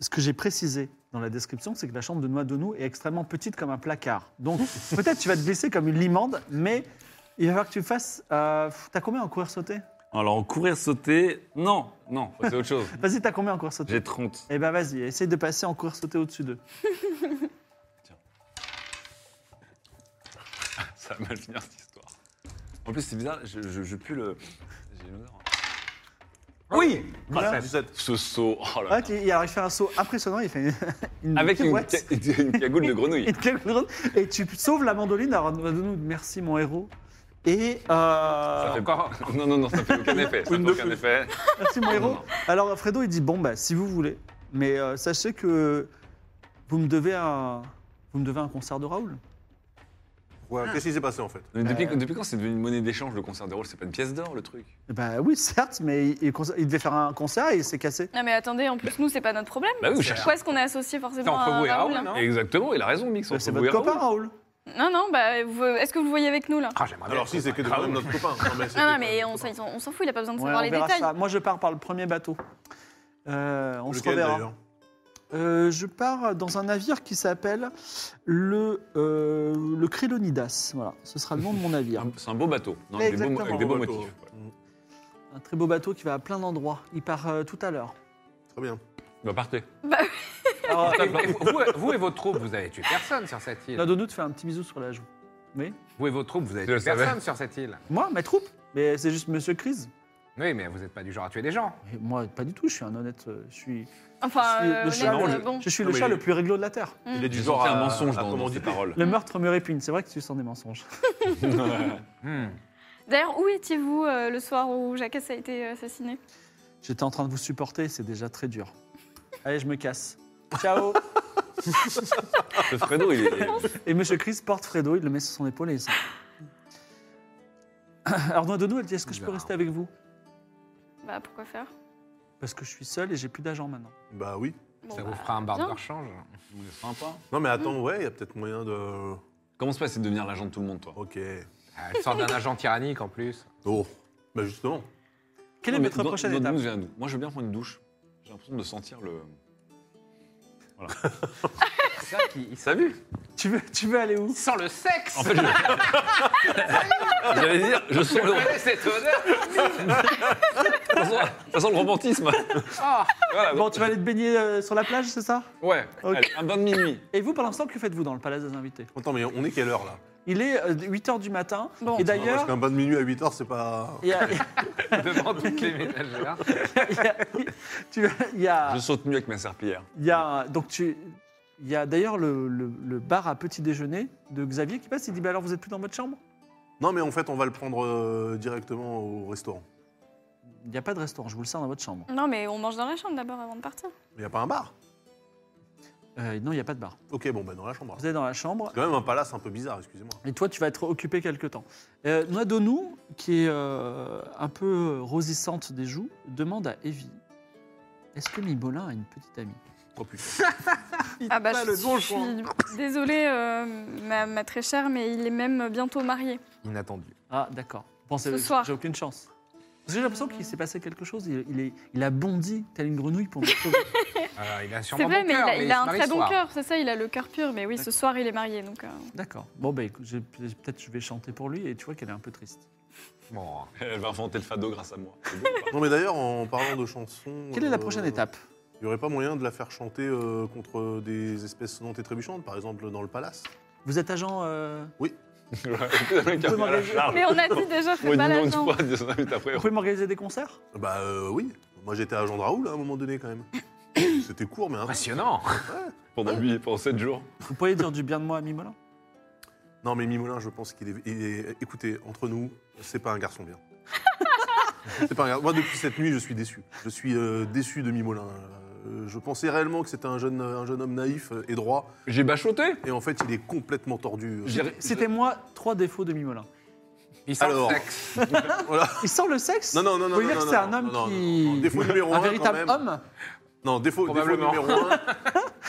[SPEAKER 1] ce que j'ai précisé dans la description, c'est que la chambre de Noix de nous est extrêmement petite comme un placard.
[SPEAKER 4] [LAUGHS]
[SPEAKER 1] Donc, peut-être tu vas te blesser comme une limande, mais il va falloir que tu fasses. euh, t'as combien en courir sauter
[SPEAKER 9] Alors, en courir, sauter, non, non.
[SPEAKER 4] C'est autre chose.
[SPEAKER 1] Vas-y, t'as combien en courir sauter
[SPEAKER 9] J'ai 30.
[SPEAKER 1] Eh ben, vas-y, essaye de passer en courir sauter au-dessus d'eux.
[SPEAKER 4] Ça va mal finir cette histoire. En plus, c'est bizarre, je, je, je pue le. J'ai une odeur.
[SPEAKER 5] Oui
[SPEAKER 1] Voilà.
[SPEAKER 3] 17.
[SPEAKER 4] Ce saut. Oh là là.
[SPEAKER 1] Ouais, Ah, tu- il, alors, il fait un saut impressionnant, il fait une, [LAUGHS] une
[SPEAKER 4] Avec une,
[SPEAKER 1] pirouette.
[SPEAKER 4] [LAUGHS] ca- une cagoule de grenouille.
[SPEAKER 1] [LAUGHS] Et tu claques le drone, et tu sauves la mandoline. Alors, nous, nous, merci, mon héros. Et. euh,
[SPEAKER 4] Ça fait encore. Non, non, non, ça fait aucun effet. Ça fait aucun effet.
[SPEAKER 1] merci, mon héros.
[SPEAKER 4] non.
[SPEAKER 1] Alors, Fredo, il dit Bon, bah, si vous voulez, mais euh, sachez que vous me devez un. Vous me devez un concert de Raoul.
[SPEAKER 3] Ouais, Qu'est-ce qui s'est passé en fait
[SPEAKER 4] Mais depuis, depuis quand c'est devenu une monnaie d'échange le concert des rôles C'est pas une pièce d'or le truc
[SPEAKER 1] Bah oui, certes, mais il, il cons- il devait faire un concert et il s'est cassé.
[SPEAKER 2] Non mais attendez, en plus nous c'est pas notre problème.
[SPEAKER 4] Bah oui, vous cherchez-
[SPEAKER 2] Pourquoi est-ce qu'on est associé
[SPEAKER 4] C'est
[SPEAKER 2] forcément
[SPEAKER 4] entre
[SPEAKER 2] à
[SPEAKER 4] vous et
[SPEAKER 2] Raoul
[SPEAKER 4] Raoul, non Exactement, il a raison, Mix.
[SPEAKER 1] Bah, C'est votre copain, Raoul.
[SPEAKER 2] Non non, bah vous- est-ce que vous le voyez avec nous là
[SPEAKER 5] Ah,
[SPEAKER 3] Alors si, c'est que de quand même notre copain. Non, mais c'est-
[SPEAKER 2] Non non Ah, mais on, s'en- on s'en fout, il a pas besoin de
[SPEAKER 1] Ouais,
[SPEAKER 2] savoir
[SPEAKER 1] on
[SPEAKER 2] les
[SPEAKER 1] verra
[SPEAKER 2] détails.
[SPEAKER 1] ça. Moi, je pars par le premier bateau. Euh, on se
[SPEAKER 3] Lequel,
[SPEAKER 1] reverra.
[SPEAKER 3] d'ailleurs
[SPEAKER 1] Euh, je pars dans un navire qui s'appelle le, euh, le Crélonidas. Voilà, ce sera le nom de mon
[SPEAKER 4] [LAUGHS]
[SPEAKER 1] navire.
[SPEAKER 4] C'est un beau bateau, non,
[SPEAKER 1] Mais
[SPEAKER 4] avec, des beaux,
[SPEAKER 1] exactement.
[SPEAKER 4] avec des beaux
[SPEAKER 3] Un beau
[SPEAKER 4] motifs.
[SPEAKER 1] Un très beau bateau qui va à plein d'endroits. Il part euh, tout à l'heure.
[SPEAKER 3] Très bien.
[SPEAKER 4] Bah partez.
[SPEAKER 1] Alors, euh,
[SPEAKER 5] Et vous, vous- vous et votre troupe, vous avez tué personne sur cette île.
[SPEAKER 1] L'un de nous te fait un petit bisou sur la joue. Oui
[SPEAKER 5] Vous et votre troupe, vous avez
[SPEAKER 4] Je le
[SPEAKER 5] tué
[SPEAKER 4] savais.
[SPEAKER 5] personne sur cette île.
[SPEAKER 1] Moi, ma troupe Mais c'est juste Monsieur Crise.
[SPEAKER 5] Oui, mais vous n'êtes pas du genre à tuer des gens.
[SPEAKER 1] Et Moi, pas du tout. Je suis un honnête. euh, Je suis,
[SPEAKER 2] Enfin,
[SPEAKER 1] je suis
[SPEAKER 2] euh,
[SPEAKER 1] le chat,
[SPEAKER 2] honnête,
[SPEAKER 3] non,
[SPEAKER 2] euh, bon.
[SPEAKER 1] je suis
[SPEAKER 3] Non,
[SPEAKER 1] le
[SPEAKER 3] mais
[SPEAKER 1] chat
[SPEAKER 3] il-
[SPEAKER 1] le plus réglo de la terre.
[SPEAKER 3] Il est du
[SPEAKER 4] J'ai
[SPEAKER 3] genre
[SPEAKER 4] senti
[SPEAKER 3] à
[SPEAKER 4] un mensonge dans, dans ces
[SPEAKER 3] commanditer. [LAUGHS]
[SPEAKER 4] paroles. [LAUGHS]
[SPEAKER 2] Mhm.
[SPEAKER 1] Le meurtre me répugne. C'est vrai que tu sens des mensonges. [LAUGHS]
[SPEAKER 5] Hmm.
[SPEAKER 2] D'ailleurs, où étiez-vous euh, le soir où Jacques a été euh, assassiné
[SPEAKER 1] J'étais en train de vous supporter. C'est déjà très dur. Allez, je me casse.
[SPEAKER 2] [LAUGHS]
[SPEAKER 1] Ciao.
[SPEAKER 4] Le Fredo, il est.
[SPEAKER 1] Et Monsieur Chris porte Fredo, il le met sur son épaule et il s'en va. [COUGHS] Alors, loin de nous, elle dit Est-ce que je peux
[SPEAKER 5] Bizarre.
[SPEAKER 1] rester avec vous
[SPEAKER 2] Bah pourquoi faire
[SPEAKER 1] Parce que je suis seul et j'ai plus d'agent maintenant.
[SPEAKER 3] Bah oui.
[SPEAKER 2] Bon,
[SPEAKER 5] Ça vous
[SPEAKER 2] bah,
[SPEAKER 5] fera un
[SPEAKER 2] bien.
[SPEAKER 5] barbe de change.
[SPEAKER 4] Vous êtes sympa.
[SPEAKER 3] Non mais attends, ouais, il y a peut-être moyen de...
[SPEAKER 4] Comment se passe de devenir l'agent de tout le monde, toi
[SPEAKER 3] Ok.
[SPEAKER 5] Ah, Elle sort d'un agent tyrannique en plus.
[SPEAKER 3] Oh. Bah justement.
[SPEAKER 1] Quelle est
[SPEAKER 4] Non, mais
[SPEAKER 1] votre
[SPEAKER 4] dans-
[SPEAKER 1] prochaine
[SPEAKER 4] dans-
[SPEAKER 1] étape
[SPEAKER 4] nous, viens, nous. Moi, je veux bien prendre une douche. J'ai l'impression de sentir le.
[SPEAKER 5] [LAUGHS] C'est vrai qu'il il s'est vu.
[SPEAKER 1] tu, veux, tu veux aller où
[SPEAKER 5] Il sent le sexe.
[SPEAKER 4] En
[SPEAKER 5] [LAUGHS]
[SPEAKER 4] fait, je. J'allais dire, je sens le.
[SPEAKER 5] Vous connaissez cette odeur
[SPEAKER 4] Ça sent, ça sent le romantisme.
[SPEAKER 5] Ah.
[SPEAKER 4] Voilà,
[SPEAKER 1] Bon, tu vas aller te baigner euh, sur la plage, c'est ça
[SPEAKER 4] Ouais,
[SPEAKER 1] Ok.
[SPEAKER 4] allez, un bain de minuit.
[SPEAKER 1] Et vous, par l'instant, que faites-vous dans le palace des invités
[SPEAKER 3] Attends, mais on est quelle heure là
[SPEAKER 1] Il est euh, 8h du matin.
[SPEAKER 2] Bon.
[SPEAKER 1] Et
[SPEAKER 3] Parce
[SPEAKER 1] d'ailleurs,
[SPEAKER 3] qu'un bain de minuit à 8h, c'est pas...
[SPEAKER 1] il y a-
[SPEAKER 5] devant toutes les ménagères.
[SPEAKER 1] [LAUGHS] il y a- tu- il y a-
[SPEAKER 4] Je saute nu avec ma serpillière.
[SPEAKER 1] il y a- donc tu- il y a d'ailleurs le, le- le bar à petit déjeuner de Xavier qui passe. Il dit Bah alors, vous êtes plus dans votre chambre
[SPEAKER 3] Non mais en fait, on va le prendre euh, directement au restaurant.
[SPEAKER 1] Il n'y a pas de restaurant, je vous le sers dans votre chambre.
[SPEAKER 2] Non mais on mange dans la chambre d'abord avant de partir.
[SPEAKER 3] Mais il a pas un bar
[SPEAKER 1] Euh, non, il n'y a pas de bar.
[SPEAKER 3] Ok, bon, bah dans la chambre. alors.
[SPEAKER 1] Vous êtes dans la chambre
[SPEAKER 3] C'est quand même un palace un peu bizarre, excusez-moi.
[SPEAKER 1] et toi, tu vas être occupé quelque temps. Euh, Noa Donou, qui est euh, un peu rosissante des joues, demande à Evie Est-ce que Mibolin a une petite amie
[SPEAKER 3] Oh putain.
[SPEAKER 2] Ah bah je,
[SPEAKER 1] le bon
[SPEAKER 2] je suis désolée, euh, ma, ma très chère, mais il est même bientôt marié.
[SPEAKER 5] Inattendu.
[SPEAKER 1] Ah, d'accord. Bon, c'est-
[SPEAKER 2] Ce soir.
[SPEAKER 1] J'ai aucune chance. Parce que j'ai l'impression qu'il s'est passé quelque chose. Il, il est, il a bondi tel une grenouille
[SPEAKER 2] [LAUGHS]
[SPEAKER 1] pour me sauver.
[SPEAKER 5] Alors, Euh, il a
[SPEAKER 2] C'est
[SPEAKER 5] sûrement
[SPEAKER 2] vrai,
[SPEAKER 5] bon
[SPEAKER 2] mais il
[SPEAKER 5] cœur,
[SPEAKER 2] a, il a
[SPEAKER 5] se
[SPEAKER 2] un
[SPEAKER 5] marie
[SPEAKER 2] très
[SPEAKER 5] ce
[SPEAKER 2] bon
[SPEAKER 5] soir.
[SPEAKER 2] cœur, c'est ça, il a le cœur pur, mais oui, ce soir il est marié, donc... euh,
[SPEAKER 1] d'accord. Bon, ben, écoute, j'ai- j'ai peut-être je vais chanter pour lui et tu vois qu'elle est un peu triste.
[SPEAKER 5] Bon.
[SPEAKER 4] Elle va inventer le fado grâce à moi. C'est beau, ou pas
[SPEAKER 3] Non mais d'ailleurs, en parlant de chansons...
[SPEAKER 1] Quelle est la
[SPEAKER 3] euh,
[SPEAKER 1] prochaine étape
[SPEAKER 3] Il n'y aurait pas moyen de la faire chanter euh, contre des espèces sonnantes et trébuchantes, par exemple dans le palace
[SPEAKER 1] Vous êtes agent. euh, [LAUGHS]
[SPEAKER 4] Avec un
[SPEAKER 1] m'enlever.
[SPEAKER 4] charme.
[SPEAKER 2] Mais on a dit déjà,
[SPEAKER 4] Ah, Ouais,
[SPEAKER 2] c'est hein. pas
[SPEAKER 4] dis-donc
[SPEAKER 2] la
[SPEAKER 4] une
[SPEAKER 2] jambe.
[SPEAKER 4] fois, dix minutes après,
[SPEAKER 1] Vous pouvez m'organiser des concerts
[SPEAKER 3] Bah euh, oui. Moi j'étais agent de Raoul hein, à un moment donné quand même. [COUGHS] C'était court mais... hein. intense.
[SPEAKER 5] Impressionnant.
[SPEAKER 4] pendant, huit- pendant 7 jours.
[SPEAKER 1] Vous pourriez dire du bien de moi à
[SPEAKER 3] [LAUGHS]
[SPEAKER 1] Mimolin
[SPEAKER 3] Non mais Mimolin, je pense qu'il est, il est- Écoutez, entre nous, c'est pas un
[SPEAKER 1] [LAUGHS]
[SPEAKER 3] garçon bien. c'est pas un gar- Moi depuis cette nuit, je suis déçu. Je suis euh, déçu de Mimolin. Euh, Je pensais réellement que c'était un jeune, un jeune homme naïf et droit,
[SPEAKER 4] J'ai bachoté.
[SPEAKER 3] et en fait il est complètement tordu.
[SPEAKER 4] J'ai-
[SPEAKER 1] C'était moi, trois défauts de Mimolin.
[SPEAKER 5] Il sent
[SPEAKER 3] Alors.
[SPEAKER 5] le sexe.
[SPEAKER 3] Voilà.
[SPEAKER 1] Il sent le sexe
[SPEAKER 3] Non, non, non,
[SPEAKER 1] Vous
[SPEAKER 3] non.
[SPEAKER 1] voulez dire
[SPEAKER 3] non,
[SPEAKER 1] que
[SPEAKER 3] non,
[SPEAKER 1] c'est un
[SPEAKER 3] non,
[SPEAKER 1] homme
[SPEAKER 3] non,
[SPEAKER 1] qui.
[SPEAKER 3] non, non. Défaut numéro
[SPEAKER 1] un
[SPEAKER 3] un, quand
[SPEAKER 1] véritable
[SPEAKER 3] même.
[SPEAKER 1] homme
[SPEAKER 3] Non, défaut, défaut
[SPEAKER 5] Probablement.
[SPEAKER 3] numéro [LAUGHS] un,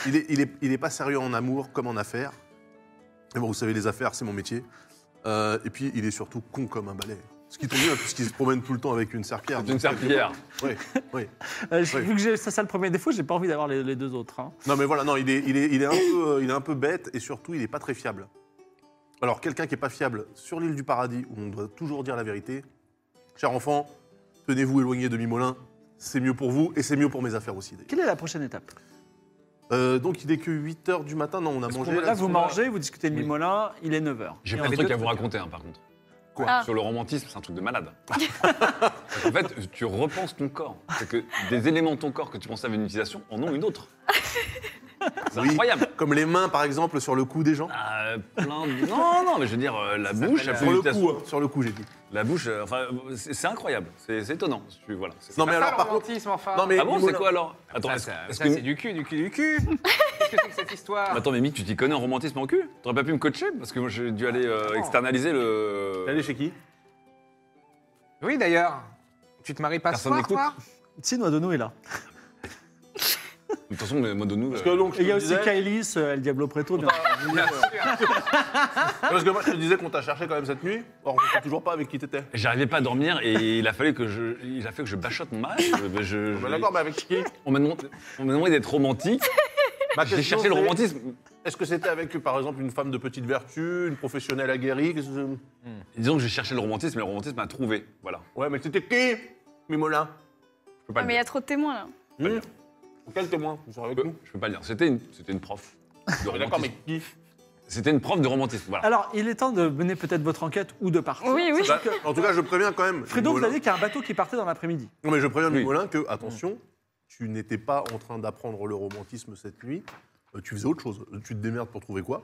[SPEAKER 3] il est, il, est, il est pas sérieux en amour comme en affaires. Et bon, vous savez, les affaires, c'est mon métier. Euh, et puis, il est surtout con comme un balai. Ce qui tombe bien, puisqu'il se promène tout le temps avec une serpillère.
[SPEAKER 4] D'une serpillière.
[SPEAKER 3] Oui, oui.
[SPEAKER 1] Euh, j'ai-
[SPEAKER 3] Oui.
[SPEAKER 1] Vu que j'ai- c'est ça le premier défaut, j'ai pas envie d'avoir les, les deux autres. hein.
[SPEAKER 3] Non, mais voilà, non, il est, il est, il est, un, peu, euh, il est un peu bête et surtout, il est pas très fiable. Alors, quelqu'un qui est pas fiable sur l'île du paradis, où on doit toujours dire la vérité, cher enfant, tenez-vous éloigné de Mimolin. C'est mieux pour vous et c'est mieux pour mes affaires aussi. d'ailleurs.
[SPEAKER 1] Quelle est la prochaine étape
[SPEAKER 3] Euh, donc, il est que 8 h du matin. Non, on a mangé.
[SPEAKER 1] Là,
[SPEAKER 3] là,
[SPEAKER 1] vous
[SPEAKER 3] c'est-
[SPEAKER 1] mangez, vous discutez de Mimolin, il est 9h.
[SPEAKER 4] J'ai plein de trucs à vous raconter, hein, par contre.
[SPEAKER 3] Quoi
[SPEAKER 2] Ah.
[SPEAKER 4] Sur le romantisme, c'est un truc de malade. en fait, tu repenses ton corps. C'est que des éléments de ton corps que tu pensais avaient une utilisation en ont une autre. C'est incroyable.
[SPEAKER 3] Comme les mains, par exemple, sur le cou des gens
[SPEAKER 4] Euh, plein de- Non, non, mais je veux dire, euh, la bouche, la
[SPEAKER 3] Sur le
[SPEAKER 4] végétation-
[SPEAKER 3] cou, hein, sur le cou, j'ai dit.
[SPEAKER 4] La bouche, euh, enfin, euh, c'est c'est incroyable. C'est c'est étonnant. Je suis- voilà. C'est-
[SPEAKER 3] Non, mais alors, par contre.
[SPEAKER 5] enfin.
[SPEAKER 3] Non, mais
[SPEAKER 4] ah bon,
[SPEAKER 3] Mimolin-
[SPEAKER 4] c'est quoi alors Attends, est-ce-
[SPEAKER 5] ça,
[SPEAKER 4] est-ce
[SPEAKER 5] ça,
[SPEAKER 4] que-
[SPEAKER 5] c'est du cul, du cul, du cul. Qu'est-ce que c'est que cette histoire
[SPEAKER 4] Attends, mais Mick, tu t'y connais en romantisme en cul T'aurais pas pu me coacher Parce que moi, j'ai dû aller euh, externaliser le.
[SPEAKER 3] T'es allé chez qui
[SPEAKER 5] Oui, d'ailleurs. Tu te maries pas ce
[SPEAKER 4] Personne
[SPEAKER 5] soir,
[SPEAKER 4] n'écoute.
[SPEAKER 5] toi
[SPEAKER 1] Si, Noadonou est là.
[SPEAKER 4] De toute façon, mais moi, de nous. euh,
[SPEAKER 3] Parce que donc, je
[SPEAKER 1] Et il y
[SPEAKER 3] te
[SPEAKER 1] a aussi
[SPEAKER 3] disais-
[SPEAKER 1] Kailis, euh, El Diablo Preto. bien sûr.
[SPEAKER 3] Parce que moi, je te disais qu'on t'a cherché quand même cette nuit. Or, on sait toujours pas avec qui t'étais.
[SPEAKER 4] J'arrivais pas à dormir et il a fallu que je, il a fallu que je bachote mon mariage. Je- je-
[SPEAKER 3] Bah,
[SPEAKER 4] je-
[SPEAKER 3] D'accord, mais avec qui
[SPEAKER 4] on m'a demandé, on m'a demandé d'être romantique.
[SPEAKER 3] [LAUGHS] Ma
[SPEAKER 4] J'ai
[SPEAKER 3] question,
[SPEAKER 4] cherché le
[SPEAKER 3] c'est,
[SPEAKER 4] romantisme.
[SPEAKER 3] Est-ce que c'était avec, par exemple, une femme de petite vertu, une professionnelle aguerrie Qu'est-ce que c'est
[SPEAKER 4] Disons que j'ai cherché le romantisme et le romantisme m'a trouvé. Voilà.
[SPEAKER 3] Ouais, mais c'était qui Mimolin
[SPEAKER 4] Je peux pas
[SPEAKER 2] Ah,
[SPEAKER 4] le
[SPEAKER 2] mais il y
[SPEAKER 4] dire.
[SPEAKER 2] a trop de témoins là.
[SPEAKER 4] Pas
[SPEAKER 3] Mmh.
[SPEAKER 4] bien.
[SPEAKER 3] Quel témoin Vous serez
[SPEAKER 4] Je
[SPEAKER 3] avec
[SPEAKER 4] peux,
[SPEAKER 3] nous
[SPEAKER 4] je peux pas le dire. C'était une, c'était une prof. De
[SPEAKER 3] Ouais, D'accord, mais
[SPEAKER 4] romantisme.
[SPEAKER 3] qui
[SPEAKER 4] C'était une prof de romantisme. Voilà.
[SPEAKER 1] Alors, il est temps de mener peut-être votre enquête ou de partir.
[SPEAKER 2] Oui, oui.
[SPEAKER 3] Bah, En tout cas, je préviens quand même.
[SPEAKER 1] Fredo, vous
[SPEAKER 3] Mimolin.
[SPEAKER 1] avez dit qu'il y a un bateau qui partait dans l'après-midi.
[SPEAKER 3] Non, mais je préviens
[SPEAKER 4] Oui.
[SPEAKER 3] Mimolin que, attention, tu n'étais pas en train d'apprendre le romantisme cette nuit. Euh, Tu faisais autre chose. Euh, Tu te démerdes pour trouver quoi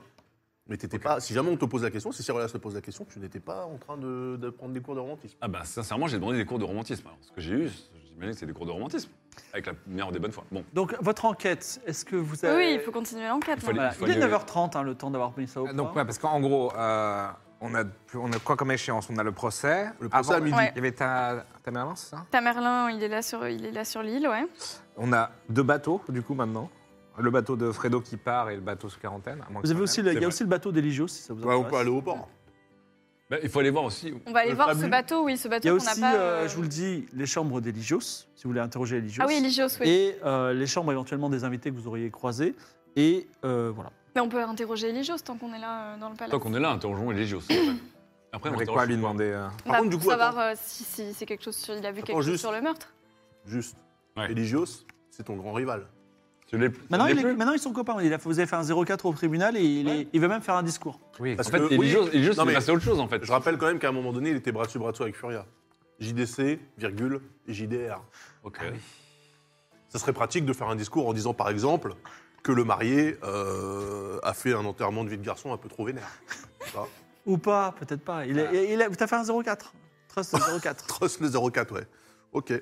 [SPEAKER 3] mais t'étais pas, si jamais on te pose la question, si Cyriella se pose la question, tu n'étais pas en train de, de prendre des cours de romantisme.
[SPEAKER 4] Ah bah sincèrement, j'ai demandé des cours de romantisme. Alors, ce que j'ai eu, j'imagine que c'est des cours de romantisme avec la meilleure des bonnes fois. Bon,
[SPEAKER 1] Donc, votre enquête, est-ce que vous avez.
[SPEAKER 2] Oui, il faut continuer l'enquête.
[SPEAKER 4] il faut
[SPEAKER 2] non
[SPEAKER 4] aller-
[SPEAKER 1] Voilà.
[SPEAKER 4] il faut
[SPEAKER 1] Il est
[SPEAKER 4] aller-
[SPEAKER 1] 9h30, hein, le temps d'avoir mis ça
[SPEAKER 3] Ah,
[SPEAKER 1] au point.
[SPEAKER 5] Donc, ouais, parce qu'en gros, euh, on, a, on a quoi comme échéance On a le procès.
[SPEAKER 3] Le procès à midi.
[SPEAKER 2] Ouais.
[SPEAKER 5] Il y avait ta, ta mère Lance, c'est ça
[SPEAKER 2] Tamerlan, il est là sur, il est là sur l'île, ouais.
[SPEAKER 5] On a deux bateaux, du coup, maintenant. Le bateau de Fredo qui part et le bateau sous quarantaine. à moins que
[SPEAKER 1] Vous avez
[SPEAKER 5] ça
[SPEAKER 1] aussi, le- il
[SPEAKER 4] c'est
[SPEAKER 5] revienne.
[SPEAKER 1] y a
[SPEAKER 4] vrai.
[SPEAKER 1] aussi le bateau d'Eligios, si ça vous
[SPEAKER 3] Ouais,
[SPEAKER 1] intéresse.
[SPEAKER 3] on peut aller au port.
[SPEAKER 4] bah, il faut aller voir aussi.
[SPEAKER 2] On va aller
[SPEAKER 3] Le
[SPEAKER 2] voir
[SPEAKER 3] Fabu.
[SPEAKER 2] ce bateau, oui,
[SPEAKER 1] Euh, Il
[SPEAKER 2] ce
[SPEAKER 1] y
[SPEAKER 2] bateau
[SPEAKER 1] a
[SPEAKER 2] qu'on n'a
[SPEAKER 1] aussi,
[SPEAKER 2] pas.
[SPEAKER 1] euh,
[SPEAKER 2] euh,
[SPEAKER 1] je vous le dis, les chambres d'Eligios, si vous voulez interroger Eligios.
[SPEAKER 2] Ah oui, Eligios, oui.
[SPEAKER 1] Et euh, les chambres éventuellement des invités que vous auriez croisés. Et euh, voilà.
[SPEAKER 2] Mais on peut interroger Eligios tant qu'on est là euh, dans le palais.
[SPEAKER 4] Tant qu'on est là, interrogeons les Légios. c'est vrai. Après,
[SPEAKER 5] On
[SPEAKER 4] on
[SPEAKER 5] avait
[SPEAKER 4] interroge-
[SPEAKER 5] quoi à lui demander euh
[SPEAKER 3] Par
[SPEAKER 2] Bah,
[SPEAKER 3] contre, du
[SPEAKER 2] pour
[SPEAKER 3] coup,
[SPEAKER 2] savoir euh, si, si c'est quelque chose, sur- il a vu quelque
[SPEAKER 3] Attends,
[SPEAKER 2] chose
[SPEAKER 3] juste.
[SPEAKER 2] sur le meurtre.
[SPEAKER 3] Juste.
[SPEAKER 4] Ouais.
[SPEAKER 3] Eligios, c'est ton grand rival.
[SPEAKER 4] Je l'ai- je
[SPEAKER 1] Maintenant,
[SPEAKER 4] l'ai
[SPEAKER 1] il est-
[SPEAKER 4] plus.
[SPEAKER 1] maintenant, ils sont copains. Il a- vous avez fait un 0-4 au tribunal et il, est- il veut même faire un discours.
[SPEAKER 5] Oui,
[SPEAKER 3] Parce
[SPEAKER 4] En fait,
[SPEAKER 3] que-
[SPEAKER 4] il
[SPEAKER 3] oui,
[SPEAKER 4] est juste, il est juste
[SPEAKER 3] non,
[SPEAKER 4] il est
[SPEAKER 3] mais-
[SPEAKER 4] passé à autre chose en fait.
[SPEAKER 3] Je rappelle quand même qu'à un moment donné, il était bras dessus bras dessous avec Furia. JDC, virgule, JDR.
[SPEAKER 4] Ok.
[SPEAKER 3] Ah, Ça serait pratique de faire un discours en disant, par exemple, que le marié euh, a fait un enterrement de vie de garçon un peu trop vénère. [LAUGHS] Tu vois
[SPEAKER 1] Ou pas, peut-être pas. Il, est- il a- t'as fait un 0-4. Trust 0-4.
[SPEAKER 3] Trust le 04, ouais. Ok.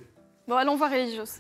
[SPEAKER 2] Bon, allons voir Eligios.